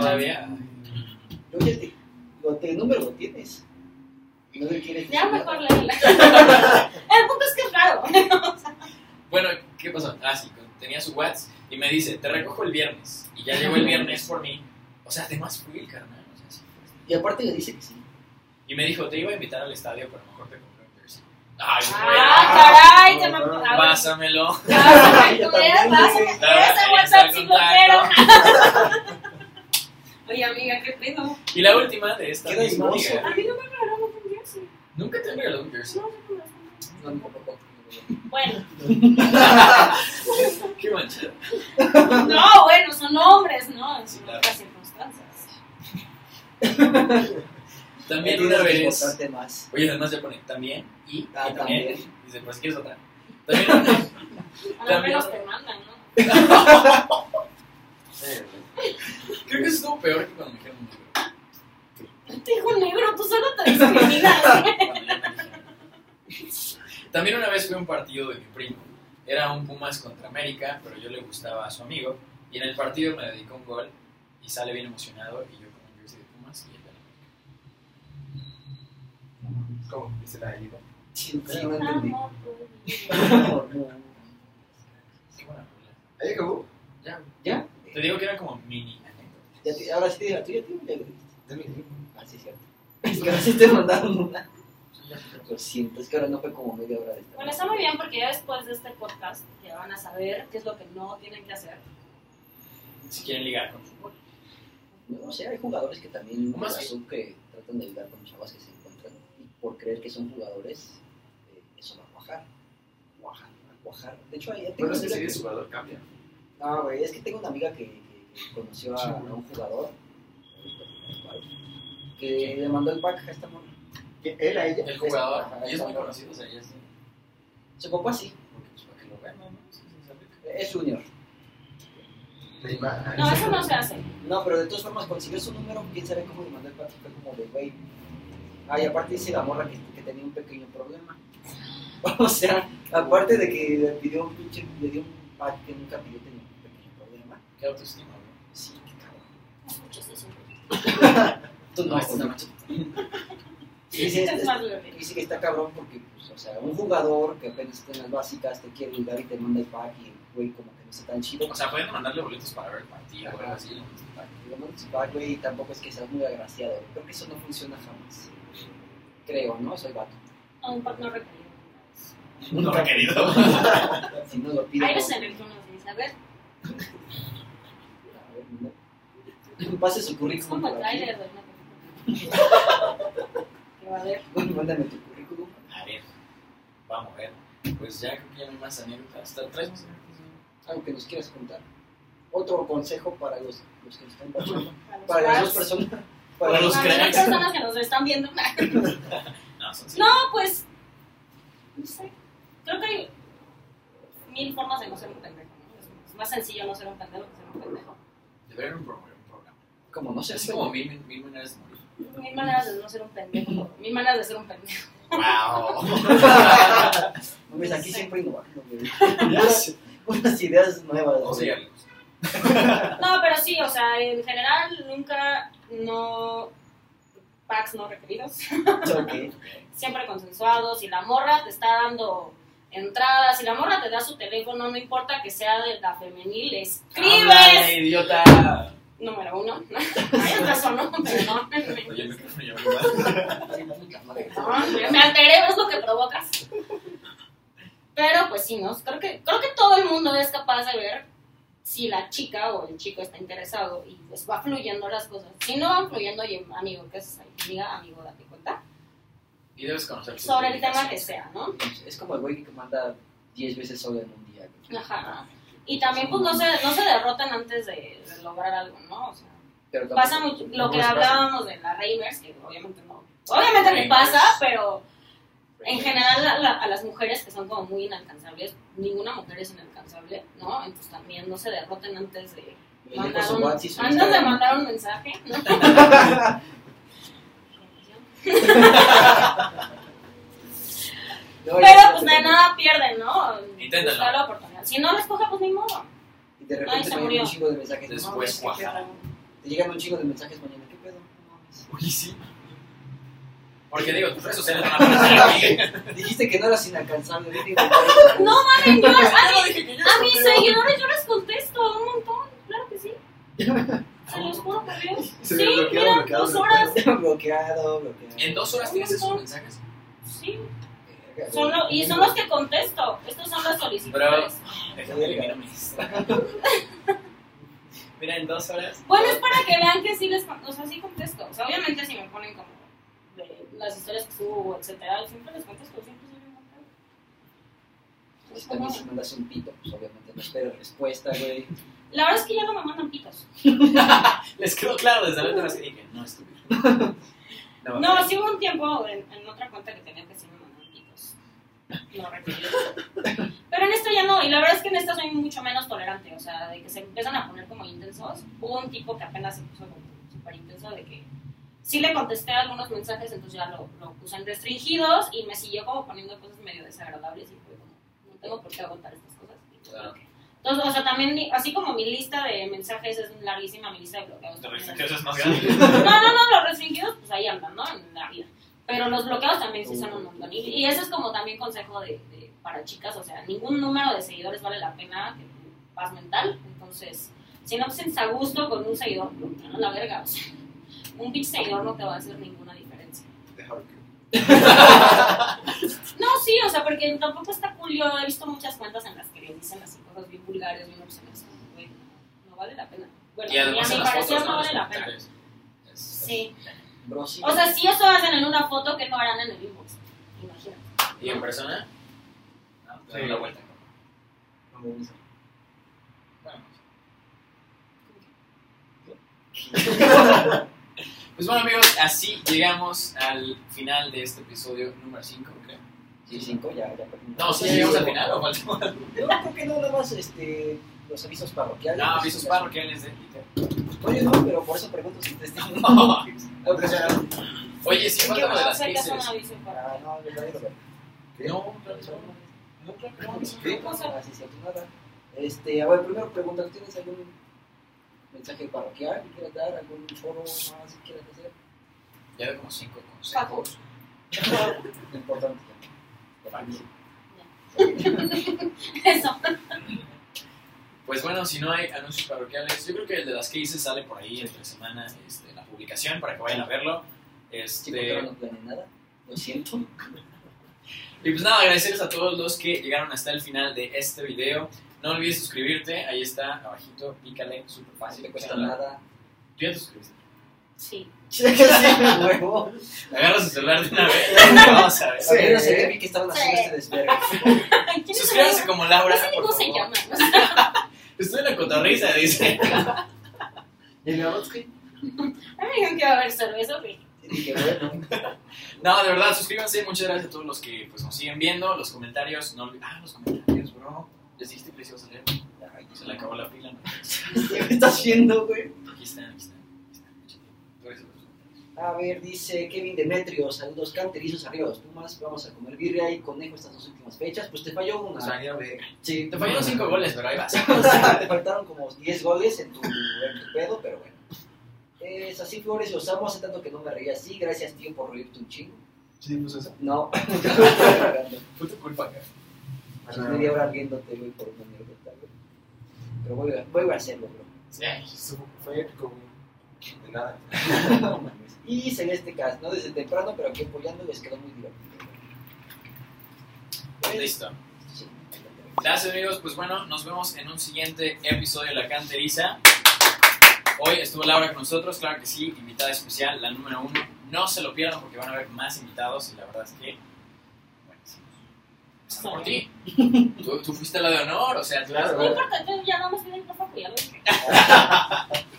[SPEAKER 6] Todavía no.
[SPEAKER 5] todavía.
[SPEAKER 7] Oye, lo, el número lo tienes. No le quieres
[SPEAKER 6] Ya
[SPEAKER 7] decir
[SPEAKER 6] mejor
[SPEAKER 7] nada.
[SPEAKER 6] léela. El punto es que es raro.
[SPEAKER 5] Bueno, ¿qué pasó? Ah, sí, tenía su WhatsApp y me dice, te recojo el viernes. Y ya llegó el viernes por mí. O sea, además fui el carnal. O sea, sí. fue.
[SPEAKER 7] Y aparte le dice que sí.
[SPEAKER 5] Y me dijo, te iba a invitar al estadio, pero mejor te compré un jersey. Ay,
[SPEAKER 6] Ah, caray, te me
[SPEAKER 5] güey.
[SPEAKER 6] acordaba.
[SPEAKER 5] Pásamelo.
[SPEAKER 6] Pásame, Ah, tú eres, pásame. Ese
[SPEAKER 5] Ahí está
[SPEAKER 6] WhatsApp
[SPEAKER 5] el
[SPEAKER 6] sí lo
[SPEAKER 5] contacto.
[SPEAKER 6] quiero. Oye, amiga, qué pedo.
[SPEAKER 5] Y la última de esta
[SPEAKER 7] Qué
[SPEAKER 5] misma
[SPEAKER 7] desmozo.
[SPEAKER 5] amiga.
[SPEAKER 6] A mí no me regalaron un jersey.
[SPEAKER 5] Nunca te han regalado un jersey.
[SPEAKER 6] No, no, no.
[SPEAKER 7] No, no, no,
[SPEAKER 6] Bueno,
[SPEAKER 5] Qué manchado.
[SPEAKER 6] no, bueno, son hombres, ¿no? En
[SPEAKER 5] Sí,
[SPEAKER 6] sus
[SPEAKER 5] claro.
[SPEAKER 6] otras circunstancias.
[SPEAKER 5] También una vez.
[SPEAKER 7] Tienes que esforzarte más.
[SPEAKER 5] Oye, además se pone también y,
[SPEAKER 7] Ah,
[SPEAKER 5] y también.
[SPEAKER 7] también.
[SPEAKER 5] Dice, pues quieres otra. También una,
[SPEAKER 6] A lo
[SPEAKER 5] También.
[SPEAKER 6] menos te mandan, ¿no?
[SPEAKER 5] creo que eso estuvo peor que cuando me dijeron negro.
[SPEAKER 6] ¿Te dijo negro? tanto
[SPEAKER 7] Ah,
[SPEAKER 6] discriminar.
[SPEAKER 5] Cuando ya me dijeron. También una vez fue un partido de mi primo. Era un Pumas contra América, pero yo le gustaba a su amigo. Y en el partido me dedicó un gol y sale bien emocionado. Y yo con un jersey de Pumas y él de la
[SPEAKER 4] ¿Cómo? ¿Viste la herida?
[SPEAKER 7] Sí, sí, no pues. entendí.
[SPEAKER 6] Amor, pues.
[SPEAKER 5] Qué buena rola.
[SPEAKER 4] ¿Ahí acabó?
[SPEAKER 5] pues, Ya,
[SPEAKER 7] ¿Ya?
[SPEAKER 5] te digo que era como mini anécdota.
[SPEAKER 7] Ya te- ahora sí te digo la tuya, tú ya lo dijiste.
[SPEAKER 4] Dame.
[SPEAKER 7] Ah, sí, cierto. Es que ahora sí te mandaron una.
[SPEAKER 5] Sí, ya, pero-
[SPEAKER 7] Lo siento, es que ahora no fue como media hora de esta.
[SPEAKER 6] Bueno, está muy bien porque ya después de este podcast ya van a saber qué es lo que no tienen que hacer.
[SPEAKER 5] Si quieren ligar con fútbol.
[SPEAKER 7] No sé, hay jugadores que también
[SPEAKER 5] Más
[SPEAKER 7] razón que tratan de ayudar con chavas que se encuentran y por creer que son jugadores, eh, eso va a cuajar. Cuajar, va a cuajar. De hecho, ahí tengo
[SPEAKER 4] Bueno,
[SPEAKER 7] una
[SPEAKER 4] es que
[SPEAKER 7] amiga
[SPEAKER 4] si
[SPEAKER 7] que...
[SPEAKER 4] eres jugador, cambia.
[SPEAKER 7] No, güey, es que tengo una amiga que, que- que conoció a, a un jugador que le mandó el pack a esta morra.
[SPEAKER 4] ¿Qué? ¿Él a ella?
[SPEAKER 5] El jugador, y
[SPEAKER 7] Ajá,
[SPEAKER 5] es muy
[SPEAKER 7] exacto.
[SPEAKER 5] conocido, o sea, ya es de-
[SPEAKER 7] Su papá sí,
[SPEAKER 5] porque, pues, para que lo vean, ¿no? Sí, sí, sabe que-
[SPEAKER 7] es junior.
[SPEAKER 4] Neymar.
[SPEAKER 6] No, eso no se hace.
[SPEAKER 7] No, pero de todas formas consiguió su número, quién sabe cómo le mandó el pack, fue como de güey. Ah, y aparte dice la morra que, que tenía un pequeño problema. O sea, aparte de que le pidió un pinche, le dio un pack que nunca pidió, tenía un pequeño problema.
[SPEAKER 5] Qué autoestima, ¿no?
[SPEAKER 7] Sí, qué cabrón.
[SPEAKER 6] Muchos eso.
[SPEAKER 7] Tú
[SPEAKER 5] No, esta
[SPEAKER 7] no,
[SPEAKER 5] noche.
[SPEAKER 7] Dice,
[SPEAKER 6] Es
[SPEAKER 7] este,
[SPEAKER 6] más leve.
[SPEAKER 7] dice que está cabrón porque, pues, o sea, un jugador que apenas está en las básicas te quiere ayudar y te manda el pack y, güey, como que no está tan chido.
[SPEAKER 5] O sea, pueden mandarle boletos para ver el partido o algo así.
[SPEAKER 7] Y le mandas el pack, güey, y tampoco es que seas muy agraciado. Creo que eso no funciona jamás. Creo, ¿no? Soy vato.
[SPEAKER 6] A un pack no requerido.
[SPEAKER 5] No requerido.
[SPEAKER 7] Si no lo pido.
[SPEAKER 6] Ahí les en el que uno dice, a ver,
[SPEAKER 7] no. Pase su
[SPEAKER 6] es como
[SPEAKER 7] currículum.
[SPEAKER 6] el
[SPEAKER 7] por aquí.
[SPEAKER 6] trailer de una película. Que va a ver.
[SPEAKER 7] Mándame tu currículum.
[SPEAKER 5] A ver, vamos a ver. Pues ya creo que ya no hay más anécdotas. Tra- ¿Traes más anécdotas?
[SPEAKER 7] Algo que nos quieras contar. Otro consejo para los, los que nos están pasando.
[SPEAKER 6] a los
[SPEAKER 7] Para las dos
[SPEAKER 6] cracks.
[SPEAKER 7] personas. Para,
[SPEAKER 5] Para los
[SPEAKER 6] Para las
[SPEAKER 5] cracks.
[SPEAKER 6] personas que nos están viendo.
[SPEAKER 5] No, son
[SPEAKER 6] No, pues. No sé. Creo que hay mil formas de no ser un pendejo. ¿no? Es- Es más sencillo no ser un pendejo que ser un pendejo.
[SPEAKER 5] Deberían un programa. un programa.
[SPEAKER 7] Como no sé.
[SPEAKER 5] Es como mil, mil maneras de morir.
[SPEAKER 6] Mil maneras de no ser un pendejo. Mil maneras de ser un pendejo.
[SPEAKER 5] ¡Wow!
[SPEAKER 7] No, pues, aquí
[SPEAKER 6] Sí.
[SPEAKER 7] siempre innovando. güey. Unas, unas ideas nuevas.
[SPEAKER 5] O
[SPEAKER 7] güey.
[SPEAKER 5] sea,
[SPEAKER 6] No, pero sí, o sea, en general nunca no. Packs no requeridos.
[SPEAKER 7] Ok.
[SPEAKER 6] Siempre consensuados. Si la morra te está dando entradas, si la morra te da su teléfono, no importa que sea de la femenil, escribes.
[SPEAKER 5] ¡Háblale, idiota!
[SPEAKER 6] Número uno. Ahí está sonó, perdón.
[SPEAKER 5] Oye, me quiero llamar.
[SPEAKER 6] Perdón, Me me alteré, es lo que provocas. Pero pues sí, ¿no? Creo que, creo que todo el mundo es capaz de ver si la chica o el chico está interesado y pues va fluyendo las cosas. Si no van fluyendo, oye, amigo, ¿qué es Amiga, amigo, date cuenta.
[SPEAKER 5] Y debes conocer sus
[SPEAKER 6] Sobre el tema que
[SPEAKER 5] dedicaciones.
[SPEAKER 6] sea, ¿no?
[SPEAKER 7] Es como el güey que manda 10 veces solo en un día. güey.
[SPEAKER 6] Ajá. Y también pues no se, no se derrotan antes de, de lograr algo, ¿no? O sea,
[SPEAKER 7] Pero tampoco-
[SPEAKER 6] pasa mucho lo que
[SPEAKER 5] les pasa.
[SPEAKER 6] hablábamos de las Reimers, que obviamente no. Obviamente le pasa, pero En general, a, la- a las mujeres que son como muy inalcanzables, ninguna mujer es inalcanzable, ¿no? Entonces también no se derroten antes de
[SPEAKER 7] Le dejo
[SPEAKER 6] mandar
[SPEAKER 7] su
[SPEAKER 6] un,
[SPEAKER 7] WhatsApp y su
[SPEAKER 6] antes de
[SPEAKER 7] Instagram.
[SPEAKER 6] mandar un mensaje, ¿no?
[SPEAKER 7] No,
[SPEAKER 6] Pero
[SPEAKER 7] ya-
[SPEAKER 6] pues de nada pierden, ¿no?
[SPEAKER 5] Inténtalo.
[SPEAKER 6] Buscar la oportunidad. Si no les coge, pues ni modo.
[SPEAKER 7] Y de
[SPEAKER 6] Ay, se
[SPEAKER 7] repente te llegan
[SPEAKER 6] murió.
[SPEAKER 7] un chingo de mensajes. no
[SPEAKER 5] Después,
[SPEAKER 7] mames, ¿qué
[SPEAKER 5] cuaja.
[SPEAKER 7] pedo? Te llegan un chingo de mensajes mañana. ¿Qué pedo? No mames.
[SPEAKER 5] Uy, sí. Porque digo, tus redes sociales van a aparecer aquí.
[SPEAKER 7] Dijiste que no eras inalcanzable. vete y-
[SPEAKER 6] No mames, yo les- a, mis-
[SPEAKER 5] dije que yo
[SPEAKER 6] a mis
[SPEAKER 5] supero.
[SPEAKER 6] seguidores yo les contesto un montón, claro que sí. Se los juro por Dios.
[SPEAKER 4] Se
[SPEAKER 6] sí,
[SPEAKER 4] me bloquearon,
[SPEAKER 6] mira,
[SPEAKER 4] bloquearon,
[SPEAKER 6] dos horas,
[SPEAKER 7] bloqueado, bloqueado.
[SPEAKER 5] En dos horas tienes esos mensajes.
[SPEAKER 6] sí.
[SPEAKER 7] Verga,
[SPEAKER 6] Son
[SPEAKER 7] güey.
[SPEAKER 6] lo- y son los que contesto. Estos son las solicitudes.
[SPEAKER 5] Déjame eliminar mis. Mira, en dos horas.
[SPEAKER 6] Bueno, es para que vean que sí les con- o sea, sí contesto. O sea, obviamente si me ponen como de las historias que subo, etcétera, siempre les contesto, siempre soy bien contenta.
[SPEAKER 7] Pues también si mandas un pito, pues obviamente no esperas respuesta, güey.
[SPEAKER 6] La verdad es que ya no me mandan pitos.
[SPEAKER 5] Les quedó claro desde la última vez que dije, no, estúpido. No,
[SPEAKER 6] No, sí hubo un tiempo en, en otra cuenta que tenía que sí me mandaban pitos. No recuerdo. Pero en esto ya no, y la verdad es que en esta soy mucho menos tolerante. O sea, de que se empiezan a poner como intensos. Hubo un tipo que apenas se puso como súper intenso de que sí le contesté algunos mensajes, entonces ya lo, lo puse en restringidos y me siguió como poniendo cosas medio desagradables y fue como, no tengo por qué aguantar estas cosas. Y pues,
[SPEAKER 5] Claro.
[SPEAKER 6] ok. Entonces, o sea, también, mi- así como mi lista de mensajes es larguísima, mi lista de bloqueados.
[SPEAKER 5] De
[SPEAKER 6] también es-
[SPEAKER 5] restringidos es más grande.
[SPEAKER 6] no, no, no, los restringidos, pues ahí andan, ¿no? En la vida. Pero los bloqueados también sí son un montón. Y, y eso es como también consejo de, de- para chicas, o sea, ningún número de seguidores vale la pena que tu paz mental. Entonces, si no te sientes a gusto con un seguidor, no la verga, o sea, un bitch seguidor no te va a hacer ninguna diferencia.
[SPEAKER 4] Déjalo que.
[SPEAKER 6] No, sí, o sea, porque tampoco está cool. Yo he visto muchas cuentas en las que le dicen así cosas bien vulgares, bien obscenas, como, güey, no vale la pena. Bueno,
[SPEAKER 5] Y además
[SPEAKER 6] a
[SPEAKER 5] en
[SPEAKER 6] mi
[SPEAKER 5] las
[SPEAKER 6] parecer
[SPEAKER 5] fotos,
[SPEAKER 6] no
[SPEAKER 5] ¿no? Los
[SPEAKER 6] vale la pena.
[SPEAKER 5] comentarios. Es-
[SPEAKER 6] Sí.
[SPEAKER 7] Bro, sí.
[SPEAKER 6] O sea, si eso hacen en una foto, que no harán en el inbox? Imagínate.
[SPEAKER 5] ¿Y en persona? No, te doy
[SPEAKER 4] Sí.
[SPEAKER 5] la vuelta.
[SPEAKER 4] No me gusta.
[SPEAKER 5] Bueno. Pues bueno amigos, así llegamos al final de este episodio número 5, creo.
[SPEAKER 7] Sí, cinco, ya, ya.
[SPEAKER 5] No, sí,
[SPEAKER 7] Sí,
[SPEAKER 5] llegamos
[SPEAKER 7] sí.
[SPEAKER 5] al final o faltó algo.
[SPEAKER 7] Yo creo que no, nada más este, los avisos parroquiales.
[SPEAKER 5] No, avisos parroquiales de Twitter.
[SPEAKER 7] Oye, no, pero por eso pregunto si te están.
[SPEAKER 5] No.
[SPEAKER 7] o sea,
[SPEAKER 5] Oye, sí, falta lo de las
[SPEAKER 6] Sé que es un
[SPEAKER 5] pixels.
[SPEAKER 6] aviso para-
[SPEAKER 7] ah, no, yo no lo veo.
[SPEAKER 4] ¿Qué?
[SPEAKER 5] No, claro que no. No, claro que no.
[SPEAKER 7] ¿Qué?
[SPEAKER 5] avisos.
[SPEAKER 7] Ah, sí, sí, aquí nada. Este, a ver, primero pregunta, ¿tú ¿tienes algún mensaje parroquial que quieras dar? ¿Algún foro más que quieras hacer?
[SPEAKER 5] Ya veo como 5 consejos.
[SPEAKER 7] Importante.
[SPEAKER 6] Eso.
[SPEAKER 5] Pues bueno, si no hay anuncios parroquiales, yo creo que el de las cases sale por ahí entre semana este, la publicación para que vayan a verlo.
[SPEAKER 7] Sí, porque
[SPEAKER 5] Este,
[SPEAKER 7] no planeé nada. Lo siento.
[SPEAKER 5] y pues nada, agradecerles a todos los que llegaron hasta el final de este video. No olvides suscribirte, ahí está, abajito, pícale, súper
[SPEAKER 7] No
[SPEAKER 5] fácil.
[SPEAKER 7] te cuesta
[SPEAKER 5] Pícala.
[SPEAKER 7] nada.
[SPEAKER 5] ¿Tú ya te suscribiste?
[SPEAKER 6] Sí.
[SPEAKER 7] Sí, huevo.
[SPEAKER 5] Agarra su celular de una vez, vamos a ver.
[SPEAKER 7] Sí, no sé qué vi que estaban
[SPEAKER 6] Sí.
[SPEAKER 7] haciendo este desvergue.
[SPEAKER 6] ¿Quién es
[SPEAKER 5] Suscríbanse
[SPEAKER 6] el-
[SPEAKER 5] como Laura,
[SPEAKER 6] No sé ni
[SPEAKER 5] por
[SPEAKER 6] cómo se
[SPEAKER 5] favor.
[SPEAKER 6] llama. no sé.
[SPEAKER 5] Estoy en la cotorriza, dice.
[SPEAKER 4] ¿Y el Gabotsky?
[SPEAKER 6] No me digan que va a haber cerveza, güey.
[SPEAKER 7] Dije, bueno,
[SPEAKER 5] No, de verdad, suscríbanse. Muchas gracias a todos los que pues, nos siguen viendo. Los comentarios, no olvi- Ah, los comentarios, bro. Les dijiste que les iba a salir.
[SPEAKER 7] ay,
[SPEAKER 5] ¿eh? Se le acabó la pila. ¿no?
[SPEAKER 7] ¿qué estás haciendo, güey?
[SPEAKER 5] Aquí están, aquí están. Aquí están. échate. Tú eres el otro.
[SPEAKER 7] A ver, dice Kevin Demetrio, saludos canterizos arriba de los Pumas, vamos a comer birria y conejo estas dos últimas fechas. Pues te falló
[SPEAKER 5] O
[SPEAKER 7] una.
[SPEAKER 5] sea, ya ve.
[SPEAKER 7] sí,
[SPEAKER 5] Ah. Te fallaron 5 goles, pero ahí vas.
[SPEAKER 7] te faltaron como 10 goles en tu, en tu pedo, pero bueno. Es así, Flores, los amo, hace tanto que no me reía así. Gracias, tío, por reírte un chingo.
[SPEAKER 4] Sí, pues eso.
[SPEAKER 7] No, es
[SPEAKER 5] Fue tu culpa, cara.
[SPEAKER 7] media hora riéndote, güey, por una mierda, güey. Pero vuelve a- vuelve a hacerlo, bro.
[SPEAKER 5] Sí.
[SPEAKER 4] Eso Fue épico, güey. De nada.
[SPEAKER 7] No mames. Y Celeste Cas, no desde temprano, pero aquí apoyando les quedó muy divertido.
[SPEAKER 5] Listo.
[SPEAKER 7] Sí, ahí lo tenemos.
[SPEAKER 5] Gracias, amigos. Pues bueno, nos vemos en un siguiente episodio de La Canteriza. Hoy estuvo Laura con nosotros, claro que sí, invitada especial, la número uno. No se lo pierdan porque van a haber más invitados y la verdad es que. Bueno, sí. Empezando por ti. Tú, tú fuiste la de honor, o sea, tú
[SPEAKER 4] Claro.
[SPEAKER 6] No importa, yo ya nada más viene el profe a cuidarlo.
[SPEAKER 7] Sí,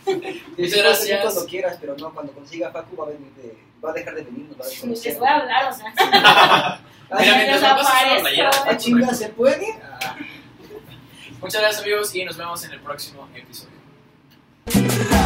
[SPEAKER 5] Muchas
[SPEAKER 7] sí, puedes venir
[SPEAKER 5] gracias.
[SPEAKER 7] Cuando quieras, pero no, cuando consiga Facu va a, venir de, va a dejar de venir, nos va a
[SPEAKER 6] Les
[SPEAKER 7] desconocer.
[SPEAKER 6] voy a hablar, o sea.
[SPEAKER 7] Ay,
[SPEAKER 5] Mira, mientras
[SPEAKER 6] ya
[SPEAKER 5] me pasas una
[SPEAKER 6] aparezco.
[SPEAKER 5] playera.
[SPEAKER 7] ah, chinga, ¿se puede?
[SPEAKER 5] Muchas gracias, amigos, y nos vemos en el próximo episodio.
[SPEAKER 7] Ay,